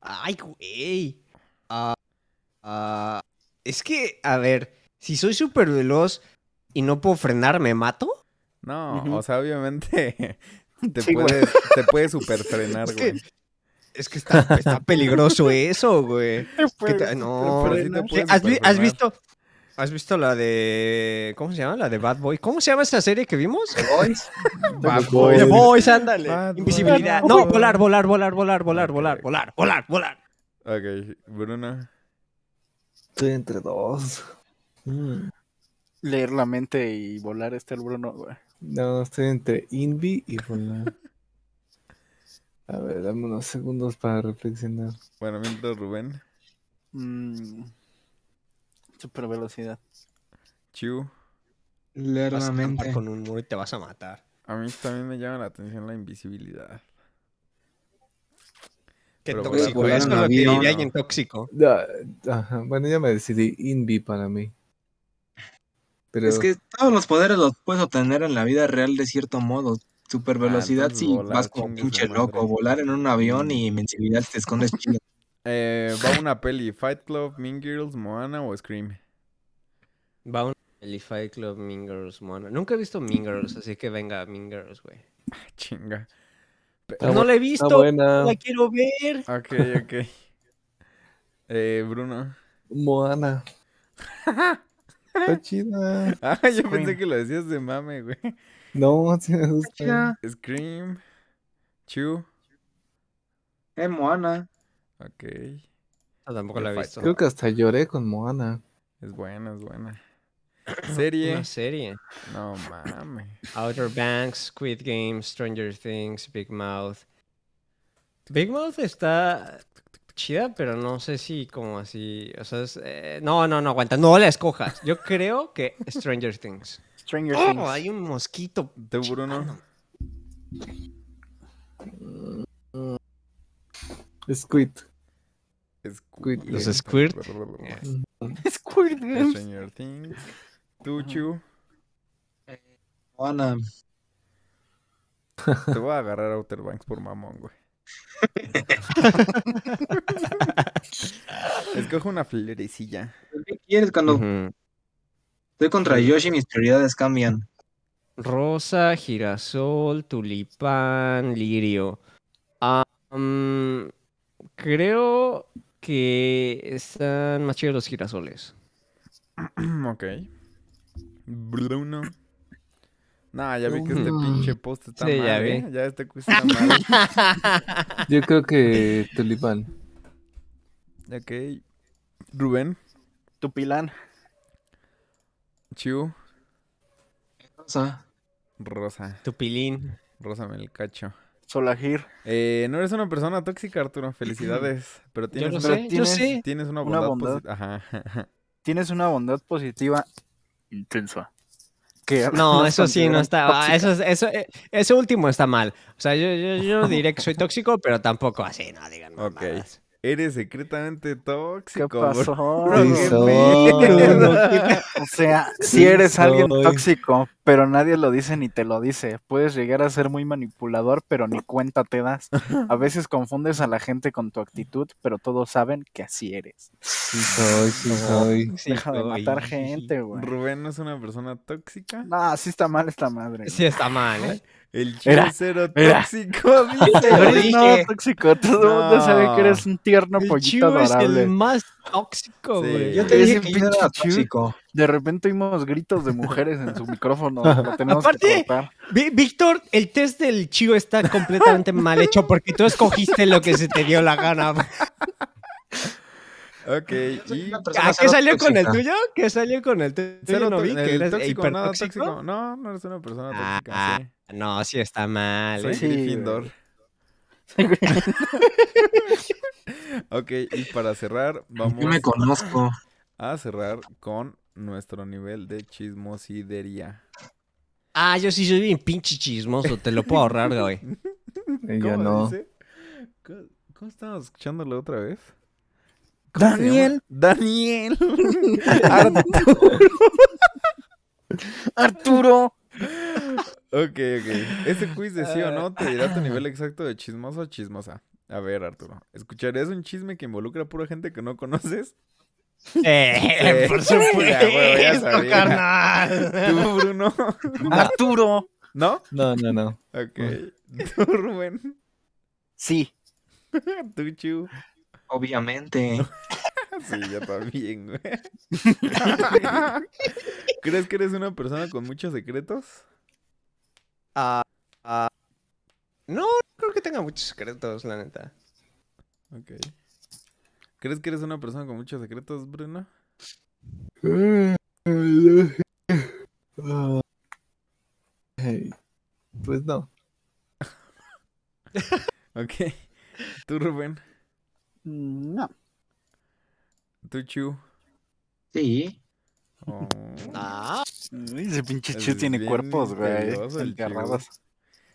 [SPEAKER 3] Ay, güey. Ah, ah, es que, a ver, si soy súper veloz y no puedo frenar, ¿me mato?
[SPEAKER 2] No,
[SPEAKER 6] Ujú.
[SPEAKER 2] o sea, obviamente te,
[SPEAKER 6] Sí, güey.
[SPEAKER 2] puedes, te puedes superfrenar,
[SPEAKER 3] Es que-
[SPEAKER 2] güey.
[SPEAKER 3] Es que está, está peligroso eso, güey. ¿Qué ta- No,
[SPEAKER 2] Pues, Pero sí te
[SPEAKER 3] ¿Qué-
[SPEAKER 2] puedes
[SPEAKER 3] ¿Has, vi- has
[SPEAKER 2] superfrenar.
[SPEAKER 3] visto? ¿Has visto la de. ¿Cómo se llama? La de Bad Boy. ¿Cómo se llama esa serie que vimos?
[SPEAKER 2] Bad
[SPEAKER 4] Bad
[SPEAKER 2] boy.
[SPEAKER 4] boy.
[SPEAKER 3] The Boys, ándale.
[SPEAKER 2] Bad
[SPEAKER 3] Invisibilidad.
[SPEAKER 2] Boy.
[SPEAKER 3] No, volar, volar, volar, volar, volar,
[SPEAKER 2] Ok,
[SPEAKER 3] volar,
[SPEAKER 2] ok.
[SPEAKER 3] volar, volar, volar.
[SPEAKER 2] Ok, Bruno.
[SPEAKER 4] Estoy entre dos. Mm.
[SPEAKER 6] leer la mente y volar este el Bruno, güey.
[SPEAKER 4] No, estoy entre Invi y volar. A ver, dame unos segundos para reflexionar.
[SPEAKER 2] Bueno, mientras Rubén,
[SPEAKER 6] Mm, super velocidad.
[SPEAKER 2] Chu,
[SPEAKER 5] Leer
[SPEAKER 3] Vas
[SPEAKER 5] la
[SPEAKER 3] a acampar
[SPEAKER 5] mente.
[SPEAKER 3] con un muro y te vas a matar.
[SPEAKER 2] a mí también me llama la atención la invisibilidad.
[SPEAKER 3] Qué
[SPEAKER 2] Pero volar-
[SPEAKER 3] tóxico.
[SPEAKER 5] volar
[SPEAKER 3] Es
[SPEAKER 5] en
[SPEAKER 3] con lo que
[SPEAKER 5] avión,
[SPEAKER 3] diría
[SPEAKER 5] no.
[SPEAKER 3] alguien tóxico.
[SPEAKER 4] Ah, ajá, bueno, ya me decidí Invi para mí. Pero
[SPEAKER 5] Es que todos los poderes los puedes obtener en la vida real de cierto modo. Super velocidad
[SPEAKER 2] Ah, entonces
[SPEAKER 5] si
[SPEAKER 2] volar,
[SPEAKER 5] vas como
[SPEAKER 2] chingue su
[SPEAKER 5] pinche
[SPEAKER 2] madre. Mm.
[SPEAKER 5] loco, volar en un avión y invencibilidad te escondes chido.
[SPEAKER 2] Eh, va una peli, Fight Club, Mean Girls, Moana o Scream.
[SPEAKER 3] Va un el Fight Club Mingers, mono. Nunca he visto Mingers, así que venga Mingers, güey.
[SPEAKER 2] Ah, Chinga. Pe-
[SPEAKER 4] Está
[SPEAKER 3] no
[SPEAKER 4] bu-
[SPEAKER 3] la he
[SPEAKER 4] está
[SPEAKER 3] visto.
[SPEAKER 4] buena.
[SPEAKER 3] La quiero ver.
[SPEAKER 2] Ok, ok. Eh, Bruno.
[SPEAKER 4] Moana. Está chida.
[SPEAKER 2] Ah, yo pensé
[SPEAKER 6] Scream.
[SPEAKER 2] que lo decías de mame, güey.
[SPEAKER 4] No, sí me gusta.
[SPEAKER 2] Scream, Chu,
[SPEAKER 5] Eh, Moana.
[SPEAKER 2] ok.
[SPEAKER 3] No, tampoco la he
[SPEAKER 2] Fight
[SPEAKER 3] visto.
[SPEAKER 4] Creo que hasta lloré con Moana.
[SPEAKER 2] Es buena, es buena.
[SPEAKER 3] Una
[SPEAKER 2] Serie.
[SPEAKER 3] serie.
[SPEAKER 2] No mames.
[SPEAKER 3] Outer Banks, Squid Game, Stranger Things, Big Mouth. Big Mouth está chida, pero no sé si como así. O sea, es, eh, no, no, no, aguanta. No la escojas. Yo creo que Stranger Things.
[SPEAKER 6] Stranger
[SPEAKER 3] Oh,
[SPEAKER 6] Things.
[SPEAKER 3] hay un mosquito.
[SPEAKER 2] ¿Tú, Bruno?
[SPEAKER 3] chillando.
[SPEAKER 4] Squid.
[SPEAKER 2] Squid.
[SPEAKER 4] Los
[SPEAKER 3] Squirt.
[SPEAKER 2] Game.
[SPEAKER 6] Squid Games.
[SPEAKER 2] Stranger Things. Tú, Chu,
[SPEAKER 5] Moana.
[SPEAKER 2] te voy a agarrar Outer Banks por mamón, güey. Escoge una florecilla.
[SPEAKER 5] Pues, ¿Qué quieres cuando
[SPEAKER 3] Ujú.
[SPEAKER 5] estoy contra Yoshi? Mis prioridades cambian.
[SPEAKER 3] Rosa, girasol, tulipán, lirio. Ah, mm, creo que están más chidos los girasoles.
[SPEAKER 2] ok. Bruno. No, ya vi que este pinche post está
[SPEAKER 3] Sí,
[SPEAKER 2] mal,
[SPEAKER 3] ya
[SPEAKER 2] ¿eh?
[SPEAKER 3] vi.
[SPEAKER 2] Ya este quiz está mal.
[SPEAKER 4] Yo creo que Tulipán.
[SPEAKER 2] Ok. Rubén,
[SPEAKER 6] Tupilán.
[SPEAKER 2] Chu,
[SPEAKER 5] O sea,
[SPEAKER 2] Rosa.
[SPEAKER 3] Tupilín.
[SPEAKER 2] Rosa Melcacho.
[SPEAKER 6] Solagir.
[SPEAKER 2] Eh, no eres una persona tóxica, Arturo. Felicidades. Pero
[SPEAKER 3] Yo
[SPEAKER 2] tienes,
[SPEAKER 3] lo
[SPEAKER 2] una,
[SPEAKER 3] sé, yo
[SPEAKER 6] tienes-
[SPEAKER 3] sé.
[SPEAKER 2] tienes una
[SPEAKER 6] Una
[SPEAKER 2] bondad,
[SPEAKER 6] bondad.
[SPEAKER 2] posi- Ajá.
[SPEAKER 6] Tienes una bondad positiva intensa. Que
[SPEAKER 3] No,
[SPEAKER 6] algunos
[SPEAKER 3] eso sí, no
[SPEAKER 6] consideran
[SPEAKER 3] está. ah,
[SPEAKER 6] tóxica.
[SPEAKER 3] Eso, es- eso, eh, ese último está mal. O sea, yo, yo, yo no diré que soy tóxico, pero tampoco así, no digan.
[SPEAKER 2] Ok.
[SPEAKER 3] mamadas.
[SPEAKER 2] Eres secretamente tóxico.
[SPEAKER 6] ¿Qué
[SPEAKER 2] bro.
[SPEAKER 6] pasó?
[SPEAKER 2] Bro,
[SPEAKER 4] Sí
[SPEAKER 2] qué
[SPEAKER 4] soy.
[SPEAKER 2] mierda.
[SPEAKER 6] O sea,
[SPEAKER 4] Sí
[SPEAKER 6] si eres alguien
[SPEAKER 4] soy.
[SPEAKER 6] tóxico, pero nadie lo dice ni te lo dice. Puedes llegar a ser muy manipulador, pero ni cuenta te das. A veces confundes a la gente con tu actitud, pero todos saben que así eres.
[SPEAKER 4] Sí soy, sí soy.
[SPEAKER 3] Sí,
[SPEAKER 6] Deja de
[SPEAKER 3] soy.
[SPEAKER 6] matar gente, güey.
[SPEAKER 2] Rubén no es una persona tóxica.
[SPEAKER 6] No, así está mal esta madre.
[SPEAKER 3] Sí, está mal, ¿eh?
[SPEAKER 2] El Chu
[SPEAKER 6] Era,
[SPEAKER 2] es cero
[SPEAKER 6] era.
[SPEAKER 2] tóxico,
[SPEAKER 6] güey. Tú
[SPEAKER 2] dice.
[SPEAKER 6] eres no tóxico, todo el mundo sabe que eres un tierno
[SPEAKER 3] El
[SPEAKER 6] pollito
[SPEAKER 3] chivo es el
[SPEAKER 6] adorable.
[SPEAKER 3] más tóxico,
[SPEAKER 2] Sí.
[SPEAKER 3] güey.
[SPEAKER 5] yo te
[SPEAKER 6] Ese
[SPEAKER 5] dije que yo era
[SPEAKER 6] pinche Chu.
[SPEAKER 5] tóxico.
[SPEAKER 6] De repente oímos gritos de mujeres en su micrófono. Lo tenemos
[SPEAKER 3] Aparte,
[SPEAKER 6] que cortar.
[SPEAKER 3] Vi- Víctor, el test del chivo está completamente mal hecho porque tú escogiste lo que se te dio la gana.
[SPEAKER 2] Ok,
[SPEAKER 5] soy
[SPEAKER 2] y.
[SPEAKER 5] una persona
[SPEAKER 3] ¿A Ah, ¿Qué
[SPEAKER 5] cero
[SPEAKER 3] salió con el
[SPEAKER 5] tóxica.
[SPEAKER 3] tuyo? ¿Qué salió con el tuyo?
[SPEAKER 2] Cero
[SPEAKER 3] no
[SPEAKER 2] tó-
[SPEAKER 3] vi que
[SPEAKER 2] el
[SPEAKER 3] eras
[SPEAKER 2] tóxico, nada
[SPEAKER 3] hipertóxico.
[SPEAKER 2] tóxico. No, no eres una persona tóxica.
[SPEAKER 3] Ah,
[SPEAKER 2] sí.
[SPEAKER 3] No, sí está mal.
[SPEAKER 2] Soy
[SPEAKER 3] ¿eh?
[SPEAKER 6] Sí,
[SPEAKER 2] Gryffindor.
[SPEAKER 6] güey.
[SPEAKER 2] Ok, y para cerrar,
[SPEAKER 5] Yo me
[SPEAKER 2] vamos
[SPEAKER 5] conozco.
[SPEAKER 2] a cerrar con nuestro nivel de chismosidería.
[SPEAKER 3] Ah, yo sí soy bien pinche chismoso, te lo puedo ahorrar de hoy.
[SPEAKER 4] Ella
[SPEAKER 2] ¿Cómo
[SPEAKER 4] no.
[SPEAKER 2] dice? ¿Cómo, cómo estábamos escuchándolo otra vez? ¿Cómo se llama?
[SPEAKER 6] Daniel,
[SPEAKER 2] Daniel. Ah, Arturo.
[SPEAKER 6] Arturo.
[SPEAKER 2] Ok, ok. Ese quiz de sí o no te dirá tu nivel exacto de chismoso o chismosa. A ver, Arturo. ¿Escucharías un chisme que involucra a pura gente que no conoces?
[SPEAKER 3] Eh,
[SPEAKER 2] Sí.
[SPEAKER 3] por
[SPEAKER 2] Ya,
[SPEAKER 3] supuesto,
[SPEAKER 2] huevo, ya sabía.
[SPEAKER 3] carnal.
[SPEAKER 2] ¿Tú, Bruno?
[SPEAKER 6] Ah. Arturo.
[SPEAKER 2] ¿No?
[SPEAKER 4] No, no, no.
[SPEAKER 2] Ok. ¿Tú, Rubén?
[SPEAKER 6] Sí.
[SPEAKER 2] ¿Tú, Chu? Ah,
[SPEAKER 5] Obviamente.
[SPEAKER 2] Sí, yo también, güey. ¿Crees que eres una persona con muchos secretos?
[SPEAKER 3] Ah, ah, no, no creo que tenga muchos secretos, la neta.
[SPEAKER 2] Ok. ¿Crees que eres una persona con muchos secretos, Bruno?
[SPEAKER 4] pues no.
[SPEAKER 2] Ok. Tú, Rubén.
[SPEAKER 6] Mm, No.
[SPEAKER 2] Tú, Chu.
[SPEAKER 5] Sí.
[SPEAKER 2] Oh,
[SPEAKER 3] Ah,
[SPEAKER 6] Uy, Ese pinche
[SPEAKER 2] Es
[SPEAKER 6] Chu tiene
[SPEAKER 2] bien
[SPEAKER 6] cuerpos, güey.
[SPEAKER 2] peligroso el Chu.
[SPEAKER 6] Enterrados.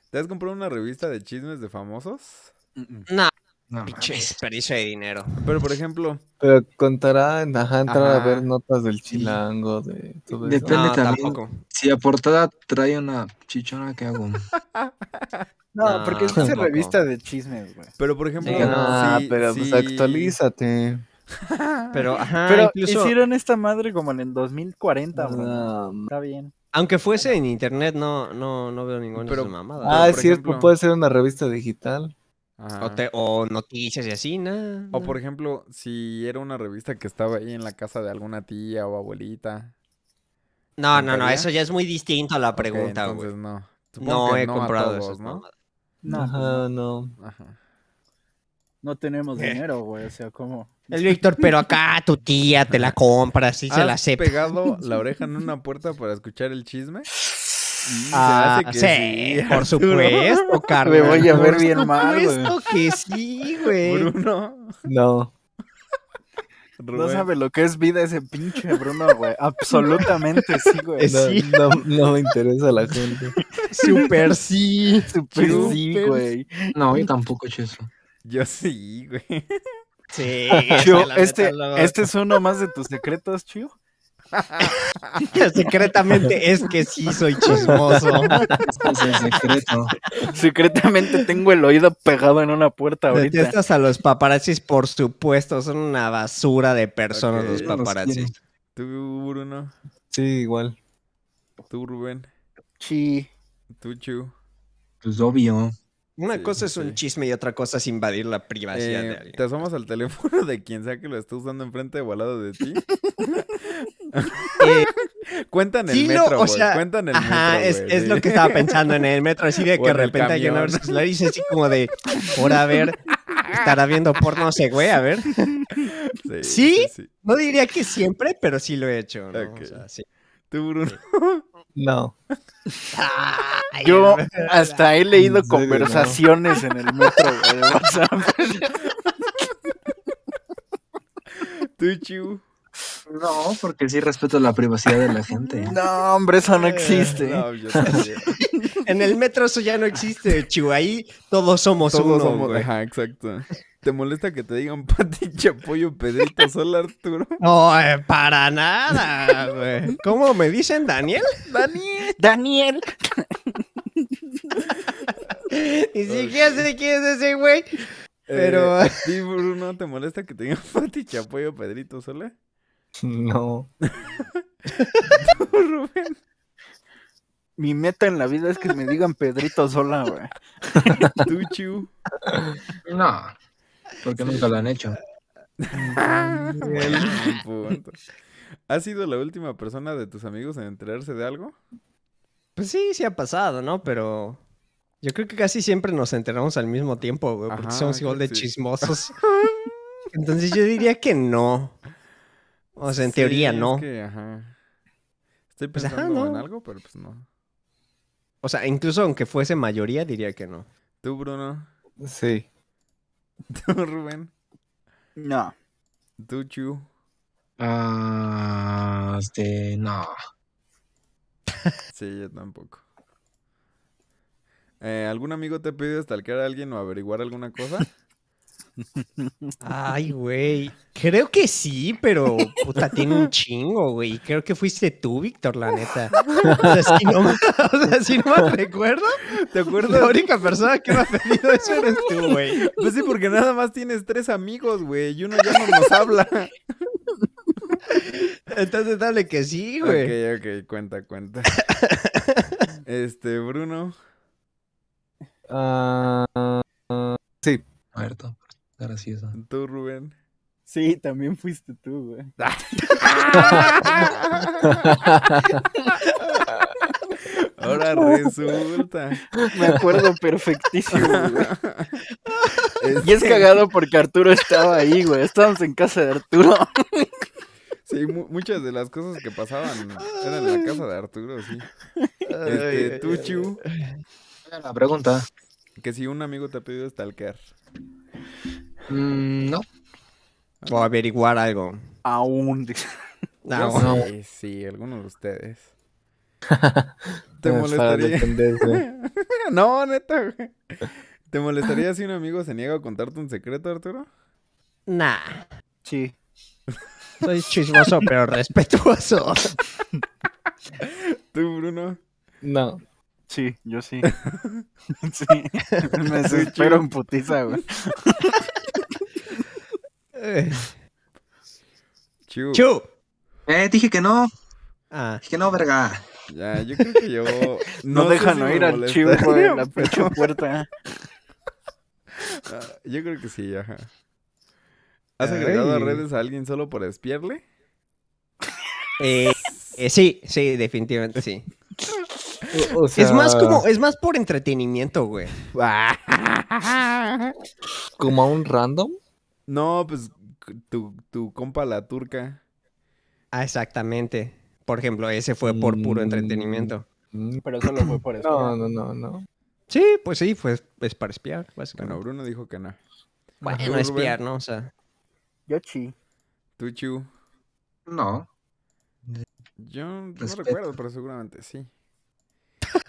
[SPEAKER 2] ¿Te has comprado una revista de chismes de famosos?
[SPEAKER 6] Mm, mm.
[SPEAKER 3] no,
[SPEAKER 5] No,
[SPEAKER 3] pinche desperdicio de dinero.
[SPEAKER 2] Pero, por ejemplo,
[SPEAKER 4] Pero contará, ajá, entrar
[SPEAKER 2] Ajá.
[SPEAKER 4] a ver notas del chilango, de todo
[SPEAKER 5] De
[SPEAKER 4] eso.
[SPEAKER 5] plan-
[SPEAKER 3] No,
[SPEAKER 5] Depende también.
[SPEAKER 3] tampoco.
[SPEAKER 5] Si a portada trae una chichona, ¿qué hago?
[SPEAKER 6] No, porque es que
[SPEAKER 4] No,
[SPEAKER 6] es
[SPEAKER 3] tampoco.
[SPEAKER 6] revista de chismes, güey.
[SPEAKER 2] pero por ejemplo,
[SPEAKER 4] Ah,
[SPEAKER 2] si-
[SPEAKER 4] pero
[SPEAKER 2] si-
[SPEAKER 4] pues actualízate.
[SPEAKER 3] Pero, ajá,
[SPEAKER 6] Pero
[SPEAKER 3] incluso,
[SPEAKER 6] hicieron esta madre como en el 2040, güey.
[SPEAKER 4] Ah, m-
[SPEAKER 6] Está bien.
[SPEAKER 3] aunque fuese en internet, no, no, no veo ninguna
[SPEAKER 2] Pero-
[SPEAKER 3] de sus mamadas.
[SPEAKER 4] ah, es
[SPEAKER 2] por
[SPEAKER 4] cierto,
[SPEAKER 2] ejemplo-
[SPEAKER 4] puede ser una revista digital.
[SPEAKER 2] Ajá.
[SPEAKER 3] O, te- o noticias y así, nada.
[SPEAKER 2] ah, O por ejemplo, si era una revista que estaba ahí en la casa de alguna tía o abuelita.
[SPEAKER 3] No, no, no,
[SPEAKER 2] ¿Compraría?
[SPEAKER 3] eso ya es muy distinto a la
[SPEAKER 2] Ok,
[SPEAKER 3] pregunta, güey.
[SPEAKER 2] entonces no. Supongo
[SPEAKER 3] no
[SPEAKER 2] que
[SPEAKER 3] he
[SPEAKER 2] a
[SPEAKER 3] comprado
[SPEAKER 2] todos,
[SPEAKER 3] esas
[SPEAKER 2] ¿no?
[SPEAKER 3] mamadas.
[SPEAKER 6] No,
[SPEAKER 4] Ajá, no.
[SPEAKER 2] Ajá.
[SPEAKER 6] no tenemos
[SPEAKER 3] Eh.
[SPEAKER 6] dinero, güey. O sea, ¿cómo?
[SPEAKER 3] El Víctor, pero acá tu tía te la compra, sí se la
[SPEAKER 2] ¿Has
[SPEAKER 3] sepa.
[SPEAKER 2] pegado la oreja en una puerta para escuchar el chisme? Mm, se
[SPEAKER 3] Ah,
[SPEAKER 2] hace que
[SPEAKER 3] sí,
[SPEAKER 2] sí,
[SPEAKER 3] por
[SPEAKER 2] Arturo.
[SPEAKER 3] supuesto, carnal.
[SPEAKER 6] Me voy a
[SPEAKER 3] por
[SPEAKER 6] ver bien mal, güey.
[SPEAKER 3] supuesto que sí, güey.
[SPEAKER 2] Bruno.
[SPEAKER 4] No.
[SPEAKER 6] No
[SPEAKER 2] Rubén.
[SPEAKER 6] sabe lo que es vida ese pinche Bruno, güey. Absolutamente Eh, sí, güey.
[SPEAKER 4] No,
[SPEAKER 3] Sí.
[SPEAKER 4] no, no me interesa la gente.
[SPEAKER 3] Super sí.
[SPEAKER 6] Súper
[SPEAKER 2] Chu.
[SPEAKER 6] sí, güey.
[SPEAKER 5] No, yo tampoco he hecho eso.
[SPEAKER 2] Yo sí, güey.
[SPEAKER 3] Sí.
[SPEAKER 6] Chu,
[SPEAKER 3] se la
[SPEAKER 6] este,
[SPEAKER 3] neta, lo-
[SPEAKER 6] este es uno más de tus secretos, Chu.
[SPEAKER 3] Secretamente es que sí soy chismoso.
[SPEAKER 5] Esto es en secreto.
[SPEAKER 6] Secretamente tengo el oído pegado en una puerta ahorita.
[SPEAKER 3] Detestas a los paparazzis, por supuesto. Son una basura de personas
[SPEAKER 2] Ok,
[SPEAKER 3] los
[SPEAKER 5] yo los
[SPEAKER 3] paparazzis.
[SPEAKER 5] quiero.
[SPEAKER 2] Tú, Bruno.
[SPEAKER 4] Sí, igual.
[SPEAKER 2] Tú, Rubén.
[SPEAKER 6] Sí.
[SPEAKER 2] Tú, Chu.
[SPEAKER 5] Pues obvio.
[SPEAKER 3] Una
[SPEAKER 2] Sí,
[SPEAKER 3] cosa es un
[SPEAKER 2] sí.
[SPEAKER 3] chisme y otra cosa es invadir la privacidad
[SPEAKER 2] Eh,
[SPEAKER 3] de
[SPEAKER 2] te
[SPEAKER 3] alguien.
[SPEAKER 2] asomas al teléfono de quien sea que lo esté usando enfrente o al lado de ti. Cuentan el
[SPEAKER 3] sí, no,
[SPEAKER 2] metro,
[SPEAKER 3] o
[SPEAKER 2] güey.
[SPEAKER 3] sea,
[SPEAKER 2] Cuentan el
[SPEAKER 3] Ajá,
[SPEAKER 2] metro,
[SPEAKER 3] es,
[SPEAKER 2] güey,
[SPEAKER 3] es
[SPEAKER 2] sí.
[SPEAKER 3] lo que estaba pensando en el metro, así de
[SPEAKER 2] O
[SPEAKER 3] que de
[SPEAKER 2] en el
[SPEAKER 3] repente alguien abre
[SPEAKER 2] camión.
[SPEAKER 3] su celular y dice así como de, por a ver, estará viendo porno ese güey, a ver.
[SPEAKER 2] Sí,
[SPEAKER 3] ¿Sí?
[SPEAKER 2] sí.
[SPEAKER 3] No diría que siempre, pero sí lo he hecho, ¿no?
[SPEAKER 2] Ok.
[SPEAKER 3] O sea, sí.
[SPEAKER 2] Tú, Bruno.
[SPEAKER 4] No.
[SPEAKER 6] Yo hasta he leído
[SPEAKER 4] ¿En serio, no?
[SPEAKER 6] conversaciones en el metro, güey, de WhatsApp.
[SPEAKER 2] Tú, Chu.
[SPEAKER 5] No, porque sí respeto la privacidad de la gente.
[SPEAKER 6] No, hombre, eso no existe.
[SPEAKER 2] No, yo también.
[SPEAKER 3] En el metro eso ya no existe, Chu. Ahí todos somos uno,
[SPEAKER 2] Todos somos.
[SPEAKER 3] güey.
[SPEAKER 2] Ajá, exacto. ¿Te molesta que te digan Pati, Chapoyo, Pedrito, Sol, Arturo?
[SPEAKER 3] No, eh, para nada, güey. ¿Cómo me dicen, Daniel? Daniel.
[SPEAKER 6] Daniel.
[SPEAKER 3] Ni siquiera sé quién es ese güey. Pero-
[SPEAKER 2] Eh, ¿a ti, Bruno, ¿te molesta que te digan Pati, Chapoyo, Pedrito, Sola?
[SPEAKER 4] No.
[SPEAKER 2] Tú, Rubén.
[SPEAKER 6] Mi meta en la vida es que me digan Pedrito sola, güey.
[SPEAKER 2] Tú, Chu.
[SPEAKER 5] No. Porque nunca lo han hecho.
[SPEAKER 2] Buen punto. ¿Has sido la última persona de tus amigos en enterarse de algo?
[SPEAKER 3] Pues sí, sí ha pasado, ¿no? Pero yo creo que casi siempre nos enteramos al mismo tiempo, güey, porque
[SPEAKER 2] Ajá,
[SPEAKER 3] somos igual
[SPEAKER 2] creo
[SPEAKER 3] de
[SPEAKER 2] que sí.
[SPEAKER 3] chismosos. Entonces yo diría que no. O sea, en teoría
[SPEAKER 2] Sí,
[SPEAKER 3] no.
[SPEAKER 2] Es que, ajá. Estoy
[SPEAKER 3] Pues, ajá,
[SPEAKER 2] pensando en
[SPEAKER 3] no.
[SPEAKER 2] algo, pero pues no.
[SPEAKER 3] O sea, incluso aunque fuese mayoría, diría que no.
[SPEAKER 2] Tú, Bruno.
[SPEAKER 4] Sí.
[SPEAKER 2] Tú, Rubén.
[SPEAKER 6] No.
[SPEAKER 2] Tú, Chu.
[SPEAKER 5] Ah, este, no.
[SPEAKER 2] Sí, yo tampoco. Eh, ¿Algún amigo te ha pedido stalkear a alguien o averiguar alguna cosa?
[SPEAKER 3] Ay, güey. Creo que sí, pero puta, tiene un chingo, güey. Creo que fuiste tú, Víctor, la neta. O sea, si no, mal- o sea, si no mal recuerdo,
[SPEAKER 2] ¿Te acuerdas?
[SPEAKER 3] la única persona que me ha pedido eso eres tú, güey.
[SPEAKER 2] Pues sí, porque nada más tienes tres amigos, güey, y uno ya no nos habla.
[SPEAKER 3] Entonces dale que sí, güey.
[SPEAKER 2] Ok, ok, cuenta, cuenta. Este, Bruno.
[SPEAKER 4] Ah,
[SPEAKER 5] Muerto. Gracioso.
[SPEAKER 2] Tú, Rubén.
[SPEAKER 6] Sí, también fuiste tú, güey.
[SPEAKER 2] Ahora resulta.
[SPEAKER 6] Me acuerdo perfectísimo, güey.
[SPEAKER 2] Es-
[SPEAKER 6] Y es cagado porque Arturo estaba ahí, güey. Estábamos en casa de Arturo.
[SPEAKER 2] Sí, mu- muchas de las cosas que pasaban eran en la casa de Arturo, sí. Este,
[SPEAKER 3] Ay,
[SPEAKER 2] tú, Chu.
[SPEAKER 5] La pregunta.
[SPEAKER 2] Que si un amigo te ha pedido stalkear.
[SPEAKER 5] Mm, no.
[SPEAKER 8] O averiguar algo.
[SPEAKER 6] Aún. dice. Ah,
[SPEAKER 8] No,
[SPEAKER 2] Yo Sí, sí, alguno de ustedes. ¿Te
[SPEAKER 4] Para
[SPEAKER 2] molestaría?
[SPEAKER 4] defenderse.
[SPEAKER 2] no, neta, güey. ¿Te molestaría si un amigo se niega a contarte un secreto, Arturo?
[SPEAKER 3] Nah.
[SPEAKER 6] Sí.
[SPEAKER 3] Soy chismoso, pero respetuoso.
[SPEAKER 2] Tú, Bruno.
[SPEAKER 4] No.
[SPEAKER 6] Sí, yo sí. sí. Me desespero en putiza, güey.
[SPEAKER 3] Eh,
[SPEAKER 2] Chu.
[SPEAKER 3] Chu.
[SPEAKER 5] Eh, dije que no.
[SPEAKER 3] Ah,
[SPEAKER 5] Dije que no, verga.
[SPEAKER 2] Ya, yo creo que yo.
[SPEAKER 6] No,
[SPEAKER 2] sé
[SPEAKER 6] dejan
[SPEAKER 2] si me
[SPEAKER 6] oír al chivo
[SPEAKER 2] molestaría,
[SPEAKER 6] en la
[SPEAKER 2] pero-
[SPEAKER 6] pinche puerta.
[SPEAKER 2] Ah, Yo creo que sí, ajá. ¿Has agregado a
[SPEAKER 3] Ay.
[SPEAKER 2] redes a alguien solo por espiarle?
[SPEAKER 3] eh, eh, sí, sí, definitivamente sí.
[SPEAKER 4] O- o
[SPEAKER 3] es más
[SPEAKER 4] sea,
[SPEAKER 3] como, es más por entretenimiento, güey.
[SPEAKER 4] Como a un random.
[SPEAKER 2] No, pues c- tu, tu compa la turca.
[SPEAKER 3] Ah, exactamente. Por ejemplo, ese fue por puro
[SPEAKER 4] Mm.
[SPEAKER 3] entretenimiento.
[SPEAKER 4] Mm,
[SPEAKER 6] Pero solo fue por eso.
[SPEAKER 4] No, no, no, no.
[SPEAKER 3] Sí, pues sí, pues es para espiar,
[SPEAKER 2] Bueno,
[SPEAKER 3] básicamente.
[SPEAKER 2] Bruno dijo que no.
[SPEAKER 3] Bueno,
[SPEAKER 2] Ajá.
[SPEAKER 3] espiar, ¿no? O sea,
[SPEAKER 6] Yo sí.
[SPEAKER 2] Tú, Chu.
[SPEAKER 5] No.
[SPEAKER 2] Yo no
[SPEAKER 5] Respeto.
[SPEAKER 2] recuerdo, pero seguramente sí.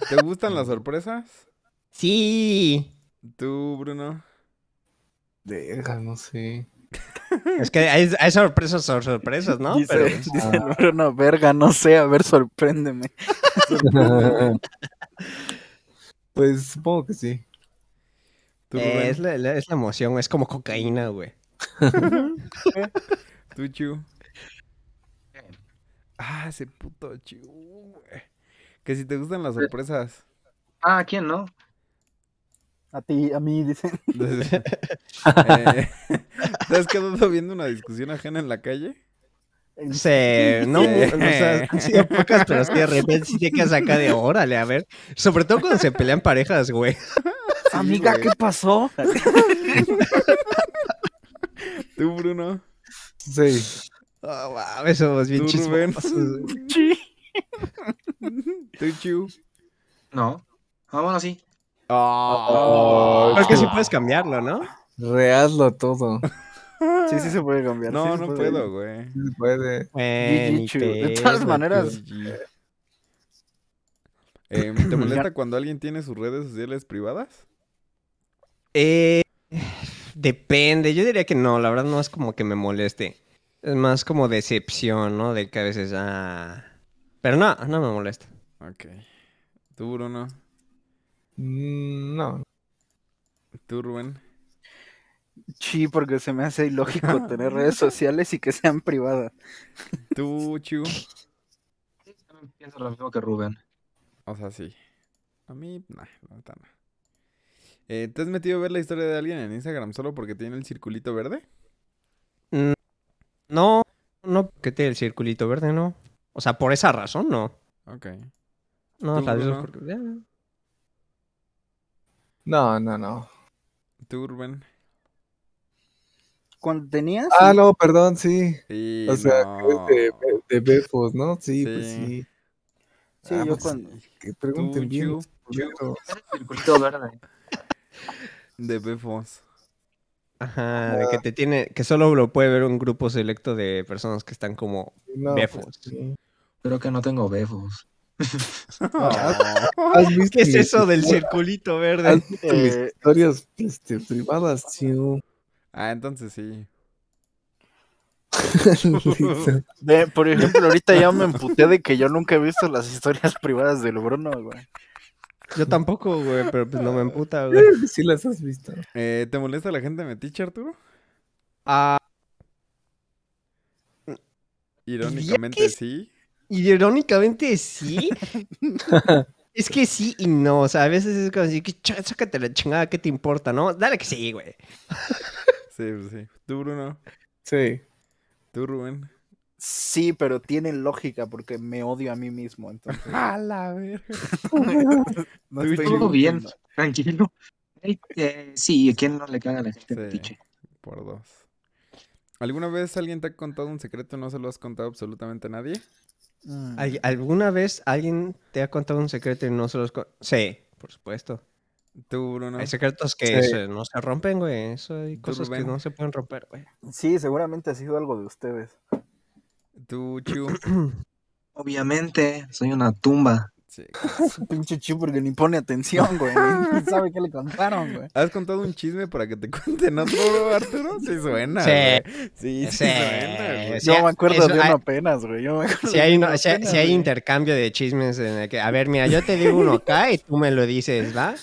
[SPEAKER 2] ¿Te gustan las sorpresas?
[SPEAKER 3] sí.
[SPEAKER 2] Tú, Bruno.
[SPEAKER 4] Deja, no sé.
[SPEAKER 3] Es que hay, hay sorpresas sobre sorpresas, ¿no?
[SPEAKER 6] dice,
[SPEAKER 3] Pero,
[SPEAKER 6] dice
[SPEAKER 4] Ah.
[SPEAKER 6] el Bruno, verga, no sé, a ver, sorpréndeme.
[SPEAKER 4] pues supongo que sí.
[SPEAKER 2] Tú,
[SPEAKER 3] eh,
[SPEAKER 2] Rubén.
[SPEAKER 3] es, la, la- es la emoción, güey, es como cocaína, güey.
[SPEAKER 2] Tú, Chu. Ah, ese puto Chu, güey. Que si te gustan las sorpresas.
[SPEAKER 5] Ah, ¿quién no?
[SPEAKER 6] A ti, a mí, dice.
[SPEAKER 2] Entonces, eh, ¿Te has quedado viendo una discusión ajena en la calle?
[SPEAKER 3] Se, no,
[SPEAKER 2] Sí.
[SPEAKER 3] o sea, han sido pocas, pero sí, de repente sí te quedas acá de órale, a ver. Sobre todo cuando se pelean parejas, güey.
[SPEAKER 6] Amiga,
[SPEAKER 2] güey.
[SPEAKER 6] ¿qué pasó?
[SPEAKER 2] Tú, Bruno.
[SPEAKER 4] Sí.
[SPEAKER 3] Oh, wow, eso es bien
[SPEAKER 2] Tú, Rubén.
[SPEAKER 3] chismoso. güey.
[SPEAKER 2] Tú, Chu.
[SPEAKER 5] No. Ah, bueno, sí.
[SPEAKER 2] Ah.
[SPEAKER 3] Creo que sí puedes cambiarlo, ¿no?
[SPEAKER 4] Rehazlo todo.
[SPEAKER 6] Sí, sí se puede cambiar. sí
[SPEAKER 2] No,
[SPEAKER 6] se
[SPEAKER 2] no
[SPEAKER 6] puede.
[SPEAKER 2] puedo, güey.
[SPEAKER 4] Sí se Puede.
[SPEAKER 3] Eh,
[SPEAKER 6] GG,
[SPEAKER 3] ni
[SPEAKER 6] Chu. De
[SPEAKER 3] pedo,
[SPEAKER 6] todas
[SPEAKER 3] Chu.
[SPEAKER 6] maneras,
[SPEAKER 2] GG. Em, ¿Te molesta cuando alguien tiene sus redes sociales privadas?
[SPEAKER 3] Eh, depende, yo diría que no, la verdad no es como que me moleste. Es más como decepción, ¿no? De que a veces, ah... Pero no, no me molesta.
[SPEAKER 2] Ok. Tú, Bruno.
[SPEAKER 4] Mm, No.
[SPEAKER 2] Tú, Rubén.
[SPEAKER 6] sí, porque se me hace ilógico tener redes sociales y que sean privadas.
[SPEAKER 2] Tú, Chu.
[SPEAKER 5] También pienso lo mismo que Rubén.
[SPEAKER 2] O sea, sí. A mí, nah, no está nada. Eh, ¿Te has metido a ver la historia de alguien en Instagram solo porque tiene el circulito verde?
[SPEAKER 3] No, no, que te el circulito verde, no. O sea, por esa razón, no.
[SPEAKER 2] Ok.
[SPEAKER 3] No,
[SPEAKER 2] Tú,
[SPEAKER 3] tal vez
[SPEAKER 2] Bruno.
[SPEAKER 3] porque... ya.
[SPEAKER 4] No, no, no.
[SPEAKER 2] Tú, Rubén.
[SPEAKER 6] Cuando tenías.
[SPEAKER 4] Ah, no, perdón, sí.
[SPEAKER 2] Sí,
[SPEAKER 4] O sea,
[SPEAKER 2] no.
[SPEAKER 4] que es de, de befos, ¿no? Sí, pues
[SPEAKER 2] Sí.
[SPEAKER 4] sí.
[SPEAKER 6] Sí,
[SPEAKER 4] Ah,
[SPEAKER 6] yo
[SPEAKER 4] pues,
[SPEAKER 6] cuando.
[SPEAKER 4] Que pregunten
[SPEAKER 2] Tú,
[SPEAKER 4] bien.
[SPEAKER 2] Chu.
[SPEAKER 4] los culeros.
[SPEAKER 5] Circulito verde.
[SPEAKER 2] De Befos.
[SPEAKER 3] Ajá, de que te tiene, que solo lo puede ver un grupo selecto de personas que están como
[SPEAKER 4] No, pues,
[SPEAKER 3] befos.
[SPEAKER 4] sí.
[SPEAKER 5] Creo que no tengo befos.
[SPEAKER 4] Ah. ¿Has visto
[SPEAKER 3] ¿Qué es
[SPEAKER 4] mis-
[SPEAKER 3] eso del circulito verde?
[SPEAKER 4] ¿Has visto mis
[SPEAKER 6] Eh,
[SPEAKER 4] historias este, privadas, Chu?
[SPEAKER 2] Ah, entonces sí.
[SPEAKER 4] Listo.
[SPEAKER 6] de- por ejemplo, ahorita ya me emputé de que yo nunca he visto las historias privadas del Bruno, güey.
[SPEAKER 3] Yo tampoco, güey, pero pues no me emputa, güey.
[SPEAKER 4] sí las has visto.
[SPEAKER 2] Eh, ¿Te molesta la gente metiche, Arturo?
[SPEAKER 3] Ah,
[SPEAKER 2] Irónicamente sí.
[SPEAKER 3] irónicamente sí. es que sí y no, o sea, a veces es como así, que cha- sácate la chingada, ¿qué te importa, no? Dale que sí, güey.
[SPEAKER 2] Sí, pues sí. Tú, Bruno.
[SPEAKER 4] Sí.
[SPEAKER 2] Tú, Rubén.
[SPEAKER 6] Sí, pero tiene lógica porque me odio a mí mismo. Entonces,
[SPEAKER 2] A la verga.
[SPEAKER 6] no
[SPEAKER 2] Tú,
[SPEAKER 6] estoy
[SPEAKER 2] Chu.
[SPEAKER 5] Todo bien.
[SPEAKER 6] mintiendo.
[SPEAKER 5] Tranquilo. Ey, eh, sí, ¿a quién no le caga la
[SPEAKER 2] Sí.
[SPEAKER 5] gente metiche?
[SPEAKER 2] Por dos. ¿Alguna vez alguien te ha contado un secreto y no se lo has contado absolutamente a nadie?
[SPEAKER 6] Mm.
[SPEAKER 3] ¿Al- ¿Alguna vez alguien te ha contado un secreto y no se los... co- Sí, por supuesto.
[SPEAKER 2] Tú, Bruno.
[SPEAKER 3] Hay secretos que
[SPEAKER 4] Sí.
[SPEAKER 3] se- no se rompen, güey. Eso hay
[SPEAKER 2] ¿Tú,
[SPEAKER 3] cosas que
[SPEAKER 2] Rubén?
[SPEAKER 3] no Ah. se pueden romper, güey.
[SPEAKER 6] Sí, seguramente ha sido algo de ustedes.
[SPEAKER 2] Tú, Chu.
[SPEAKER 5] Obviamente, soy una tumba.
[SPEAKER 2] Sí.
[SPEAKER 6] Pinche chivo porque ni pone atención, güey. Ni sabe qué le contaron, güey.
[SPEAKER 2] ¿Has contado un chisme para que te cuenten otro, Arturo? Sí suena,
[SPEAKER 3] Sí.
[SPEAKER 2] güey. Sí, sí,
[SPEAKER 3] Sí.
[SPEAKER 2] suena, güey.
[SPEAKER 3] Sí,
[SPEAKER 6] Yo me acuerdo
[SPEAKER 3] eso
[SPEAKER 6] de uno
[SPEAKER 3] hay-
[SPEAKER 6] apenas, güey. Yo me acuerdo
[SPEAKER 3] Si hay,
[SPEAKER 6] de
[SPEAKER 3] no-
[SPEAKER 6] uno
[SPEAKER 3] si hay-
[SPEAKER 6] apenas,
[SPEAKER 3] si hay
[SPEAKER 6] güey.
[SPEAKER 3] intercambio de chismes en el que, a ver, mira, yo te digo uno acá y tú me lo dices, ¿va?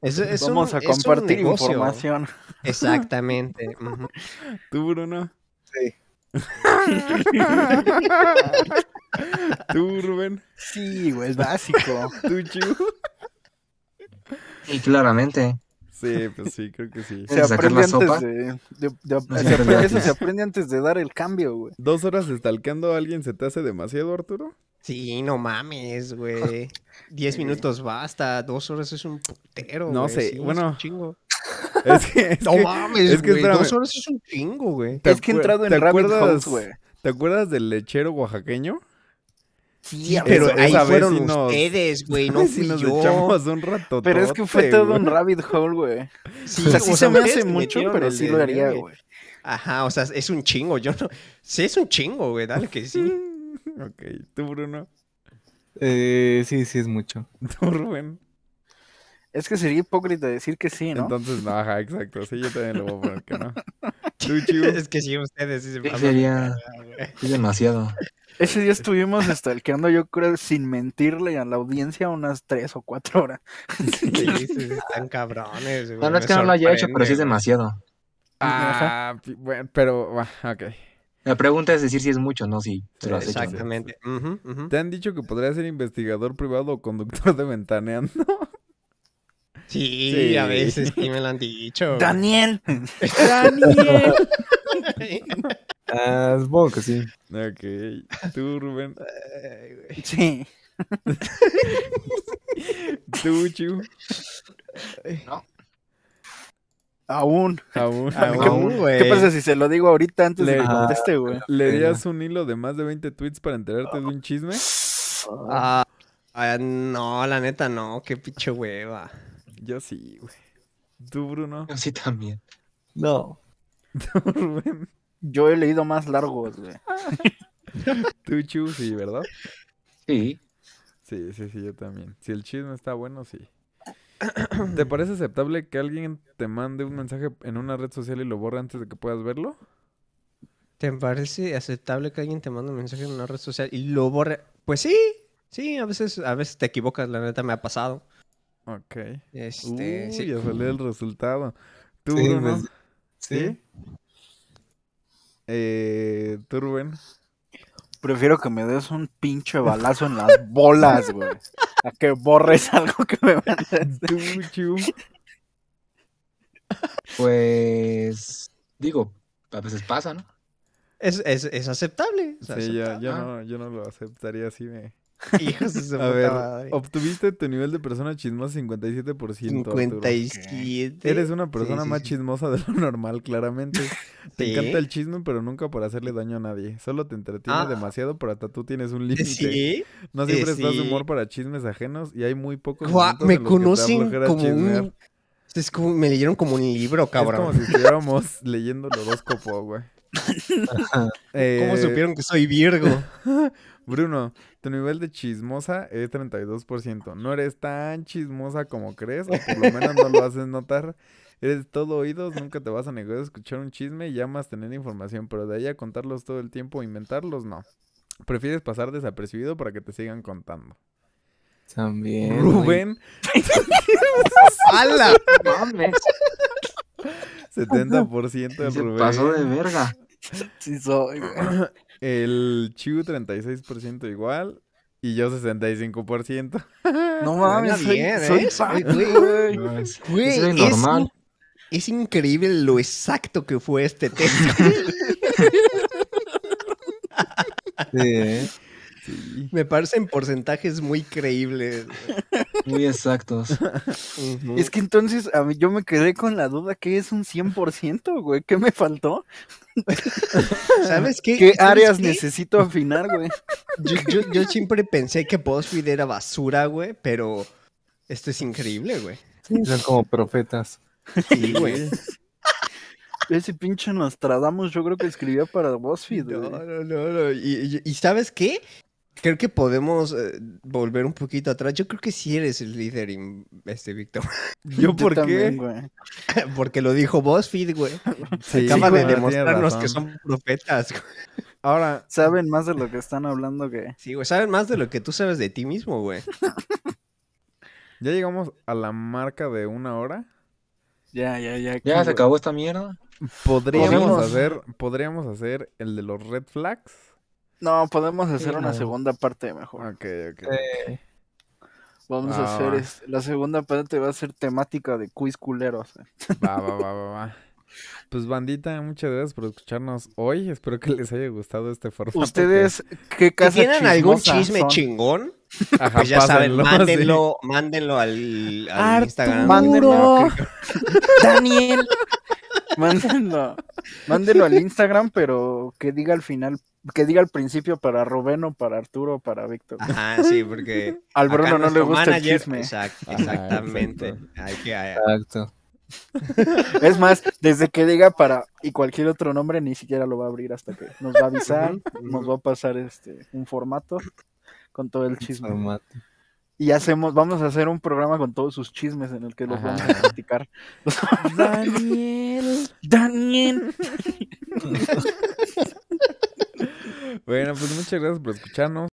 [SPEAKER 3] Es, es un-
[SPEAKER 6] Vamos a
[SPEAKER 3] es un
[SPEAKER 6] compartir
[SPEAKER 3] negocio.
[SPEAKER 6] información.
[SPEAKER 3] Exactamente. ujú.
[SPEAKER 2] Tú, Bruno.
[SPEAKER 4] Sí.
[SPEAKER 2] Tú, Rubén.
[SPEAKER 6] Sí, güey, es básico.
[SPEAKER 2] Tú, Chu.
[SPEAKER 5] Y claramente,
[SPEAKER 2] Sí, pues sí, creo que sí.
[SPEAKER 6] Se
[SPEAKER 5] ¿Sacar
[SPEAKER 6] aprende
[SPEAKER 5] la sopa?
[SPEAKER 6] antes de, de- de-
[SPEAKER 5] No
[SPEAKER 6] se
[SPEAKER 5] sé,
[SPEAKER 6] aprende-
[SPEAKER 5] gratis.
[SPEAKER 6] eso se aprende antes de dar el cambio, güey.
[SPEAKER 2] ¿Dos horas estalqueando a alguien se te hace demasiado, Arturo?
[SPEAKER 3] Sí, no mames, güey. Diez minutos basta, dos horas es un putero.
[SPEAKER 2] No
[SPEAKER 3] güey,
[SPEAKER 2] sé,
[SPEAKER 3] sí, es
[SPEAKER 2] bueno,
[SPEAKER 3] un chingo.
[SPEAKER 2] Es que, es
[SPEAKER 3] No
[SPEAKER 2] que-
[SPEAKER 3] mames,
[SPEAKER 2] es que
[SPEAKER 3] güey,
[SPEAKER 2] espérame.
[SPEAKER 3] dos horas es un chingo, güey.
[SPEAKER 2] ¿Te
[SPEAKER 6] Es que he
[SPEAKER 2] acuer-
[SPEAKER 6] entrado
[SPEAKER 2] te
[SPEAKER 6] en rabbit
[SPEAKER 2] acuerdas-
[SPEAKER 6] holes, güey.
[SPEAKER 2] ¿Te acuerdas del lechero oaxaqueño?
[SPEAKER 6] Sí, a
[SPEAKER 3] Pero
[SPEAKER 6] veces.
[SPEAKER 3] ahí
[SPEAKER 2] esa vez
[SPEAKER 3] fueron
[SPEAKER 2] sí nos-
[SPEAKER 3] ustedes, güey, no
[SPEAKER 2] si
[SPEAKER 3] fui
[SPEAKER 2] nos
[SPEAKER 3] yo.
[SPEAKER 2] echamos un rato.
[SPEAKER 6] Pero es que fue todo un rabbit hole, güey.
[SPEAKER 3] Sí,
[SPEAKER 6] o sea, sí
[SPEAKER 3] o
[SPEAKER 6] se
[SPEAKER 3] sea,
[SPEAKER 6] me
[SPEAKER 3] ustedes
[SPEAKER 6] hace
[SPEAKER 3] me
[SPEAKER 6] mucho,
[SPEAKER 3] metieron
[SPEAKER 6] pero
[SPEAKER 3] el
[SPEAKER 6] sí
[SPEAKER 3] de
[SPEAKER 6] lo haría,
[SPEAKER 3] nieve.
[SPEAKER 6] güey.
[SPEAKER 3] Ajá, o sea, es un chingo, yo no... Sí, es un chingo, güey, dale que sí.
[SPEAKER 2] ok, tú, Bruno.
[SPEAKER 4] Eh, sí, sí, es mucho.
[SPEAKER 2] Tú, Rubén.
[SPEAKER 6] Es que sería hipócrita decir que sí, ¿no?
[SPEAKER 2] Entonces, no, ajá, exacto. Sí, yo también lo voy a poner que no. Tú, Chu.
[SPEAKER 3] es que sí, ustedes sí se
[SPEAKER 5] Sí,
[SPEAKER 3] pasan de
[SPEAKER 5] sería-
[SPEAKER 3] verga, güey.
[SPEAKER 5] es demasiado.
[SPEAKER 6] Ese día estuvimos stalkeando, yo creo, sin mentirle a la audiencia unas tres o cuatro horas.
[SPEAKER 3] Sí, sí, sí, están cabrones, güey.
[SPEAKER 5] No, no es
[SPEAKER 3] me
[SPEAKER 5] que no lo haya hecho, pero sí es
[SPEAKER 3] sorprende,
[SPEAKER 5] demasiado.
[SPEAKER 2] Ah, pi- bueno, pero, ah, ok.
[SPEAKER 5] La pregunta es decir si es mucho, no si te lo
[SPEAKER 3] güey.
[SPEAKER 5] has hecho.
[SPEAKER 3] Exactamente. ujú, ujú.
[SPEAKER 2] ¿Te han dicho que podrías ser investigador privado o conductor de ventaneando?
[SPEAKER 3] Sí,
[SPEAKER 2] Sí.
[SPEAKER 3] a veces sí me lo han dicho.
[SPEAKER 6] ¡Daniel!
[SPEAKER 2] ¡Daniel!
[SPEAKER 3] güey.
[SPEAKER 4] Ah, supongo que sí.
[SPEAKER 2] ok. Tú, Rubén.
[SPEAKER 3] Ay, güey.
[SPEAKER 6] Sí.
[SPEAKER 2] Tú, Chu.
[SPEAKER 6] Aún.
[SPEAKER 2] Aún.
[SPEAKER 3] Aún,
[SPEAKER 2] aún.
[SPEAKER 3] güey.
[SPEAKER 6] ¿Qué pasa si se lo digo ahorita antes de
[SPEAKER 2] Le-
[SPEAKER 6] que conteste, güey?
[SPEAKER 2] ¿Le dirías un hilo de más de 20 tweets para enterarte de un chisme?
[SPEAKER 3] Ah, ah, no, la neta no, qué pinche hueva.
[SPEAKER 2] Yo sí, güey. Tú, Bruno.
[SPEAKER 5] Yo sí también.
[SPEAKER 4] No.
[SPEAKER 2] Tú, Rubén.
[SPEAKER 6] Yo he leído más largos, güey.
[SPEAKER 2] Tú, Chu, sí, ¿verdad?
[SPEAKER 5] Sí.
[SPEAKER 2] Sí, sí, sí, yo también. Si el chisme está bueno, sí. ¿Te parece aceptable que alguien te mande un mensaje en una red social y lo borre antes de que puedas verlo?
[SPEAKER 3] ¿Te parece aceptable que alguien te mande un mensaje en una red social y lo borre? Pues sí, sí, a veces, a veces te equivocas, la neta me ha pasado.
[SPEAKER 2] Ok.
[SPEAKER 3] Este,
[SPEAKER 2] Uy,
[SPEAKER 3] sí.
[SPEAKER 2] ya salió el resultado. Tú,
[SPEAKER 4] Sí,
[SPEAKER 2] Bruno.
[SPEAKER 4] pues, sí.
[SPEAKER 2] Eh, tú, Rubén.
[SPEAKER 6] Prefiero que me des un pinche balazo en las bolas, güey. A que borres algo que me mandes.
[SPEAKER 2] Tú, Chu.
[SPEAKER 5] Pues. Digo, a veces pasa, ¿no?
[SPEAKER 3] Es, es, es aceptable. es
[SPEAKER 2] Sí, ya,
[SPEAKER 3] aceptable.
[SPEAKER 2] yo, no, yo no lo aceptaría así. Me...
[SPEAKER 3] Hijos de su
[SPEAKER 2] A
[SPEAKER 3] puta
[SPEAKER 2] ver,
[SPEAKER 3] madre.
[SPEAKER 2] obtuviste tu nivel de persona chismosa 57%. Arturo.
[SPEAKER 3] 57.
[SPEAKER 2] Eres una persona
[SPEAKER 3] sí,
[SPEAKER 2] más
[SPEAKER 3] sí.
[SPEAKER 2] chismosa de lo normal, claramente. Te
[SPEAKER 3] Sí.
[SPEAKER 2] encanta el chisme, pero nunca para hacerle daño a nadie. Solo te entretiene
[SPEAKER 3] Ah.
[SPEAKER 2] demasiado, pero hasta tú tienes un límite.
[SPEAKER 3] Sí.
[SPEAKER 2] No
[SPEAKER 3] sí,
[SPEAKER 2] siempre estás de
[SPEAKER 3] sí.
[SPEAKER 2] humor para chismes ajenos y hay muy pocos
[SPEAKER 3] Gua-
[SPEAKER 2] momentos
[SPEAKER 3] me
[SPEAKER 2] en los que te da flojera
[SPEAKER 3] conocen como
[SPEAKER 2] chismear.
[SPEAKER 3] un. Es como, me leyeron como un libro,
[SPEAKER 2] Es
[SPEAKER 3] cabrón.
[SPEAKER 2] como si estuviéramos leyendo el horóscopo, güey. Eh,
[SPEAKER 3] ¿Cómo supieron que soy Virgo?
[SPEAKER 2] Bruno, tu nivel de chismosa es 32%. No eres tan chismosa como crees, o por lo menos no lo haces notar. Eres todo oídos, nunca te vas a negar a escuchar un chisme y amas tener información, pero de ahí a contarlos todo el tiempo o inventarlos, no. Prefieres pasar desapercibido para que te sigan contando.
[SPEAKER 3] Eh,
[SPEAKER 4] También.
[SPEAKER 2] Rubén,
[SPEAKER 3] ¡Hala!
[SPEAKER 5] Mames,
[SPEAKER 2] 70% de
[SPEAKER 5] se
[SPEAKER 2] Rubén.
[SPEAKER 5] pasó de verga.
[SPEAKER 6] Sí soy, güey.
[SPEAKER 2] El Chu 36% igual y yo 65%.
[SPEAKER 6] No mames, soy,
[SPEAKER 3] bien, ¿eh?
[SPEAKER 6] soy
[SPEAKER 3] Soy
[SPEAKER 6] Paco,
[SPEAKER 3] güey.
[SPEAKER 6] güey.
[SPEAKER 5] No, es-
[SPEAKER 3] Güey,
[SPEAKER 5] Eso es
[SPEAKER 3] es,
[SPEAKER 5] normal.
[SPEAKER 3] in- es increíble lo exacto que fue este texto.
[SPEAKER 4] Sí, ¿eh?
[SPEAKER 2] Sí.
[SPEAKER 3] me parecen porcentajes muy creíbles.
[SPEAKER 5] Muy exactos.
[SPEAKER 3] Ujú.
[SPEAKER 6] Es que entonces a mí, yo me quedé con la duda que es un 100%, güey. ¿Qué me faltó?
[SPEAKER 3] ¿Sabes qué?
[SPEAKER 6] ¿Qué
[SPEAKER 3] ¿Sabes
[SPEAKER 6] áreas
[SPEAKER 3] qué?
[SPEAKER 6] necesito afinar, güey?
[SPEAKER 3] Yo, yo- yo siempre pensé que BuzzFeed era basura, güey, pero Esto es increíble, güey.
[SPEAKER 4] Sí, son como profetas.
[SPEAKER 3] Sí, güey.
[SPEAKER 6] Ese pinche Nostradamus, yo creo que escribió para BuzzFeed,
[SPEAKER 3] No,
[SPEAKER 6] güey.
[SPEAKER 3] no, no, no. Y, y- y ¿sabes qué? Creo que podemos eh, volver un poquito atrás. Yo creo que sí eres el líder, in- este Víctor.
[SPEAKER 2] ¿Yo por
[SPEAKER 6] también,
[SPEAKER 2] qué?
[SPEAKER 6] güey.
[SPEAKER 3] Porque lo dijo BuzzFeed, güey.
[SPEAKER 2] Sí,
[SPEAKER 3] Acaba
[SPEAKER 2] güey, tienes
[SPEAKER 3] de demostrarnos que
[SPEAKER 2] razón.
[SPEAKER 3] son profetas, güey.
[SPEAKER 2] Ahora,
[SPEAKER 6] Saben más de lo que están hablando que.
[SPEAKER 3] Sí, güey. Saben más de lo que tú sabes de ti mismo, güey.
[SPEAKER 2] ya llegamos a la marca de una hora.
[SPEAKER 6] Ya, ya, ya. aquí,
[SPEAKER 5] Ya se
[SPEAKER 6] güey.
[SPEAKER 5] acabó esta mierda.
[SPEAKER 2] Podríamos
[SPEAKER 5] Podemos.
[SPEAKER 2] hacer, podríamos hacer el de los red flags.
[SPEAKER 6] No, podemos hacer
[SPEAKER 4] Sí,
[SPEAKER 6] una
[SPEAKER 4] no.
[SPEAKER 6] segunda parte mejor.
[SPEAKER 2] Ok, ok.
[SPEAKER 6] Vamos
[SPEAKER 2] Ah,
[SPEAKER 6] a hacer
[SPEAKER 2] va.
[SPEAKER 6] es- la segunda parte va a ser temática de quiz culeros.
[SPEAKER 2] Ah,
[SPEAKER 6] eh.
[SPEAKER 2] Va, va, va, va, va. Pues bandita, muchas gracias por escucharnos hoy. Espero que les haya gustado este formato. que-
[SPEAKER 6] Ustedes, ¿qué
[SPEAKER 3] Si
[SPEAKER 6] casa
[SPEAKER 3] tienen algún
[SPEAKER 6] chismosa
[SPEAKER 3] chisme
[SPEAKER 6] son?
[SPEAKER 3] chingón,
[SPEAKER 2] Ajá,
[SPEAKER 3] pues ya saben,
[SPEAKER 2] pásenlo, sí.
[SPEAKER 3] mándenlo, mándenlo al, al Instagram. güey.
[SPEAKER 6] Mándenlo. Daniel. Mándenlo. Mándenlo al Instagram, pero que diga al final, que diga al principio para Rubén o para Arturo o para Víctor.
[SPEAKER 3] Ajá, sí, porque
[SPEAKER 6] Al Bruno
[SPEAKER 3] Ah, acá
[SPEAKER 6] no le
[SPEAKER 3] nuestro
[SPEAKER 6] gusta
[SPEAKER 3] manager-
[SPEAKER 6] el chisme.
[SPEAKER 3] Exact-
[SPEAKER 2] Ajá,
[SPEAKER 3] exactamente.
[SPEAKER 2] exacto.
[SPEAKER 3] Hay que,
[SPEAKER 4] Exacto.
[SPEAKER 6] Es más, desde que diga para y cualquier otro nombre, ni siquiera lo va a abrir hasta que nos va a avisar, nos va a pasar este un formato con todo el chisme.
[SPEAKER 4] Formato.
[SPEAKER 6] Y hacemos, vamos a hacer un programa con todos sus chismes en el que los vamos a criticar.
[SPEAKER 2] Daniel.
[SPEAKER 6] Daniel.
[SPEAKER 2] Bueno, pues muchas gracias por escucharnos.